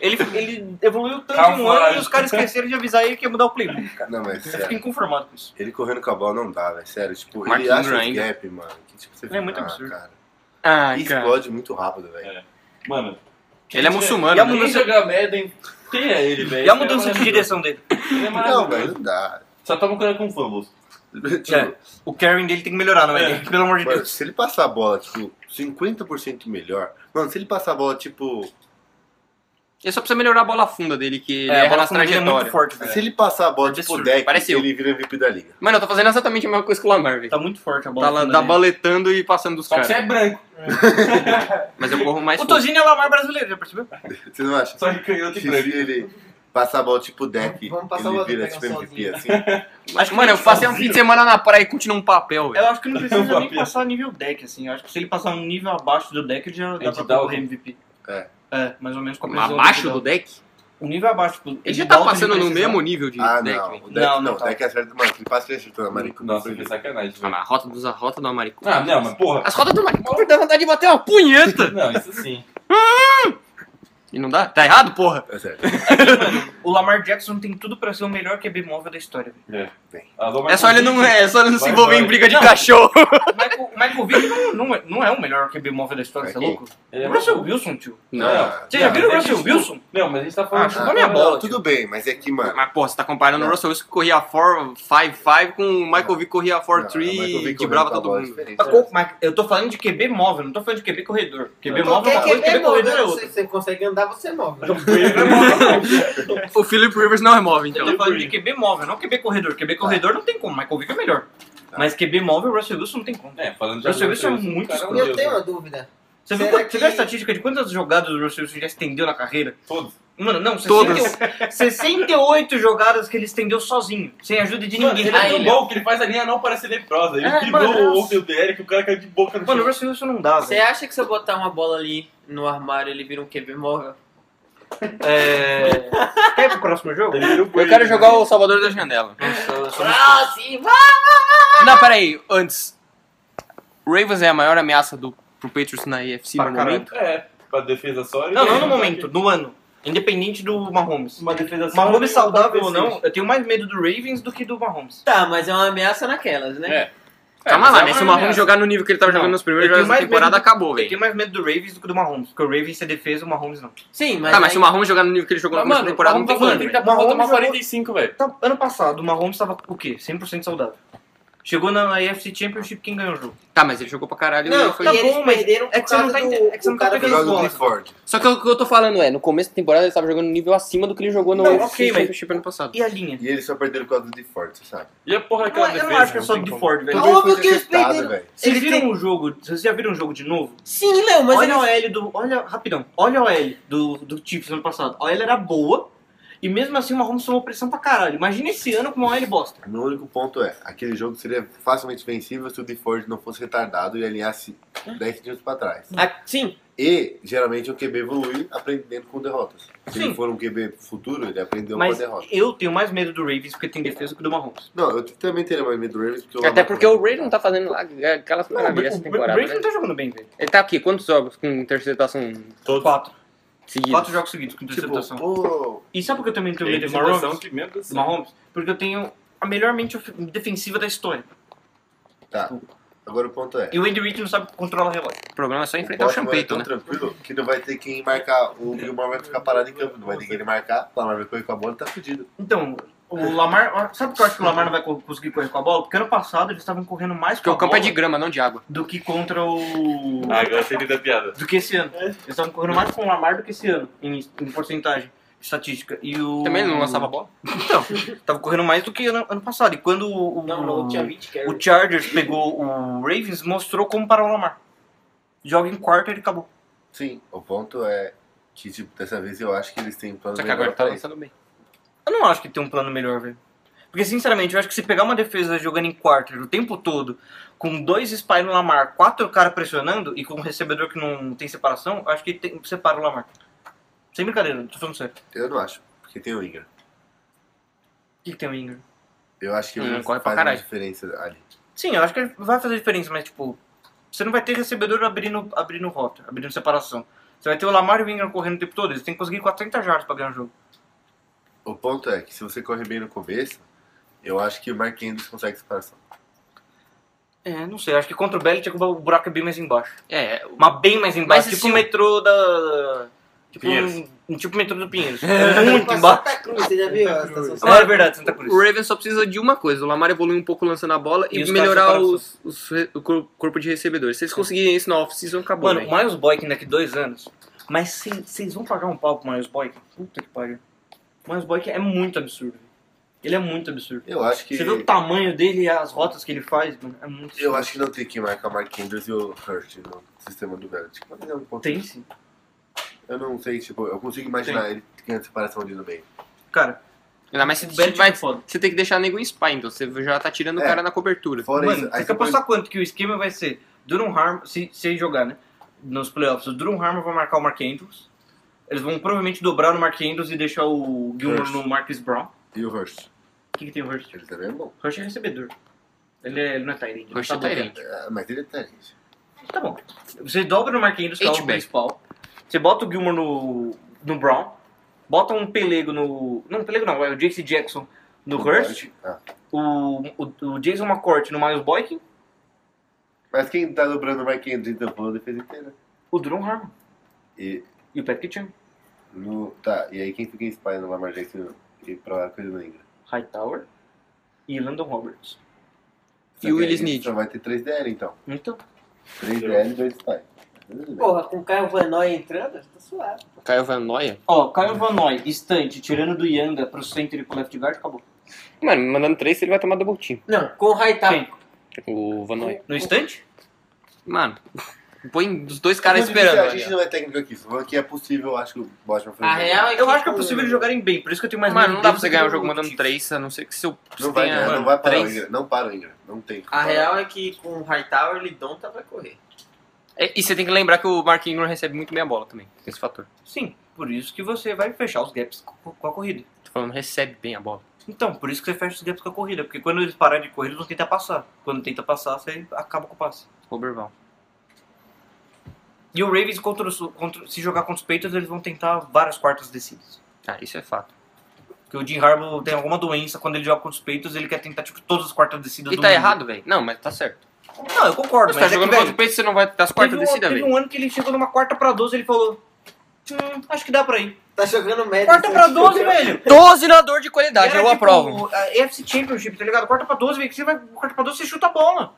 Speaker 2: ele, ele evoluiu tanto em um
Speaker 3: Calma,
Speaker 2: ano e
Speaker 3: velho.
Speaker 2: os caras esqueceram de avisar ele que ia mudar o playbook, cara.
Speaker 5: Não, mas
Speaker 1: É.
Speaker 2: Eu fiquei
Speaker 5: sério.
Speaker 2: inconformado com isso.
Speaker 5: Ele correndo com a bola não dá, velho. Sério, tipo,
Speaker 1: Mark
Speaker 5: ele acha
Speaker 1: Ingram
Speaker 5: um
Speaker 1: ainda.
Speaker 5: gap, mano. Que, tipo, você
Speaker 2: É
Speaker 5: fica,
Speaker 2: muito
Speaker 5: ah,
Speaker 2: absurdo.
Speaker 5: Cara.
Speaker 1: Ah,
Speaker 5: E
Speaker 1: cara.
Speaker 5: explode muito rápido, velho.
Speaker 3: Mano.
Speaker 1: Ele é
Speaker 3: E a
Speaker 1: muçulmano. né?
Speaker 3: mudança de merda, hein? Quem é ele, velho?
Speaker 2: E a mudança de direção dele?
Speaker 3: Ele é
Speaker 5: Não,
Speaker 3: maravilhoso.
Speaker 5: velho, não dá. (laughs)
Speaker 3: Só toma cuidado com fumbles.
Speaker 5: Tipo,
Speaker 2: O carrying dele tem que melhorar, não é? Pelo amor de
Speaker 5: Mano,
Speaker 2: Deus.
Speaker 5: se ele passar a bola, tipo, 50% melhor. Mano, se ele passar a bola, tipo.
Speaker 1: Ele só precisa melhorar a bola funda dele, que ele
Speaker 2: a
Speaker 1: erra
Speaker 2: bola
Speaker 1: nas
Speaker 2: com ele é muito
Speaker 1: trajetórias.
Speaker 2: forte,
Speaker 5: Se
Speaker 2: velho.
Speaker 5: ele passar a bola,
Speaker 1: É
Speaker 5: tipo,
Speaker 1: absurdo,
Speaker 5: 10,
Speaker 1: parece eu.
Speaker 5: ele vira MVP da liga.
Speaker 1: Mano, eu tô fazendo exatamente a mesma coisa que o Lamar, velho.
Speaker 2: Tá muito forte a bola.
Speaker 1: Tá, lá-
Speaker 2: funda
Speaker 1: tá
Speaker 2: dele.
Speaker 1: baletando e passando dos
Speaker 3: Só que você
Speaker 1: caras.
Speaker 3: é branco.
Speaker 1: Mas eu corro mais
Speaker 2: O
Speaker 1: forte.
Speaker 2: Tozinho é o Lamar brasileiro, já percebeu?
Speaker 5: Você não acha?
Speaker 3: Só que canhoto
Speaker 5: Que
Speaker 3: e
Speaker 5: se
Speaker 3: branco.
Speaker 5: ele passar a bola, tipo, deck,
Speaker 6: Vamos passar a
Speaker 5: ele
Speaker 6: bola,
Speaker 5: vira,
Speaker 6: pegar
Speaker 5: tipo,
Speaker 6: um
Speaker 5: MVP, assim.
Speaker 1: Acho que, mano, eu passei um fim de semana na praia e continuo um papel, velho.
Speaker 2: Eu acho que não
Speaker 3: Eu
Speaker 2: precisa
Speaker 3: vou
Speaker 2: nem
Speaker 3: pensar.
Speaker 2: passar nível deck, assim. Eu acho que se ele passar um nível abaixo do deck, ele já dá
Speaker 3: gente
Speaker 2: pra
Speaker 3: dá o-
Speaker 2: correr MVP.
Speaker 5: É.
Speaker 2: É, mais ou menos com a precisão
Speaker 1: Abaixo do
Speaker 2: do
Speaker 1: deck?
Speaker 2: Um nível abaixo. tipo,
Speaker 1: Ele
Speaker 2: de
Speaker 1: já tá
Speaker 2: volta de
Speaker 1: passando no
Speaker 2: precisão.
Speaker 1: mesmo nível de
Speaker 5: Ah,
Speaker 1: (laughs) deck,
Speaker 5: não.
Speaker 1: velho.
Speaker 5: O deck,
Speaker 2: Não,
Speaker 5: não,
Speaker 2: não
Speaker 5: o
Speaker 2: tá.
Speaker 5: deck acerta, mano. Se ele passa, então, ele acerta na Maricu.
Speaker 3: Nossa, que sacanagem,
Speaker 1: Ah,
Speaker 3: velho.
Speaker 1: mas a rota dos, a rota do Amarico.
Speaker 3: Ah, não, mas porra.
Speaker 1: As rotas do Amarico dá vontade de bater uma punheta.
Speaker 3: Não, isso sim.
Speaker 1: E não dá? Tá errado, porra?
Speaker 5: É sério.
Speaker 2: O Lamar Jackson tem tudo pra ser o melhor QB móvel da história. velho.
Speaker 3: Alô,
Speaker 1: É só ele não, é só ele não se
Speaker 3: Vai,
Speaker 1: envolver
Speaker 3: vai.
Speaker 1: em briga de
Speaker 2: Não.
Speaker 1: cachorro.
Speaker 2: O Michael, o Michael Vick não, não é, não é o melhor QB móvel da história,
Speaker 5: É
Speaker 2: você é
Speaker 5: quem?
Speaker 2: louco?
Speaker 3: Ele é
Speaker 2: O Russell
Speaker 3: bom.
Speaker 2: Wilson, tio.
Speaker 3: Não.
Speaker 2: Vocês já
Speaker 5: Ah, Não,
Speaker 2: viram o
Speaker 3: é
Speaker 2: Russell
Speaker 3: difícil.
Speaker 2: Wilson?
Speaker 3: Não, mas a gente tá falando.
Speaker 1: Ah,
Speaker 3: de
Speaker 1: chupa
Speaker 3: uma
Speaker 1: minha
Speaker 3: bola.
Speaker 1: bola,
Speaker 5: Tudo bem, mas é que, mano.
Speaker 1: Mas, porra, você tá comparando o
Speaker 5: Não.
Speaker 1: Russell Wilson que corria 4-5-5 com o Michael Vick corria
Speaker 5: não, mas eu vi
Speaker 1: 4-3 e
Speaker 5: correndo
Speaker 1: quebrava
Speaker 5: com a
Speaker 1: todo
Speaker 5: bola, é
Speaker 1: mundo.
Speaker 5: diferente.
Speaker 2: Mas como- mas eu tô falando de QB móvel, não tô falando de QB corredor. QB móvel é
Speaker 6: Qualquer
Speaker 2: uma coisa, QB
Speaker 6: QB
Speaker 2: corredor é
Speaker 6: Então,
Speaker 10: né?
Speaker 6: móvel, você,
Speaker 2: outra.
Speaker 6: você consegue andar, você move.
Speaker 1: O Philip Rivers não remove, então.
Speaker 2: Eu tô falando de QB móvel, não QB corredor. QB corredor não tem como, Michael Vick é melhor. Mas QB móvel, Russell Wilson não tem como.
Speaker 3: É, falando de
Speaker 2: Russell
Speaker 3: Russell
Speaker 2: Wilson é
Speaker 3: Wilson,
Speaker 2: muito
Speaker 3: cara,
Speaker 2: escroto.
Speaker 3: meu
Speaker 6: Eu
Speaker 3: Deus, né?
Speaker 6: tenho
Speaker 3: velho.
Speaker 6: uma dúvida.
Speaker 2: Você viu,
Speaker 6: Será
Speaker 2: quant- você viu a
Speaker 6: que-
Speaker 2: estatística de quantas jogadas o Russell Wilson já estendeu na carreira?
Speaker 3: Todos.
Speaker 2: Mano, não,
Speaker 1: Todas.
Speaker 2: 68, 68 jogadas que ele estendeu sozinho, sem ajuda de
Speaker 3: Mano,
Speaker 2: ninguém.
Speaker 3: ele
Speaker 2: Ah,
Speaker 3: é tão
Speaker 2: ele-
Speaker 3: bom que ele faz a linha não parecer leprosa. Ele
Speaker 2: É,
Speaker 3: quebrou
Speaker 2: mano,
Speaker 3: o ombro do Eric, o cara caiu de boca no
Speaker 2: Mano,
Speaker 3: chão.
Speaker 2: o Tá Russell Wilson não dá,
Speaker 6: Você
Speaker 2: velho.
Speaker 6: acha que se eu botar uma bola ali no armário, ele vira um QB móvel?
Speaker 2: É... Quer ir pro próximo jogo?
Speaker 1: Eu
Speaker 3: né?
Speaker 1: quero jogar o Salvador da Janela. Não, peraí, antes. Ravens é a maior ameaça do, pro Patriots na EFC no momento?
Speaker 11: É, pra defesa só.
Speaker 2: Não,
Speaker 3: é um
Speaker 2: não no momento, no ano. Independente do Mahomes.
Speaker 11: Uma defesa só.
Speaker 2: Mahomes saudável ou não, eu tenho mais medo do Ravens do que do Mahomes.
Speaker 10: Tá, mas é uma ameaça naquelas, né?
Speaker 1: Calma lá, né? Se o
Speaker 2: ameaça.
Speaker 1: Mahomes jogar no nível que ele tava jogando nos primeiros
Speaker 2: eu tenho
Speaker 1: jogos da
Speaker 2: mais
Speaker 1: temporada,
Speaker 2: medo-
Speaker 1: acabou,
Speaker 2: Eu
Speaker 1: velho.
Speaker 2: tenho mais medo do Ravens do que do Mahomes, porque o Ravens é defesa, o Mahomes não.
Speaker 10: Sim, mas.
Speaker 1: Tá, mas
Speaker 10: aí-
Speaker 1: se o Mahomes jogar no nível que ele jogou na começo da temporada, não tem como.
Speaker 2: que dar pra tomar
Speaker 3: 45, velho.
Speaker 2: Tá, ano passado, o Mahomes tava o quê? 100% saudável. Chegou na AFC Championship, quem ganhou o jogo?
Speaker 1: Tá, mas ele jogou pra caralho.
Speaker 10: Não,
Speaker 1: e foi-
Speaker 10: e
Speaker 2: tá
Speaker 10: eles
Speaker 2: bom, mas
Speaker 10: perderam
Speaker 2: é
Speaker 10: por
Speaker 2: que você não
Speaker 10: causa
Speaker 2: tá
Speaker 10: do.
Speaker 2: ente- é que você não
Speaker 10: o
Speaker 2: tá
Speaker 10: cara
Speaker 5: Por
Speaker 2: pegando
Speaker 10: fez
Speaker 5: causa do
Speaker 10: gol.
Speaker 2: bola.
Speaker 5: Clifford.
Speaker 1: Só que o que eu tô falando é, no começo da temporada ele tava jogando no nível acima do que ele jogou no
Speaker 2: Não,
Speaker 1: UFC
Speaker 2: ok, mas-
Speaker 1: Championship ano passado.
Speaker 2: E a linha?
Speaker 5: E eles só perderam por causa do DeFord, você sabe?
Speaker 3: E a porra
Speaker 2: Não,
Speaker 3: daquela
Speaker 2: eu
Speaker 3: defesa?
Speaker 2: não acho que é só
Speaker 3: tem
Speaker 2: do
Speaker 3: como.
Speaker 2: Ford, velho.
Speaker 10: Tudo Óbvio
Speaker 5: foi
Speaker 10: que eles
Speaker 5: desgastado,
Speaker 10: perderam.
Speaker 5: velho.
Speaker 2: Vocês
Speaker 10: Ele
Speaker 2: viram
Speaker 10: tem-
Speaker 2: o um jogo? Vocês já viram o jogo de novo?
Speaker 10: Sim, Léo, mas
Speaker 2: olha
Speaker 10: ele.
Speaker 6: é.
Speaker 2: a OL do. Olha, rapidão. Olha a OL do, do Chiefs ano passado. A OL era boa. E mesmo assim o Mahomes tomou pressão pra caralho. Imagina esse ano com uma OL bosta.
Speaker 5: Meu único ponto é, aquele jogo seria facilmente vencível se o DeFord não fosse retardado e alinhasse 10 dias pra trás.
Speaker 10: Ah, sim,
Speaker 5: E, geralmente, um QB evolui aprendendo com derrotas. Se
Speaker 2: Sim.
Speaker 5: ele for um QB futuro, ele aprendeu
Speaker 2: Mas
Speaker 5: com a derrota.
Speaker 2: eu tenho mais medo do Ravens porque tem defesa que do Mahomes.
Speaker 5: Não, eu também teria mais medo do Ravens, porque
Speaker 1: Até porque o Ray não tá fazendo lá aquelas
Speaker 2: Não, o,
Speaker 1: maravilhas essa
Speaker 2: Ra- o
Speaker 1: temporada.
Speaker 2: Ravens
Speaker 1: né?
Speaker 2: não tá jogando bem, velho.
Speaker 1: Ele tá aqui, quantos jogos com interceptação
Speaker 2: Quatro.
Speaker 1: seguidos?
Speaker 2: Quatro jogos seguidos com
Speaker 5: Tipo,
Speaker 2: interceptação.
Speaker 5: pô,
Speaker 2: e sabe por que eu também tenho
Speaker 3: Tem
Speaker 2: medo do
Speaker 3: interceptação
Speaker 2: Mahomes?
Speaker 3: que mesmo assim.
Speaker 2: Do Mahomes? Porque eu tenho a melhor mente of- defensiva da história.
Speaker 5: tá. Agora o ponto é.
Speaker 2: E o Andy Reid não sabe controlar o relógio.
Speaker 1: O problema é só
Speaker 5: O
Speaker 1: enfrentar o
Speaker 5: Baltimore é
Speaker 1: Champeito,
Speaker 5: tão
Speaker 1: né?
Speaker 5: tranquilo que não vai ter quem marcar. O Gilmore vai ficar parado em campo. Não vai ter quem ele marcar. O Lamar vai correr com a bola e tá fudido.
Speaker 2: Então, o Lamar. Sabe por que eu acho que o Lamar não vai co- conseguir correr com a bola? Porque ano passado eles estavam correndo mais
Speaker 1: Porque
Speaker 2: com a
Speaker 1: o campo é
Speaker 2: bola
Speaker 1: de grama, não de água.
Speaker 2: do que contra o.
Speaker 11: Ah, agora você
Speaker 3: é
Speaker 11: da piada.
Speaker 2: do que esse ano.
Speaker 10: É.
Speaker 2: Eles estavam correndo mais com o Lamar do que esse ano, em, em porcentagem estatística. E o.
Speaker 1: Também ele não lançava bola.
Speaker 2: Tava correndo mais do que ano, ano passado. E quando o, o-
Speaker 10: não, não tinha 20 que era.
Speaker 2: o Chargers pegou o Ravens, mostrou como parar o Lamar. Joga em quarto e ele acabou.
Speaker 5: Sim. O ponto é que, tipo, dessa vez eu acho que eles têm um plano
Speaker 1: Só que
Speaker 5: melhor
Speaker 1: agora tá
Speaker 5: pra isso.
Speaker 1: lançando bem.
Speaker 2: Eu não acho que tem um plano melhor, velho. Porque, sinceramente, eu acho que se pegar uma defesa jogando em quarter o tempo todo, com dois spy no Lamar, quatro caras pressionando e com um recebedor que não tem separação, eu acho que tem, separa o Lamar. Sem brincadeira, tô falando sério.
Speaker 5: Eu não acho. Porque tem o Ingram.
Speaker 2: O que, que tem o Ingram?
Speaker 5: Eu acho que
Speaker 1: Hum,
Speaker 5: eles
Speaker 1: corre pra
Speaker 5: fazem uma
Speaker 1: caralho.
Speaker 5: diferença ali.
Speaker 2: Sim, eu acho que vai fazer diferença, mas tipo, você não vai ter recebedor abrindo, abrindo rota, abrindo separação. Você vai ter o Lamar e o Ingram correndo o tempo todo, eles têm que conseguir 40 jardas pra ganhar o jogo.
Speaker 5: O ponto é que se você corre bem no começo, eu acho que o Mark Andrews consegue separação.
Speaker 2: É, não sei, acho que contra o Belichick o buraco é bem mais embaixo.
Speaker 1: É,
Speaker 2: Mas bem mais embaixo,
Speaker 1: Mas
Speaker 2: tipo
Speaker 1: se
Speaker 2: o
Speaker 1: o-
Speaker 2: metrô da... Tipo,
Speaker 3: Pinheiros.
Speaker 2: um, tipo o metrô do
Speaker 1: (laughs)
Speaker 2: Pinheiros.
Speaker 10: Muito
Speaker 2: é Muito embaixo.
Speaker 10: Santa Cruz, você já viu? a estação
Speaker 2: Ah,
Speaker 10: Santa
Speaker 2: é
Speaker 10: Cruz?
Speaker 2: verdade, Santa
Speaker 1: o
Speaker 2: Cruz.
Speaker 1: Ravens só precisa de uma coisa, o Lamar evoluir um pouco lançando a bola
Speaker 2: E
Speaker 1: e,
Speaker 2: os
Speaker 1: melhorar
Speaker 2: caras tá de
Speaker 1: os, os re- o cor- corpo de recebedores. Se eles conseguirem isso na off-season, acabou, né?
Speaker 2: Mano,
Speaker 1: velho.
Speaker 2: o Miles Boykin daqui dois anos, mas vocês vão pagar um pau pro Miles Boykin? Puta que pariu. O Miles Boykin é muito absurdo. Ele é muito absurdo.
Speaker 5: Eu acho que.
Speaker 2: Você vê o tamanho dele e as rotas que ele faz, mano? É muito.
Speaker 5: Eu acho que não tem que marcar o Mark Andrews e o Hurt no sistema do Belichick. Mas é um ponto.
Speaker 2: Tem sim.
Speaker 5: Eu não sei, tipo, eu consigo imaginar ele ganhando separação ali no meio.
Speaker 2: Cara,
Speaker 1: Ainda mais se
Speaker 2: o
Speaker 1: você,
Speaker 2: Belichick
Speaker 1: vai,
Speaker 2: é foda.
Speaker 1: você tem que deixar nego em spy, então você já tá tirando o
Speaker 5: É.
Speaker 1: cara na cobertura.
Speaker 5: Fora
Speaker 2: mano,
Speaker 5: isso,
Speaker 2: você
Speaker 5: aí
Speaker 2: quer
Speaker 5: põe-
Speaker 2: apostar quanto que o esquema vai ser? Durum Harmon, se, se ele jogar, né? Nos playoffs, o Durum Harmon vai marcar o Mark Andrews. Eles vão provavelmente dobrar no Mark Andrews e deixar o Gilmore
Speaker 5: Hurst.
Speaker 2: no Marcus Brown.
Speaker 5: E o Hurst.
Speaker 2: O que, que tem o Hurst?
Speaker 5: Ele também é bom.
Speaker 2: Hurst é recebedor. Ele, é, ele não é tight end. ele
Speaker 1: Hurst
Speaker 2: tá
Speaker 1: é tight
Speaker 2: bloqueando.
Speaker 5: É, mas ele é talento.
Speaker 2: Tá bom. Você dobra no Mark Andrews, que é o
Speaker 1: Eight back.
Speaker 2: principal. Você bota o Gilmore no, no Brown. Bota um Pelego no... Não, Pelego não. É o J.C. Jackson no Hurst.
Speaker 5: Ah.
Speaker 2: O, o, o Jason McCourt no Miles Boykin.
Speaker 5: Mas quem tá dobrando o Mark Andrews então foi a defesa inteira.
Speaker 2: O Duron Harmon.
Speaker 5: E,
Speaker 2: E o Pat Kitchen.
Speaker 5: no, tá, e aí quem fica em spy no Lamar Jackson e pra coisa do Ingram?
Speaker 2: Hightower. E Landon Roberts.
Speaker 5: Só
Speaker 1: E o
Speaker 5: que
Speaker 1: Will
Speaker 5: aí
Speaker 1: Snead?
Speaker 5: Só vai ter 3 DL então.
Speaker 2: Então,
Speaker 5: 3 DL e 2 spy. Tudo bem.
Speaker 10: Porra, com o Caio Vanoy entrando, tá suave.
Speaker 1: Caio Van Noia?
Speaker 2: ó, Caio Van Noy, estante, tirando do Yanga pro center e pro left guard, acabou.
Speaker 1: Mano, mandando três, ele vai tomar double team.
Speaker 10: Não, com o
Speaker 1: Tá.
Speaker 10: Hightower.
Speaker 1: O Van Noia.
Speaker 2: No estante?
Speaker 1: Mano, põe os dois caras
Speaker 5: Como eu disse,
Speaker 1: esperando.
Speaker 5: A gente
Speaker 1: ali, ó.
Speaker 5: não é técnico aqui, só que é possível, eu acho que o Baltimore foi
Speaker 10: A real é
Speaker 2: Eu acho que é
Speaker 10: com-
Speaker 2: possível eles jogarem bem, por isso que eu tenho mais
Speaker 1: Mano,
Speaker 2: medo
Speaker 1: não dá pra
Speaker 2: deles
Speaker 1: você
Speaker 2: do que
Speaker 1: ganhar o
Speaker 2: do
Speaker 1: jogo mandando
Speaker 2: Chiefs.
Speaker 1: três, a não ser que seu
Speaker 5: Não
Speaker 1: você
Speaker 5: vai,
Speaker 1: tenha
Speaker 5: ganhar, não vai parar o
Speaker 1: três.
Speaker 5: Ingram. Não para o Ingram. Não tem.
Speaker 10: A real é que com o Hightower, Lidon tá vai correr.
Speaker 1: É, E você tem que lembrar que o Mark Ingram recebe muito bem a bola também. Tem esse fator.
Speaker 2: Sim, por isso que você vai fechar os gaps co- com a corrida.
Speaker 1: Tô falando, recebe bem a bola.
Speaker 2: Então, por isso que você fecha os gaps com a corrida, porque quando eles pararem de correr, eles não tentam passar. Quando tenta passar, você acaba com o passe.
Speaker 1: Oberval.
Speaker 2: E o Ravens, contra os- contra- se jogar contra os Patriots, eles vão tentar várias quartas descidas.
Speaker 1: Ah, isso é fato.
Speaker 2: Porque o Jim Harbaugh tem alguma doença, quando ele joga contra os Patriots, ele quer tentar, tipo, todas as quartas descidas
Speaker 1: E
Speaker 2: do
Speaker 1: tá
Speaker 2: mundo.
Speaker 1: errado, velho? Não, mas tá certo.
Speaker 2: Não, eu concordo,
Speaker 1: Você tá
Speaker 2: mas é que,
Speaker 1: jogando
Speaker 2: velho,
Speaker 1: contra o peito, você não vai dar as quartas
Speaker 2: teve um-
Speaker 1: descidas,
Speaker 2: Teve
Speaker 1: velho.
Speaker 2: um ano que ele chegou numa quarta pra 12 ele falou, hum, acho que dá pra ir.
Speaker 10: Tá jogando médio.
Speaker 2: Quarta pra 12, velho!
Speaker 1: 12 na dor de qualidade,
Speaker 2: Era,
Speaker 1: eu
Speaker 2: tipo,
Speaker 1: aprovo.
Speaker 2: A AFC Championship, tá ligado? Quarta pra 12, velho, que você vai, quarta pra 12, você chuta a bola.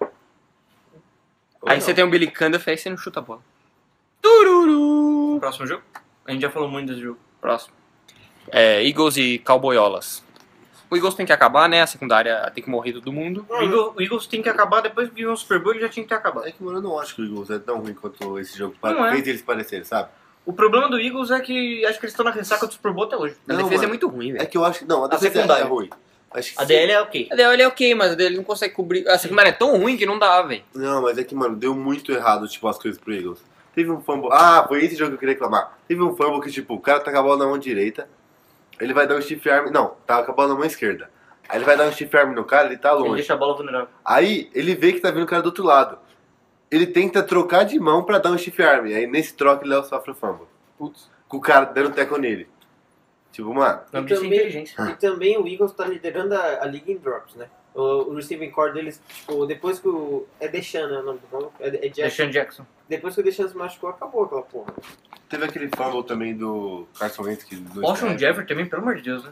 Speaker 1: Aí você tem o Billy Candle, aí você não chuta a bola.
Speaker 2: Próximo jogo? A gente já falou muito desse jogo.
Speaker 1: Próximo. É, Eagles e Cowboyolas. O Eagles tem que acabar, né? A secundária tem que morrer todo mundo.
Speaker 2: O Eagles, o Eagles tem que acabar, depois que ganhou o Super Bowl, ele já tinha que ter acabado.
Speaker 5: É que, mano, eu não acho que o Eagles é tão ruim quanto esse jogo
Speaker 2: Não é.
Speaker 5: fez eles parecerem, sabe?
Speaker 2: O problema do Eagles é que acho que eles estão na ressaca do Super Bowl até hoje.
Speaker 1: A
Speaker 5: Não,
Speaker 1: defesa
Speaker 5: mano.
Speaker 1: é muito ruim,
Speaker 5: É
Speaker 1: velho.
Speaker 5: que eu acho que. Não, a defesa é
Speaker 2: secundária.
Speaker 5: ruim. Acho que
Speaker 2: A
Speaker 5: sim.
Speaker 2: DL é ok.
Speaker 1: A DL é ok, mas a DL não consegue cobrir. A secundária é tão ruim que não dá, velho.
Speaker 5: Não, mas é que, mano, deu muito errado, tipo, as coisas pro Eagles. Teve um fumble. Ah, foi esse jogo que eu queria reclamar. Teve um fumble que, tipo, o cara tá com a bola na mão direita. Ele vai dar um stiff arm. Não, tá com a bola na mão esquerda. Aí ele vai dar um stiff arm no cara, ele tá
Speaker 2: Ele
Speaker 5: longe.
Speaker 2: deixa a bola vulnerável.
Speaker 5: Aí ele vê que tá vindo o cara do outro lado. Ele tenta trocar de mão pra dar um stiff arm. Aí nesse troca ele sofre o fumble.
Speaker 1: Putz.
Speaker 5: Com o cara dando teco nele. Tipo, mano.
Speaker 2: O nome disso é
Speaker 10: também-
Speaker 2: inteligência.
Speaker 10: E também o Eagles tá liderando a, a liga em drops, né? O, o receiving core deles, tipo, depois que o... É Deshan, né? O nome do maluco? É, é Jackson.
Speaker 2: Deshaun Jackson.
Speaker 10: Depois que o Deshan se machucou, acabou aquela porra.
Speaker 5: Teve aquele fumble também do Carson Wentz. Que do
Speaker 2: Washington Jeffrey também, pelo amor de Deus, né?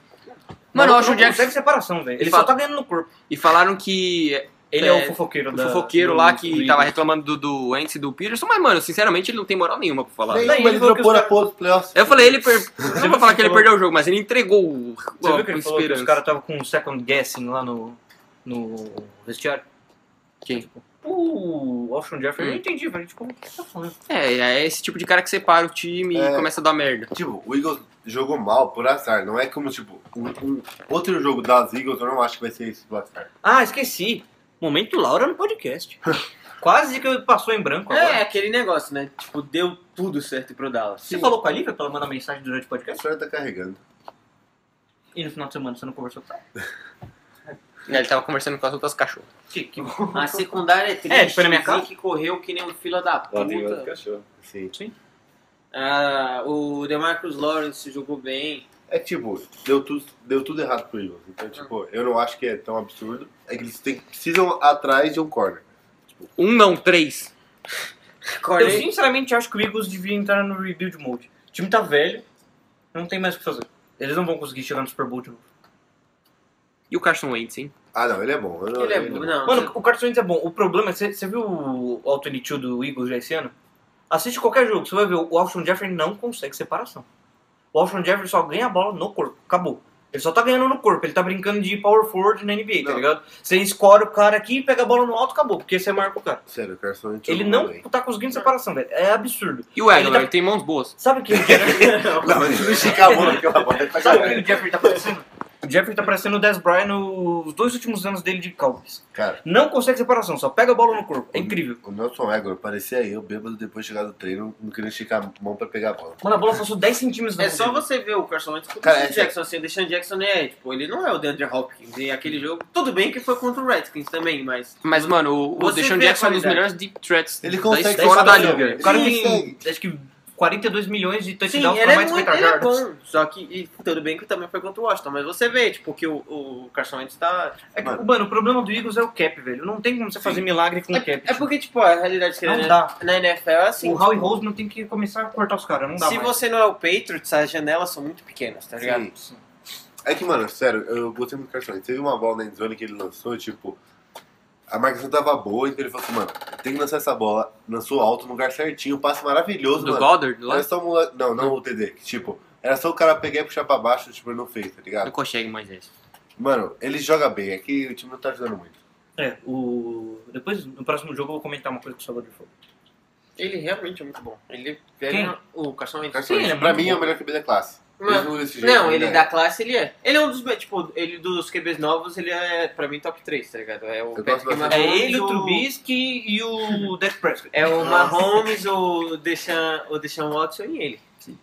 Speaker 1: Mano, eu acho o
Speaker 2: não
Speaker 1: Jackson.
Speaker 2: consegue separação, velho. Ele
Speaker 1: Fala.
Speaker 2: só tá ganhando no corpo.
Speaker 1: E falaram que
Speaker 2: Ele é, o fofoqueiro
Speaker 1: o
Speaker 2: da-
Speaker 1: fofoqueiro
Speaker 2: do-
Speaker 1: lá
Speaker 2: do
Speaker 1: que
Speaker 2: Eagles.
Speaker 1: tava reclamando do, do Wentz e do Peterson, mas, mano, sinceramente, ele não tem moral nenhuma pra falar.
Speaker 5: Nenhuma,
Speaker 2: Daí ele
Speaker 5: ele
Speaker 2: falou que
Speaker 5: dropou
Speaker 2: os
Speaker 5: na
Speaker 2: cara-
Speaker 5: porra dos playoffs.
Speaker 1: Eu falei, ele.
Speaker 2: (laughs)
Speaker 1: Per... Não
Speaker 2: viu
Speaker 1: vou falar
Speaker 2: que
Speaker 1: que ele
Speaker 2: falou-
Speaker 1: perdeu o jogo, mas ele entregou o.
Speaker 2: Você
Speaker 1: a
Speaker 2: viu que ele falou que os caras estavam com um second guessing lá no, no vestiário?
Speaker 1: Quem? Hum.
Speaker 2: Tipo, o Washington Jeffrey, eu não entendi, velho. Tipo, o que tá falando?
Speaker 1: É, é esse tipo de cara que separa o time
Speaker 5: É.
Speaker 1: e começa a dar merda.
Speaker 5: Tipo, o Eagles jogou mal por azar. Não é como, tipo, um, um outro jogo das Eagles, eu não acho que vai ser esse do azar.
Speaker 2: Ah, esqueci. Momento Laura no
Speaker 1: (laughs)
Speaker 2: podcast. Quase que eu passou em branco agora.
Speaker 6: É, aquele negócio, né? Tipo, deu tudo certo pro Dallas.
Speaker 2: Você falou com a Lívia pra ela mandar mensagem durante o
Speaker 5: A
Speaker 2: podcast?
Speaker 5: senhora tá carregando.
Speaker 2: E no final de semana você não conversou com ela?
Speaker 1: Né, Ele tava conversando com as outras cachorras.
Speaker 2: Que, que
Speaker 6: A secundária é triste.
Speaker 2: É, foi na minha
Speaker 6: o
Speaker 2: casa.
Speaker 6: Zeke correu que nem um fila da puta.
Speaker 11: cachorro.
Speaker 5: Sim.
Speaker 6: Ah, o DeMarcus Lawrence jogou bem.
Speaker 5: É que, tipo, deu tudo, deu tudo errado pro Eagles. Então, tipo, eu não acho que é tão absurdo. É que eles têm, precisam atrás de um corner.
Speaker 1: Um não, três.
Speaker 2: Eu
Speaker 6: Corney,
Speaker 2: sinceramente acho que o Eagles devia entrar no rebuild mode. O time tá velho, não tem mais o que fazer. Eles não vão conseguir chegar no Super Bowl de novo.
Speaker 1: E o Carson Wentz, hein?
Speaker 5: Ah, não, ele é bom. Eu não-
Speaker 6: ele é bom. Não,
Speaker 2: Mano, o Carson Wentz é bom. O problema é, você você viu o Alto N2 do Eagles já esse ano? Assiste qualquer jogo, você vai ver, o Alshon Jeffrey não consegue separação. O Alshon Jeffrey só ganha a bola no corpo, acabou. Ele só tá ganhando no corpo, ele tá brincando de power forward na NBA, tá
Speaker 5: Não.
Speaker 2: ligado? Você escora o cara aqui, pega a bola no alto, acabou, porque você marca o cara.
Speaker 5: Sério, o Carson Wentz
Speaker 2: Ele
Speaker 5: jogou
Speaker 2: não
Speaker 5: bem.
Speaker 2: tá conseguindo separação, velho. É absurdo.
Speaker 1: E o Eggler,
Speaker 2: Ele tá-
Speaker 1: ele tem mãos boas.
Speaker 2: Sabe
Speaker 5: (laughs)
Speaker 2: quem que era?
Speaker 5: Não, ele não estica a mão naquela bola. ele tá
Speaker 2: Sabe quem
Speaker 6: (laughs)
Speaker 5: carregando.
Speaker 2: o Jeffrey tá parecendo? O Jeffrey tá parecendo o Dez Bryant nos dois últimos anos dele de Cowboys.
Speaker 5: Cara,
Speaker 2: Não consegue separação, só pega a bola no corpo. É incrível.
Speaker 5: o Nelson Aguilar parecia eu, bêbado, depois de chegar do treino, não queria esticar a mão pra pegar a bola.
Speaker 2: Mano, a bola passou 10 centímetros da
Speaker 6: É
Speaker 2: mão
Speaker 6: só
Speaker 2: dele.
Speaker 6: você ver o Carson Wentz com o
Speaker 5: Cara,
Speaker 6: Deshaun
Speaker 5: é-
Speaker 6: Jackson, assim, o Deshaun Jackson é, tipo, ele não é o DeAndre Hopkins, e aquele jogo, tudo bem que foi contra o Redskins também, mas...
Speaker 1: Mas, mano, o, o
Speaker 6: Você
Speaker 1: Deshaun
Speaker 6: vê a
Speaker 1: Jackson é um dos
Speaker 6: qualidade.
Speaker 1: melhores deep threats
Speaker 5: Ele
Speaker 1: da
Speaker 5: consegue
Speaker 1: história da
Speaker 5: separação.
Speaker 1: liga.
Speaker 2: O cara
Speaker 5: Sim,
Speaker 2: tem, acho que, 42 milhões de
Speaker 6: Sim,
Speaker 2: touchdowns
Speaker 6: ele
Speaker 2: pra
Speaker 6: é,
Speaker 2: mais de
Speaker 6: muito,
Speaker 2: 50
Speaker 6: ele é
Speaker 2: jardas.
Speaker 6: bom, só que e tudo bem que também foi contra o Washington, mas você vê, tipo, que o, o Carson Wentz tá...
Speaker 2: É que,
Speaker 5: Mano.
Speaker 2: mano, o problema do Eagles é o cap, velho. Não tem como você fazer milagre com o cap.
Speaker 6: É porque, tipo, a realidade que
Speaker 2: Não
Speaker 6: na-
Speaker 2: dá.
Speaker 6: na NFL é assim,
Speaker 2: o Howie Rose não tem que começar a cortar os caras, não dá
Speaker 6: se
Speaker 2: mais.
Speaker 6: você não é o Patriots, as janelas são muito pequenas, tá ligado?
Speaker 5: Sim. É que, mano, sério, eu gostei muito do Carson Wentz. Teve uma bola na endzone que ele lançou, tipo... A marcação tava boa, então ele falou assim, mano, tem que lançar essa bola. Lançou alto, no lugar certinho, um passe maravilhoso,
Speaker 1: Do
Speaker 5: mano.
Speaker 1: Goddard lá?
Speaker 5: Era só o mole- Não, não o TD. que, Tipo, era só o cara pegar e puxar pra baixo, tipo, ele não fez, tá
Speaker 1: Não
Speaker 5: ligado?
Speaker 1: consegue mais esse.
Speaker 5: Mano, ele joga bem. É que o time não tá ajudando muito.
Speaker 2: É, o... Depois, no próximo jogo, eu vou comentar uma coisa que o Salvador falou.
Speaker 6: Ele realmente é muito bom. Ele,
Speaker 2: Quem?
Speaker 6: ele o Carson Wentz.
Speaker 5: Carson
Speaker 2: Sim,
Speaker 5: Wentz,
Speaker 2: ele é
Speaker 5: pra
Speaker 2: muito
Speaker 5: mim, é
Speaker 2: bom.
Speaker 5: o melhor QB da classe. Mesmo desse jeito,
Speaker 6: Não, ele
Speaker 5: né?
Speaker 6: da classe, ele é. Ele é um dos, me- tipo, ele dos QBs novos, ele é, pra mim, top 3, tá ligado? É o
Speaker 5: gosto
Speaker 6: Patrick
Speaker 5: bastante.
Speaker 6: Mahomes,
Speaker 2: É ele, o
Speaker 6: o
Speaker 2: Trubisky e o Dak Prescott.
Speaker 6: É o Mahomes, o Deshaun, o Deshaun Watson e ele. Aí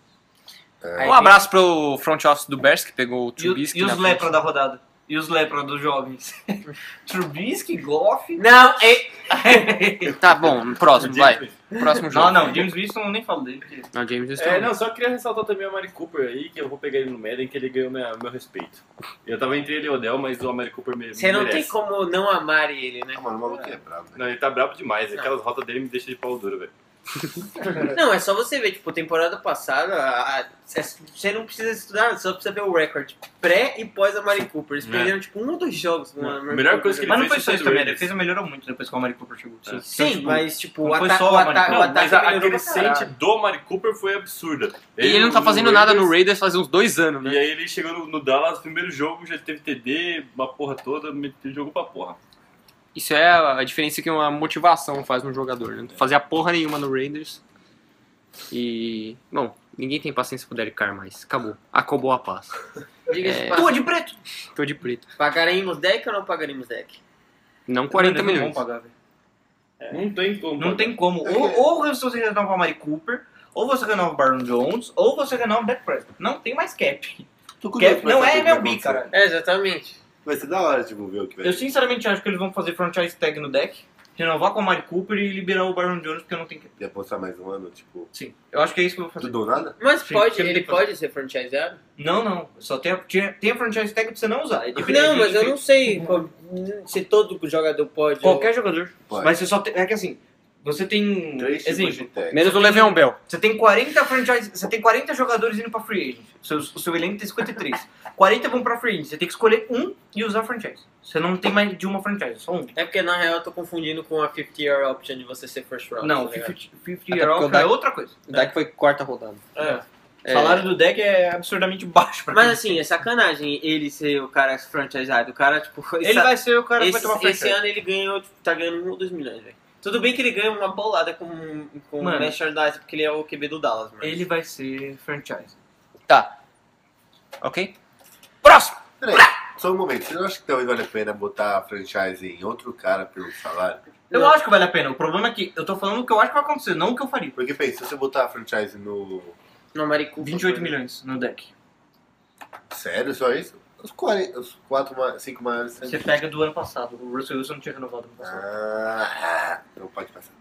Speaker 5: É.
Speaker 1: Um
Speaker 6: tem-
Speaker 1: abraço pro front office do Bears que pegou o
Speaker 2: E, o-
Speaker 1: Trubisky.
Speaker 2: e
Speaker 1: na
Speaker 2: os
Speaker 1: frente.
Speaker 2: lepra da rodada. E os lepra dos
Speaker 6: (laughs)
Speaker 2: jovens. Trubisky, Goff...
Speaker 6: Não, é...
Speaker 1: Tá bom,
Speaker 3: (laughs)
Speaker 1: próximo, vai. Próximo jogo.
Speaker 2: Não, não, James Winston eu nem falo dele. Porque...
Speaker 1: Não, James Winston.
Speaker 11: É, não, só queria ressaltar também o Amari Cooper aí, que eu vou pegar ele no Madden, que ele ganhou minha- meu respeito. Eu tava entre ele e o Odell, mas o Amari Cooper me, me
Speaker 6: Você não tem
Speaker 11: merece.
Speaker 6: como não amar ele, né?
Speaker 5: Ah, mano, o maluco é brabo, velho.
Speaker 11: Não, ele tá brabo demais, aquelas rotas dele me deixam de pau duro, velho.
Speaker 6: Não, é só você ver, tipo, temporada passada, a- a- você não precisa estudar, só precisa ver o recorde. Pré e pós a Mari Cooper. Eles
Speaker 11: É.
Speaker 6: perderam, tipo, um ou dois jogos. com a
Speaker 11: Melhor
Speaker 6: Amari Cooper. tá
Speaker 11: coisa que ele
Speaker 2: Mas não
Speaker 11: fez
Speaker 2: foi É. só
Speaker 11: foi
Speaker 2: isso também, a
Speaker 11: doido.
Speaker 2: defesa melhorou muito depois que o Amari Cooper chegou.
Speaker 11: Sim.
Speaker 6: Sim, mas, tipo,
Speaker 2: não
Speaker 6: o
Speaker 2: Então, foi
Speaker 6: ataque,
Speaker 2: só
Speaker 6: o
Speaker 2: o Amari-
Speaker 6: ataque,
Speaker 11: Não,
Speaker 6: o
Speaker 11: mas
Speaker 6: ataque
Speaker 11: a, a
Speaker 6: melhorou pra
Speaker 11: crescente
Speaker 6: tá caralho.
Speaker 11: do Amari Cooper foi absurda.
Speaker 1: E ele não tá
Speaker 11: no
Speaker 1: fazendo
Speaker 3: é
Speaker 1: nada no
Speaker 11: Raiders-
Speaker 1: Raiders faz uns dois anos, né?
Speaker 11: E aí ele chegou no, no Dallas, primeiro jogo, já teve TD, uma porra toda, meteu jogo pra porra.
Speaker 1: Isso é a diferença que uma motivação faz no jogador, né? Não fazia porra nenhuma no Raiders. E. Bom, ninguém tem paciência pro Derek Carr mais. Acabou. Acabou a paz.
Speaker 6: Diga-se de
Speaker 1: É.
Speaker 6: passagem,
Speaker 2: de preto!
Speaker 1: Tô de preto.
Speaker 6: Pagaremos deck ou não pagaremos deck?
Speaker 1: Não é 40
Speaker 2: Mano, eles não vão
Speaker 1: milhões.
Speaker 2: pagar, velho.
Speaker 11: É. Não tem como.
Speaker 2: Não
Speaker 11: cara.
Speaker 2: tem como. Ou, ou você renova o Amari Cooper, ou você renova o Baron Jones, ou você renova o Dak Prescott. Não tem mais cap.
Speaker 5: Tô curioso
Speaker 2: Cap
Speaker 5: pra
Speaker 2: não
Speaker 5: saber
Speaker 2: é
Speaker 5: o que vai
Speaker 2: MLB,
Speaker 5: acontecer.
Speaker 2: cara.
Speaker 6: É, exatamente.
Speaker 5: Vai ser da hora, tipo, ver o que vai
Speaker 2: Eu sinceramente acho que eles vão fazer franchise tag no deck, renovar com o Amari Cooper e liberar o Baron Jones porque não tem cap.
Speaker 5: E apostar mais um ano, tipo...
Speaker 2: Sim. Eu acho que é isso que eu vou fazer.
Speaker 5: Tudo ou nada?
Speaker 6: Mas
Speaker 2: Sim,
Speaker 6: pode,
Speaker 2: porque ele
Speaker 6: ele
Speaker 2: tem que fazer.
Speaker 6: pode ser franchiseado?
Speaker 2: Não, não. Só tem a, tinha- tem a franchise tag pra você não usar. É diferente
Speaker 6: Não, mas
Speaker 2: de-
Speaker 6: eu não sei qual- se todo jogador pode.
Speaker 2: Qualquer jogador.
Speaker 5: Pode.
Speaker 2: Mas você só tem. É que assim, você tem.
Speaker 5: Três tipos de
Speaker 2: Exemplo.
Speaker 5: tag.
Speaker 1: Menos o Le'Veon
Speaker 6: um
Speaker 1: Bell.
Speaker 2: Você tem 40 franchise, você tem 40 jogadores indo pra free agent. Seu, o seu elenco tem
Speaker 6: (laughs)
Speaker 2: 53. 40 vão pra free agent. Você tem que escolher um e usar franchise. Você não tem mais de uma franchise, só um.
Speaker 6: É porque na real eu tô confundindo com a 50-year option de você ser first round.
Speaker 2: Não, é.
Speaker 6: tá ligado?
Speaker 2: 50
Speaker 1: Até
Speaker 2: 50
Speaker 1: porque
Speaker 2: year
Speaker 1: o
Speaker 2: old é
Speaker 1: Dak-
Speaker 2: outra coisa.
Speaker 1: O Dak foi quarta rodada.
Speaker 2: O É. salário do deck é absurdamente baixo pra
Speaker 6: Mas
Speaker 2: quem-
Speaker 6: assim, é sacanagem ele ser o cara franchiseado. O cara, tipo,
Speaker 2: ele vai ser o cara que
Speaker 6: esse,
Speaker 2: vai tomar
Speaker 6: esse
Speaker 2: franchise.
Speaker 6: ano ele ganhou, tipo, tá ganhando um ou dois milhões, velho. Tudo bem que ele ganha uma bolada com, com
Speaker 2: Mano.
Speaker 6: o merchandise, porque ele é o QB do Dallas, mano.
Speaker 2: Ele vai ser franchise.
Speaker 1: Tá. Ok? Próximo!
Speaker 5: Peraí, só um momento. Você não acha que talvez vale a pena botar a franchise em outro cara pelo salário?
Speaker 2: Eu
Speaker 6: Não.
Speaker 2: acho que vale a pena. O problema é que eu tô falando o que eu acho que vai acontecer, não o que eu faria.
Speaker 5: Porque, pensa, se você botar a franchise no...
Speaker 6: No Maricu.
Speaker 2: 28 milhões no deck.
Speaker 5: Sério, só isso? Os, 40, os quatro, ma- cinco maiores...
Speaker 2: Você pega do ano passado. O Russell Wilson não tinha renovado no passado.
Speaker 5: Ah, ah, não pode passar.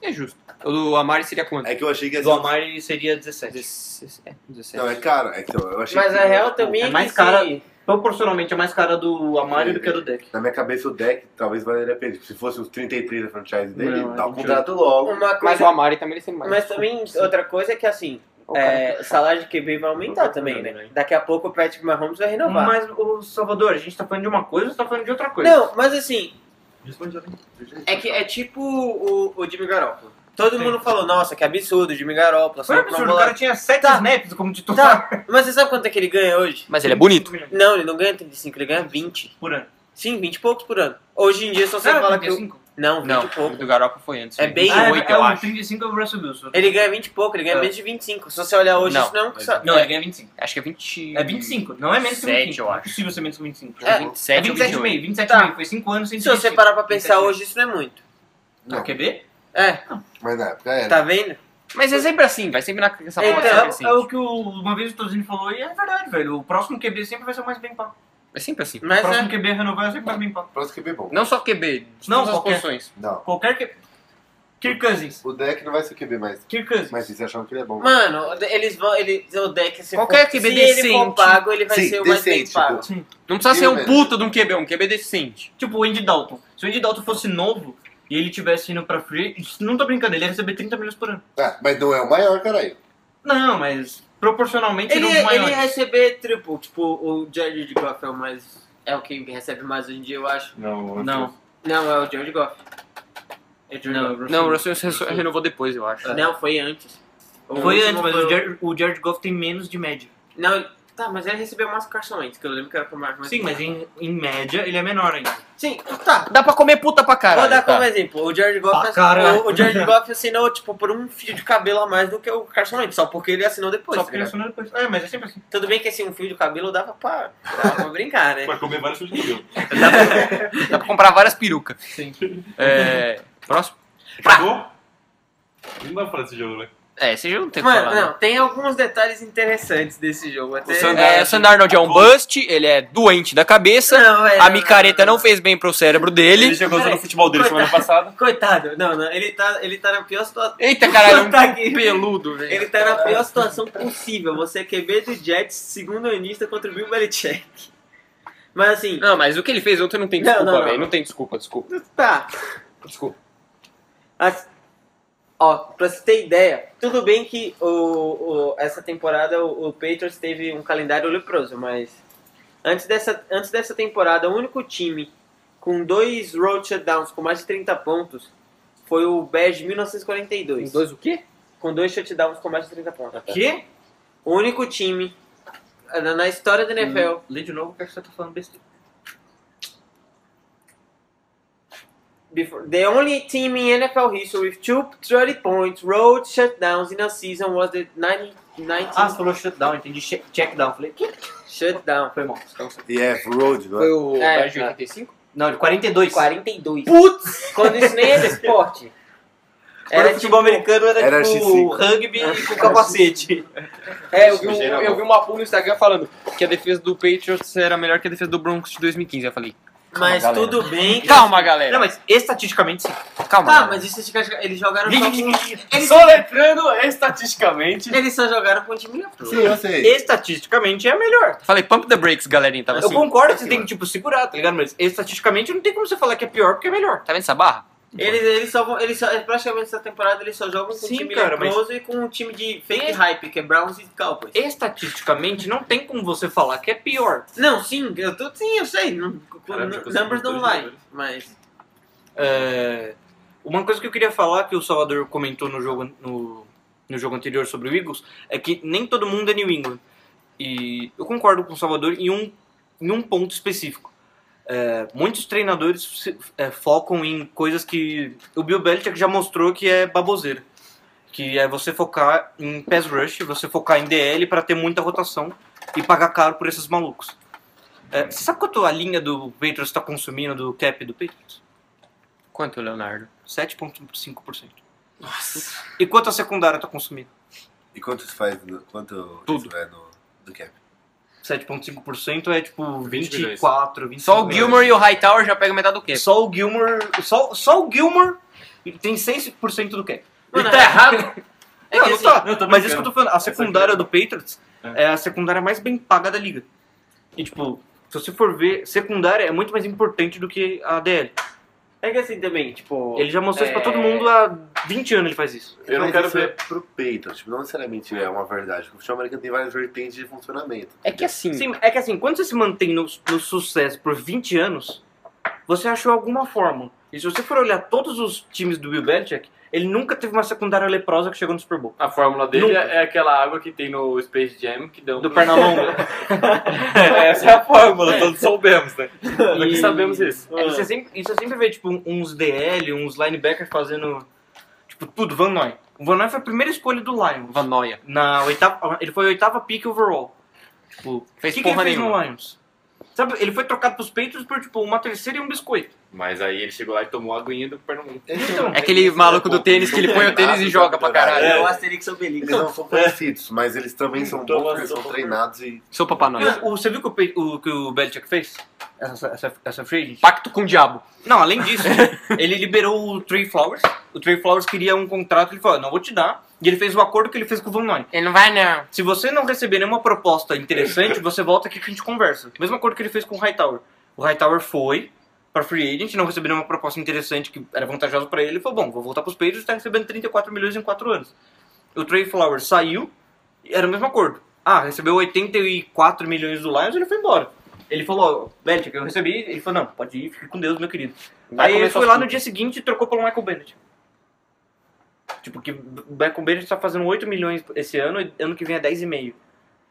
Speaker 1: É justo. O do Amari seria quanto?
Speaker 5: É que eu achei que ia
Speaker 2: Do
Speaker 5: ser...
Speaker 2: Amari seria 17.
Speaker 1: 17.
Speaker 5: Não, é caro. É que eu eu achei
Speaker 6: Mas
Speaker 5: que-
Speaker 6: a real também
Speaker 2: É
Speaker 6: que
Speaker 2: mais
Speaker 6: se-
Speaker 2: cara- Proporcionalmente é mais cara do Amari
Speaker 5: É,
Speaker 2: do que a do deck.
Speaker 5: Na minha cabeça, o deck talvez valeria a pena. Tipo, Se fosse os 33 da franchise dele,
Speaker 2: Não,
Speaker 5: dá
Speaker 2: é
Speaker 5: um contrato logo.
Speaker 6: Uma
Speaker 1: Mas
Speaker 6: coisa,
Speaker 1: o Amari tá merecendo mais.
Speaker 6: mas também outra coisa é que assim,
Speaker 2: tá
Speaker 6: é, o salário de QB vai aumentar também, né? Daqui a pouco o Patrick Mahomes vai renovar.
Speaker 2: Mas, o Salvador, a gente tá falando de uma coisa ou tá falando de outra coisa?
Speaker 6: Não, mas assim, é que é tipo o, o Jimmy Garoppolo. Todo
Speaker 2: Sim.
Speaker 6: mundo falou, nossa, que absurdo, Jimmy Garoppolo.
Speaker 2: Foi
Speaker 6: só
Speaker 2: um
Speaker 6: uma
Speaker 2: absurdo, o
Speaker 6: bola-
Speaker 2: cara tinha 7
Speaker 6: Tá.
Speaker 2: snaps como titular.
Speaker 6: Tá, mas você sabe quanto é que ele ganha hoje?
Speaker 1: Mas ele é bonito.
Speaker 6: Não, ele não ganha 35, ele ganha 20.
Speaker 2: Por ano. Ah,
Speaker 6: Sim, 20 e poucos por ano. Hoje em dia, se você
Speaker 2: Era
Speaker 6: fala que. o-
Speaker 2: 35?
Speaker 6: Não, 20
Speaker 1: Não,
Speaker 6: e
Speaker 1: o
Speaker 6: pouco.
Speaker 1: do Garoppolo foi antes. né?
Speaker 6: É
Speaker 1: Foi
Speaker 6: bem-
Speaker 1: 28,
Speaker 2: é,
Speaker 1: eu
Speaker 2: é, o
Speaker 1: acho.
Speaker 2: 35 é o Russell Wilson.
Speaker 6: Ele ganha 20 e pouco, ele ganha
Speaker 2: É.
Speaker 6: menos de 25. Se você olhar hoje,
Speaker 1: Não,
Speaker 6: isso não é um sa-
Speaker 2: Não, ele ganha 25.
Speaker 1: Acho que é 20.
Speaker 2: É 25, não é menos que
Speaker 1: 27,
Speaker 2: 25.
Speaker 1: eu
Speaker 2: Não É
Speaker 1: acho.
Speaker 2: possível ser menos que 25.
Speaker 1: É
Speaker 6: É,
Speaker 1: 27
Speaker 2: É
Speaker 1: ou
Speaker 2: 27,5, 27,5.
Speaker 6: Tá.
Speaker 2: Foi 5 anos sem
Speaker 6: Se você
Speaker 2: 25.
Speaker 6: parar pra pensar
Speaker 2: 27,5.
Speaker 6: hoje, isso não é muito.
Speaker 2: Ah, Quer ver?
Speaker 6: É,
Speaker 5: Mas é, na época era.
Speaker 6: tá vendo?
Speaker 1: Mas é sempre assim, vai sempre na essa
Speaker 6: É,
Speaker 1: forma
Speaker 6: então,
Speaker 1: sempre
Speaker 2: É,
Speaker 1: assim.
Speaker 2: é o que o, uma vez o Tozini falou e é verdade, velho. O próximo QB sempre vai ser o mais bem pago.
Speaker 1: É sempre assim.
Speaker 2: O
Speaker 6: Mas
Speaker 2: próximo
Speaker 6: é.
Speaker 2: QB renovar é sempre mais bem pago.
Speaker 5: Próximo QB bom.
Speaker 1: Não só QB, de
Speaker 2: Não,
Speaker 1: todas as
Speaker 2: qualquer.
Speaker 1: posições.
Speaker 5: Não.
Speaker 2: Qualquer QB. Kirk Cousins.
Speaker 5: O deck não vai ser QB mais.
Speaker 2: Kirk Cousins.
Speaker 5: Mas vocês acham que ele é bom.
Speaker 6: Mano, eles vão. Eles, o deck, se
Speaker 1: Qualquer
Speaker 6: for,
Speaker 1: QB
Speaker 6: se ele
Speaker 1: decente.
Speaker 6: for pago, ele vai
Speaker 5: Sim,
Speaker 6: ser o mais bem
Speaker 5: decente, tipo,
Speaker 6: pago.
Speaker 1: Não precisa
Speaker 5: Eu
Speaker 1: ser um
Speaker 5: mesmo.
Speaker 1: puta de um QB, um QB decente.
Speaker 2: Tipo o Andy Dalton. Se o Andy Dalton fosse novo e ele tivesse indo pra free, não tô brincando, ele ia receber 30 milhões por ano.
Speaker 5: Ah, mas não é o maior, caralho.
Speaker 2: Não, mas proporcionalmente
Speaker 6: Ele,
Speaker 2: ele, é um
Speaker 6: ele
Speaker 2: maior.
Speaker 6: receber triple, tipo, o Jared Goff é o mais. É o que recebe mais hoje em dia, eu acho.
Speaker 11: Não,
Speaker 2: Não,
Speaker 6: Não, é o Jared Goff. É o Jared
Speaker 2: não,
Speaker 6: Goff.
Speaker 1: Não, o Russell Wilson É. renovou depois, eu acho.
Speaker 6: Não, foi antes.
Speaker 2: Foi
Speaker 6: último
Speaker 2: antes, mas
Speaker 6: foi
Speaker 2: o Jared, o Jared Goff tem menos de média.
Speaker 6: Não, Tá, mas ele recebeu mais carções, que eu lembro que era pra mais.
Speaker 2: Sim, mas é. em, em média ele é menor ainda.
Speaker 6: Sim, tá.
Speaker 1: Dá pra comer puta pra caralho.
Speaker 6: Vou dar
Speaker 1: tá?
Speaker 6: como exemplo, o Jared Goff,
Speaker 2: Ah, caralho.
Speaker 6: o, o Jared Goff assinou, tipo, por um fio de cabelo a mais do que o Carson Wentz, só porque ele assinou depois.
Speaker 2: Só
Speaker 6: tá
Speaker 2: porque ele
Speaker 6: ligado?
Speaker 2: assinou depois. É, mas é sempre assim.
Speaker 6: Tudo bem que esse um fio de cabelo dava pra, dava pra
Speaker 1: (laughs)
Speaker 6: brincar, né?
Speaker 11: Vai comer vários fios de cabelo.
Speaker 1: Dá pra comprar várias perucas. Sim. É. Próximo?
Speaker 11: Acabou? Não dá pra falar desse jogo, né?
Speaker 1: É, esse jogo não tem o que
Speaker 6: Mano,
Speaker 1: falar. né?
Speaker 6: não, tem alguns detalhes interessantes desse jogo. Até...
Speaker 1: É, o
Speaker 6: assim,
Speaker 1: Sandy Arnold é um bust, ele é doente da cabeça,
Speaker 6: Não, é,
Speaker 1: a
Speaker 6: não,
Speaker 1: micareta
Speaker 6: não,
Speaker 1: não
Speaker 6: não.
Speaker 1: fez bem pro cérebro
Speaker 11: Ele
Speaker 1: dele.
Speaker 11: chegou usando o futebol dele semana passada.
Speaker 6: Coitado, não, não, ele tá, ele tá na pior situação.
Speaker 1: Eita
Speaker 6: (laughs)
Speaker 1: caralho, um
Speaker 6: Tá aqui.
Speaker 1: peludo, velho.
Speaker 6: Ele tá na pior situação possível. Você é QB do Jets, segundo anista contra o Bill Belichick. Mas assim,
Speaker 1: Não, mas o que ele fez ontem não tem
Speaker 6: Não,
Speaker 1: desculpa,
Speaker 6: não, não.
Speaker 1: velho. Não tem desculpa, desculpa.
Speaker 6: tá.
Speaker 1: Desculpa.
Speaker 6: As- Ó, pra você ter ideia, tudo bem que o, o- essa temporada o, o Patriots teve um calendário leproso, mas antes dessa, antes dessa temporada, o único time com dois road shutdowns com mais de 30 pontos foi o Bears de 1942.
Speaker 1: Dois o quê?
Speaker 6: Com dois shutdowns com mais de 30 pontos.
Speaker 2: Que?
Speaker 6: O único time eh, na na história da NFL.
Speaker 2: Lê de novo que você tá falando besteira.
Speaker 6: Before, the only team in NFL history with two 30 points road shutdowns in a season was the 90, 19
Speaker 2: Ah, você falou shutdown, entendi. Che- Check down. Falei, que?
Speaker 6: shutdown.
Speaker 2: Foi mal.
Speaker 5: E é road, não é?
Speaker 1: o
Speaker 6: É,
Speaker 1: Bears de
Speaker 6: tá.
Speaker 1: 85?
Speaker 2: Não, de 42.
Speaker 6: 42. Putz! Quando isso nem era esporte.
Speaker 2: Era
Speaker 6: Era tipo
Speaker 2: futebol americano, era,
Speaker 5: Era
Speaker 2: tipo
Speaker 5: X5.
Speaker 2: rugby com capacete.
Speaker 1: É, eu vi, um-
Speaker 5: Geral.
Speaker 1: eu vi uma pool no Instagram falando que a defesa do Patriots era melhor que a defesa do Broncos de 2015. Eu falei,
Speaker 6: Mas tudo bem. que-
Speaker 1: calma, galera.
Speaker 2: Não, mas estatisticamente sim.
Speaker 1: Calma.
Speaker 6: Tá,
Speaker 1: galera.
Speaker 6: mas isso eles jogaram só (laughs) com... Eles,
Speaker 11: Soletrando estatisticamente.
Speaker 6: eles só jogaram com o time leproso.
Speaker 5: Sim, eu sei.
Speaker 2: Estatisticamente é melhor.
Speaker 1: Falei, pump the brakes, galerinha. Tava
Speaker 2: Eu
Speaker 1: assim.
Speaker 2: concordo que você tem que, tipo, segurar, tá ligado? Mas estatisticamente não tem como você falar que é pior porque é melhor.
Speaker 1: Tá vendo essa barra?
Speaker 6: Eles, eles só vão... Eles só, praticamente essa temporada eles só jogam com
Speaker 2: Sim,
Speaker 6: o time
Speaker 2: cara, mas-
Speaker 6: leproso e com o time de fake hype, que é Browns e Cowboys.
Speaker 2: Estatisticamente não tem como você falar que é pior.
Speaker 6: Não, sim, eu tô... Sim, eu sei. Não, numbers don't lie. Mas...
Speaker 2: É, Uma coisa que eu queria falar que o Salvador comentou no jogo, no, no jogo anterior sobre o Eagles é que nem todo mundo é New England. E eu concordo com o Salvador em um, em um ponto específico. É, muitos treinadores se- é, focam em coisas que o Bill Belichick já mostrou que é baboseira. Que é você focar em pass rush, você focar em DL pra ter muita rotação e pagar caro por esses malucos. É, você sabe quanto a linha do Patriots está consumindo do cap do Patriots?
Speaker 1: Quanto, Leonardo?
Speaker 2: 7,5%. Nossa. E quanto a secundária tá consumindo?
Speaker 5: E quanto isso faz? do- Quanto
Speaker 2: Tudo.
Speaker 5: isso é no, do cap?
Speaker 2: 7,5% é tipo
Speaker 11: 22.
Speaker 2: 24, 25.
Speaker 1: Só o Gilmore e o Hightower já pegam metade do quê?
Speaker 2: Só o Gilmore. Só, só o Gilmore tem 6% do cap. (laughs)
Speaker 6: Mano,
Speaker 2: tá errado?
Speaker 6: É
Speaker 2: não,
Speaker 6: que
Speaker 2: não
Speaker 6: assim,
Speaker 2: tá.
Speaker 11: eu tô
Speaker 2: Mas
Speaker 11: brincando.
Speaker 2: isso que eu tô falando, a secundária do Patriots
Speaker 11: É.
Speaker 2: é. a secundária mais bem paga da liga. E tipo, se você for ver, secundária é muito mais importante do que a DL.
Speaker 6: É que assim também, tipo...
Speaker 2: Ele já mostrou isso pra
Speaker 6: É.
Speaker 2: todo mundo há 20 anos ele faz isso.
Speaker 5: Eu não
Speaker 11: Mas
Speaker 5: quero
Speaker 11: isso
Speaker 5: ver é pro peito. Tipo, não necessariamente é uma verdade. porque O futebol americano tem várias vertentes de funcionamento.
Speaker 1: É que assim.
Speaker 2: Sim, é que assim, quando você se mantém no, no sucesso por 20 anos, você achou alguma fórmula. E se você for olhar todos os times do Bill Belichick, ele nunca teve uma secundária leprosa que chegou no Super Bowl.
Speaker 11: A fórmula dele
Speaker 2: Nunca.
Speaker 11: é aquela água que tem no Space Jam que dão. (laughs)
Speaker 2: Do Pernalonga.
Speaker 11: Essa é a fórmula, todos soubemos,
Speaker 2: (laughs)
Speaker 11: né?
Speaker 2: E-
Speaker 11: Nós sabemos isso.
Speaker 2: É, você, sempre, e você sempre vê, tipo, uns DL, uns linebackers fazendo, tipo, tudo, Van Noy. O Van Noy foi a primeira escolha do Lions.
Speaker 1: Van Noia.
Speaker 2: Na oitava, ele foi a oitava pick overall. Tipo,
Speaker 1: Fez
Speaker 2: o que, que
Speaker 1: porra
Speaker 2: ele fez
Speaker 1: nenhuma.
Speaker 2: no Lions? Sabe, ele foi trocado pros Patriots por, tipo, uma terceira e um biscoito.
Speaker 11: Mas aí ele chegou lá e tomou a aguinha do Pernambuco.
Speaker 5: Então,
Speaker 1: É aquele maluco do tênis que ele põe o tênis e
Speaker 5: tá
Speaker 1: joga pra
Speaker 6: É o
Speaker 1: caralho.
Speaker 6: Asterix Obelix.
Speaker 5: Eles não são conhecidos, mas eles também são
Speaker 11: Então,
Speaker 5: bons, porque
Speaker 11: mas
Speaker 5: eles são
Speaker 11: eu-
Speaker 5: treinados e
Speaker 1: Sou papai
Speaker 2: E
Speaker 1: noia.
Speaker 2: o- o- você viu que o, Pe- o, que o Belichick fez? Essa, essa, essa free agent?
Speaker 1: Pacto com o diabo.
Speaker 2: Não,
Speaker 1: (laughs)
Speaker 2: além disso, ele liberou o Trey Flowers. O Trey Flowers queria um contrato, ele falou, não vou te dar. E ele fez o acordo que ele fez com o Van Noy.
Speaker 1: Ele não vai, não.
Speaker 2: Se você não receber nenhuma proposta interessante, você volta aqui que a gente conversa. Mesmo acordo que ele fez com o Hightower. O Hightower foi pra free agent, não recebeu nenhuma proposta interessante que era vantajosa pra ele. Ele falou, bom, vou voltar pros Patriots, tá recebendo 34 milhões em 4 anos. O Trey Flowers saiu, e era o mesmo acordo. Ah, recebeu 84 milhões do Lions, ele foi embora. Ele falou, ó, Belichick, eu recebi. Ele falou, não, pode ir, fique com Deus, meu querido. Aí ele foi lá no dia seguinte e trocou pelo Michael Bennett. Tipo, que o Michael Bennett tá fazendo 8 milhões esse ano e ano que vem é 10,5.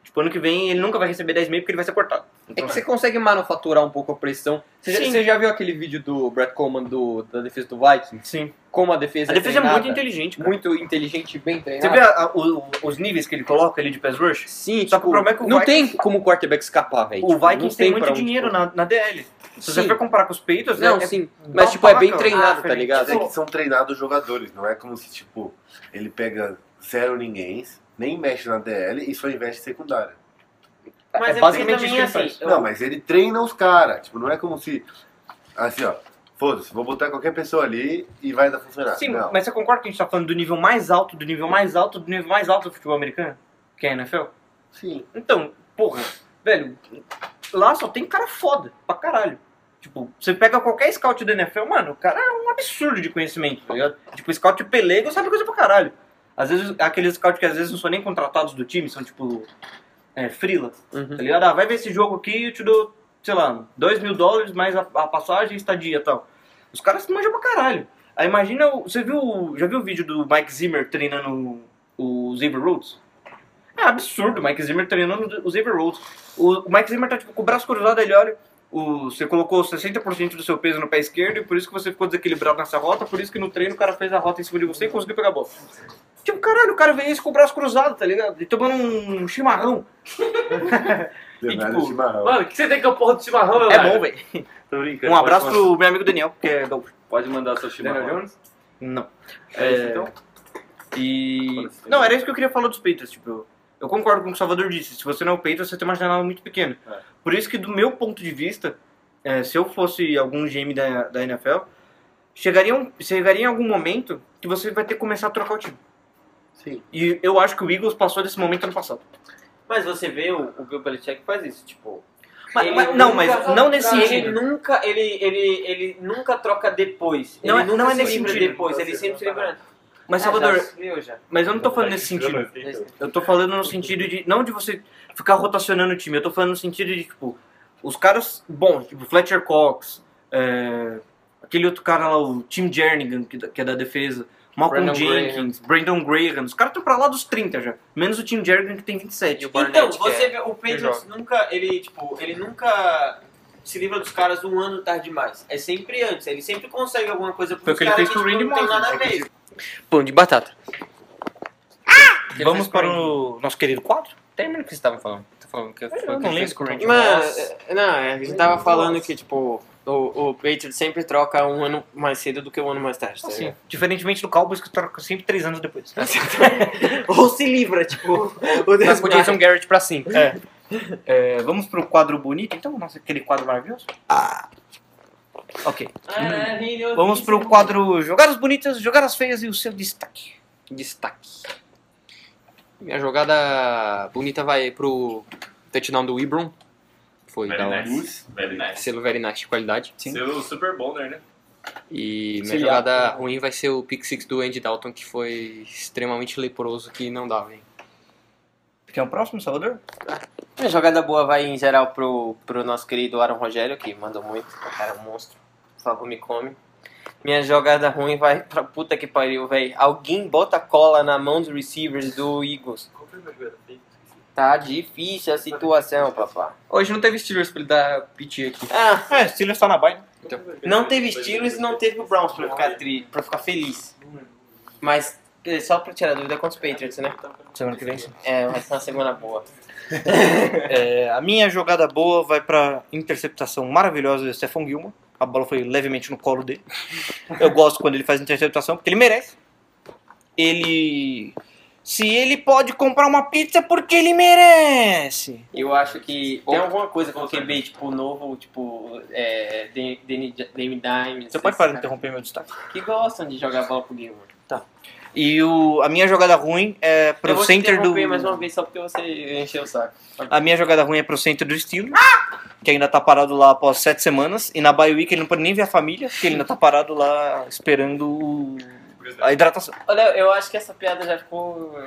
Speaker 2: Tipo, ano que vem ele nunca vai receber 10 meio porque ele vai ser cortado.
Speaker 1: É
Speaker 2: Então,
Speaker 1: que você consegue manufaturar um pouco a pressão. Você já,
Speaker 2: Sim.
Speaker 1: você já viu aquele vídeo do Brad Coleman do, da defesa do Vikings?
Speaker 2: Sim.
Speaker 1: Como a defesa
Speaker 2: A defesa é
Speaker 1: treinada,
Speaker 2: muito inteligente, cara.
Speaker 1: muito inteligente e bem
Speaker 2: Você
Speaker 1: treinada.
Speaker 2: vê a- a- o- os níveis que ele coloca ali de pass rush?
Speaker 1: Sim, tipo,
Speaker 2: Só que o problema é que o
Speaker 1: não
Speaker 2: Vikings-
Speaker 1: tem como o quarterback escapar, velho.
Speaker 2: O
Speaker 1: Tipo, não
Speaker 2: Vikings tem
Speaker 1: pra
Speaker 2: muito
Speaker 1: onde
Speaker 2: dinheiro
Speaker 1: correr.
Speaker 2: na, na DL. Se você
Speaker 1: Sim.
Speaker 2: for comparar com os Peitos,
Speaker 1: Não,
Speaker 2: é, é
Speaker 1: sim.
Speaker 2: dá
Speaker 1: Mas,
Speaker 2: um
Speaker 1: tipo, é
Speaker 2: palavrão.
Speaker 1: bem treinado,
Speaker 2: Ah,
Speaker 1: tá
Speaker 2: Felipe,
Speaker 1: ligado?
Speaker 5: É que são treinados os jogadores, não é como se, tipo, ele pega zero ninguém, nem mexe na DL e só investe em secundária.
Speaker 6: Tá,
Speaker 10: Mas
Speaker 1: é
Speaker 10: é,
Speaker 1: basicamente
Speaker 10: basicamente também,
Speaker 1: isso que ele
Speaker 10: assim, eu-
Speaker 5: Não, mas ele treina os caras. Tipo, não é como se. Assim, ó. Foda-se, vou botar qualquer pessoa ali e vai dar funcionar.
Speaker 2: Sim,
Speaker 5: não.
Speaker 2: mas você concorda que a gente tá falando do nível mais alto, do nível mais alto, do nível mais alto do futebol americano? Que é a NFL?
Speaker 5: Sim.
Speaker 2: Então, porra, velho, lá só tem cara foda pra caralho. Tipo, você pega qualquer scout da NFL, mano, o cara é um absurdo de conhecimento, tá ligado? Tipo, scout pelego sabe coisa pra caralho. Às vezes, aqueles scouts que às vezes não são nem contratados do time, são tipo, é, frila,
Speaker 5: Uhum.
Speaker 2: tá ligado? Ah, vai ver esse jogo aqui eu te dou, sei lá, dois mil dólares mais a, a passagem e estadia e tal. Os caras se manjam pra caralho. Aí imagina, o- você viu, já viu o vídeo do Mike Zimmer treinando o Xavier Rhodes? É absurdo o Mike Zimmer treinando o Xavier Rhodes. O, o Mike Zimmer tá tipo, com o braço cruzado, ele olha. O, você colocou 60% do seu peso no pé esquerdo e por isso que você ficou desequilibrado nessa rota, por isso que no treino o cara fez a rota em cima de você e conseguiu pegar a bola. Tipo, caralho, o cara veio isso com o braço cruzado, tá ligado? E tomando um chimarrão.
Speaker 5: Leonardo
Speaker 2: tipo,
Speaker 5: Chimarrão.
Speaker 11: Mano, o que você tem com a porra do chimarrão,
Speaker 2: É
Speaker 11: Leonardo?
Speaker 2: bom, velho.
Speaker 11: Tô brincando.
Speaker 2: Um abraço
Speaker 11: Pode,
Speaker 2: pro meu amigo Daniel, que é gaúcho.
Speaker 11: pode mandar seu chimarrão.
Speaker 7: Daniel
Speaker 11: Jones?
Speaker 2: Não.
Speaker 11: É, isso, então?
Speaker 2: E. Não, era isso que eu queria falar dos Patriots, tipo. eu- Eu concordo com o que o Salvador disse. Se você não é o Patriots, você tem uma janela muito pequena.
Speaker 11: É.
Speaker 2: Por isso que, do meu ponto de vista, é, se eu fosse algum GM da, da NFL, chegaria, um, chegaria em algum momento que você vai ter que começar a trocar o time.
Speaker 5: Sim.
Speaker 2: E eu acho que o Eagles passou desse momento ano passado.
Speaker 10: Mas você vê o, o Bill Belichick faz isso, tipo...
Speaker 2: Mas,
Speaker 10: ele
Speaker 2: mas- não,
Speaker 10: nunca-
Speaker 2: mas não nesse
Speaker 10: ele
Speaker 2: sentido.
Speaker 10: Nunca, ele, ele, ele nunca troca depois.
Speaker 2: Não
Speaker 10: ele
Speaker 2: é-
Speaker 10: nunca
Speaker 2: não é
Speaker 10: se
Speaker 2: nesse
Speaker 10: livra
Speaker 2: sentido.
Speaker 10: depois, ele sempre se livra...
Speaker 2: Mas,
Speaker 10: Ah,
Speaker 2: Salvador,
Speaker 10: já se viu, já.
Speaker 2: mas eu não tô
Speaker 3: Tá,
Speaker 2: falando nesse sentido. Eu tô falando no sentido de. Não de você ficar rotacionando o time. Eu tô falando no sentido de, tipo, os caras bons, tipo, Fletcher Cox, é, aquele outro cara lá, o Tim Jernigan, que, da- que é da defesa, Malcolm
Speaker 1: Brandon
Speaker 2: Jenkins, Brandon Graham. Os caras estão pra lá dos 30 já. Menos o Tim Jernigan que tem 27.
Speaker 10: Então, você vê, o
Speaker 2: joga.
Speaker 10: Patriots nunca, ele, tipo, ele nunca se livra dos caras um ano tarde demais. É sempre antes, ele sempre consegue alguma coisa pros
Speaker 2: Foi o que ele
Speaker 10: caras
Speaker 2: fez com o
Speaker 10: tipo,
Speaker 2: Randy
Speaker 10: não tem
Speaker 2: Moss,
Speaker 10: nada a
Speaker 2: né?
Speaker 10: ver.
Speaker 12: Pão de batata.
Speaker 2: Ah!
Speaker 1: é.
Speaker 2: Vamos para um- o nosso querido quadro?
Speaker 1: Termina o que você tava falando. Tô falando que foi
Speaker 2: Eu
Speaker 1: o
Speaker 2: não
Speaker 1: que fez
Speaker 2: lembro
Speaker 1: com o Randy
Speaker 6: Mas,
Speaker 1: Moss.
Speaker 6: é, não, é, a gente tava falando que, tipo, o, o Patriot sempre troca um ano mais cedo do que um ano mais tarde, tá
Speaker 2: Assim,
Speaker 6: ligado?
Speaker 2: diferentemente do Cowboys, que troca sempre 3 anos depois.
Speaker 6: Ou se livra, tipo, o
Speaker 1: Mas
Speaker 6: Deus
Speaker 1: podia ser um Garrett pra cinco.
Speaker 2: É, vamos pro quadro bonito, então? Nossa, aquele quadro maravilhoso? Ok. Vamos pro quadro Jogadas Bonitas, Jogadas Feias e o seu destaque.
Speaker 1: Destaque. Minha jogada bonita vai pro touchdown do Ibron. Foi
Speaker 2: Então,
Speaker 1: da hora.
Speaker 2: é
Speaker 11: Very nice. Very nice.
Speaker 1: Selo very nice de qualidade.
Speaker 11: Seu Super Bowler, né?
Speaker 1: E minha jogada
Speaker 2: né?
Speaker 1: ruim vai ser o pick six do Andy Dalton, que foi extremamente leproso, que não dava, hein?
Speaker 2: Quer um próximo, Salvador?
Speaker 6: A jogada boa vai em geral pro, pro nosso querido Aaron Rogério, que mandou muito. O cara é um monstro. Por favor, me come. Minha jogada ruim vai pra puta que pariu, velho. Alguém bota cola na mão dos receivers do Eagles. Tá difícil a situação, papá.
Speaker 1: Hoje não teve Steelers pra ele dar piti aqui.
Speaker 6: Ah,
Speaker 2: É, Steelers tá na baia.
Speaker 6: não teve Steelers e não teve o Browns pra ficar, tri, pra ficar feliz. Mas eh, só pra tirar dúvida contra os Patriots, né?
Speaker 2: Semana que vem.
Speaker 1: (laughs)
Speaker 6: É, vai ser uma semana boa.
Speaker 2: É, a minha jogada boa vai pra interceptação maravilhosa do Stefan Gilmore. A bola foi levemente no colo dele. Eu gosto quando ele faz interceptação, porque ele merece. Ele. Se ele pode comprar uma pizza, porque ele merece.
Speaker 6: Eu acho que tem alguma coisa com o QB, tipo, novo, tipo, é, Danny Danny- Danny Dimes.
Speaker 2: Você pode parar de interromper meu destaque.
Speaker 6: interromper. Que gostam de jogar bola pro Gilmore.
Speaker 2: E o, a minha jogada ruim é pro
Speaker 6: eu vou te
Speaker 2: center do.
Speaker 6: interromper mais uma vez só porque você encheu o saco.
Speaker 2: A minha jogada ruim é pro centro do Steelers, que ainda tá parado lá após sete semanas. E na bye week ele não pode nem ver a família, porque ele ainda tá parado lá esperando o- a hidratação.
Speaker 6: Olha, eu acho que essa piada já ficou...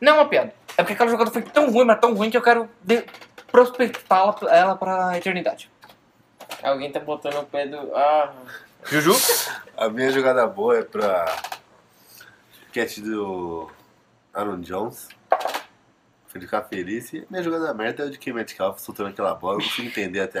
Speaker 2: Não é uma piada. É porque aquela jogada foi tão ruim, mas tão ruim, que eu quero de- prospectá-la ela pra eternidade.
Speaker 6: Alguém tá botando o pé do... Ah,
Speaker 2: Juju?
Speaker 5: A minha jogada boa é pra. Catch do. Aaron Jones. Pra ficar feliz. E a minha jogada merda é o de quem mete calvo soltando aquela bola. Eu não consigo entender até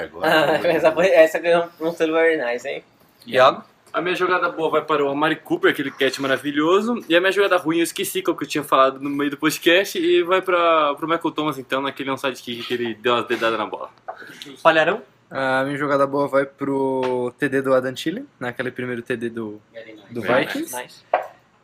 Speaker 6: Ah,
Speaker 5: agora.
Speaker 6: (laughs) essa, foi, essa ganhou um selo very nice, hein?
Speaker 1: Iago?
Speaker 3: A minha jogada boa vai para o Amari Cooper, aquele catch maravilhoso. E a minha jogada ruim, eu esqueci qual que eu tinha falado no meio do podcast. E vai para o Michael Thomas, então, naquele onside kick que ele deu umas dedadas na bola.
Speaker 13: Falharão?
Speaker 8: A minha jogada boa vai pro TD do Adam Chile, naquele primeiro TD do, (laughs) do Vikings.
Speaker 13: Nice.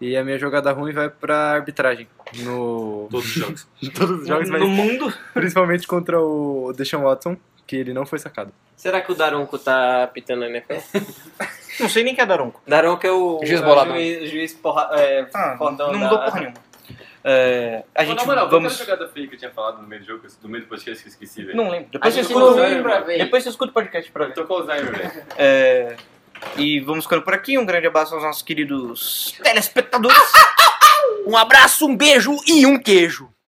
Speaker 8: E a minha jogada ruim vai pra arbitragem. No...
Speaker 3: Todos os
Speaker 11: (laughs)
Speaker 3: jogos.
Speaker 8: em todos os jogos, mas
Speaker 13: No mundo?
Speaker 8: principalmente contra o Deshaun Watson, que ele não foi sacado.
Speaker 6: Será que o Daronco tá apitando a NFL?
Speaker 2: Não sei nem quem é Daronco.
Speaker 6: Daronco é o,
Speaker 1: Juiz
Speaker 6: é o
Speaker 1: boladão.
Speaker 6: juiz, juiz porra, é,
Speaker 2: Ah,
Speaker 6: fodão
Speaker 2: não
Speaker 6: da-
Speaker 2: mudou porra nenhuma. É, a
Speaker 3: Mas,
Speaker 2: gente
Speaker 3: na moral, qual que era
Speaker 2: vamos...
Speaker 3: a jogada feia que eu tinha falado no meio do jogo, no meio do podcast que eu esqueci, velho?
Speaker 2: Não lembro. Depois você,
Speaker 6: gente
Speaker 2: escuta,
Speaker 6: não lembra, velho.
Speaker 2: depois você escuta o podcast pra ver.
Speaker 3: Eu tô com Alzheimer, velho.
Speaker 2: É, e vamos ficando por aqui. Um grande abraço aos nossos queridos telespectadores. Um abraço, um beijo e um queijo.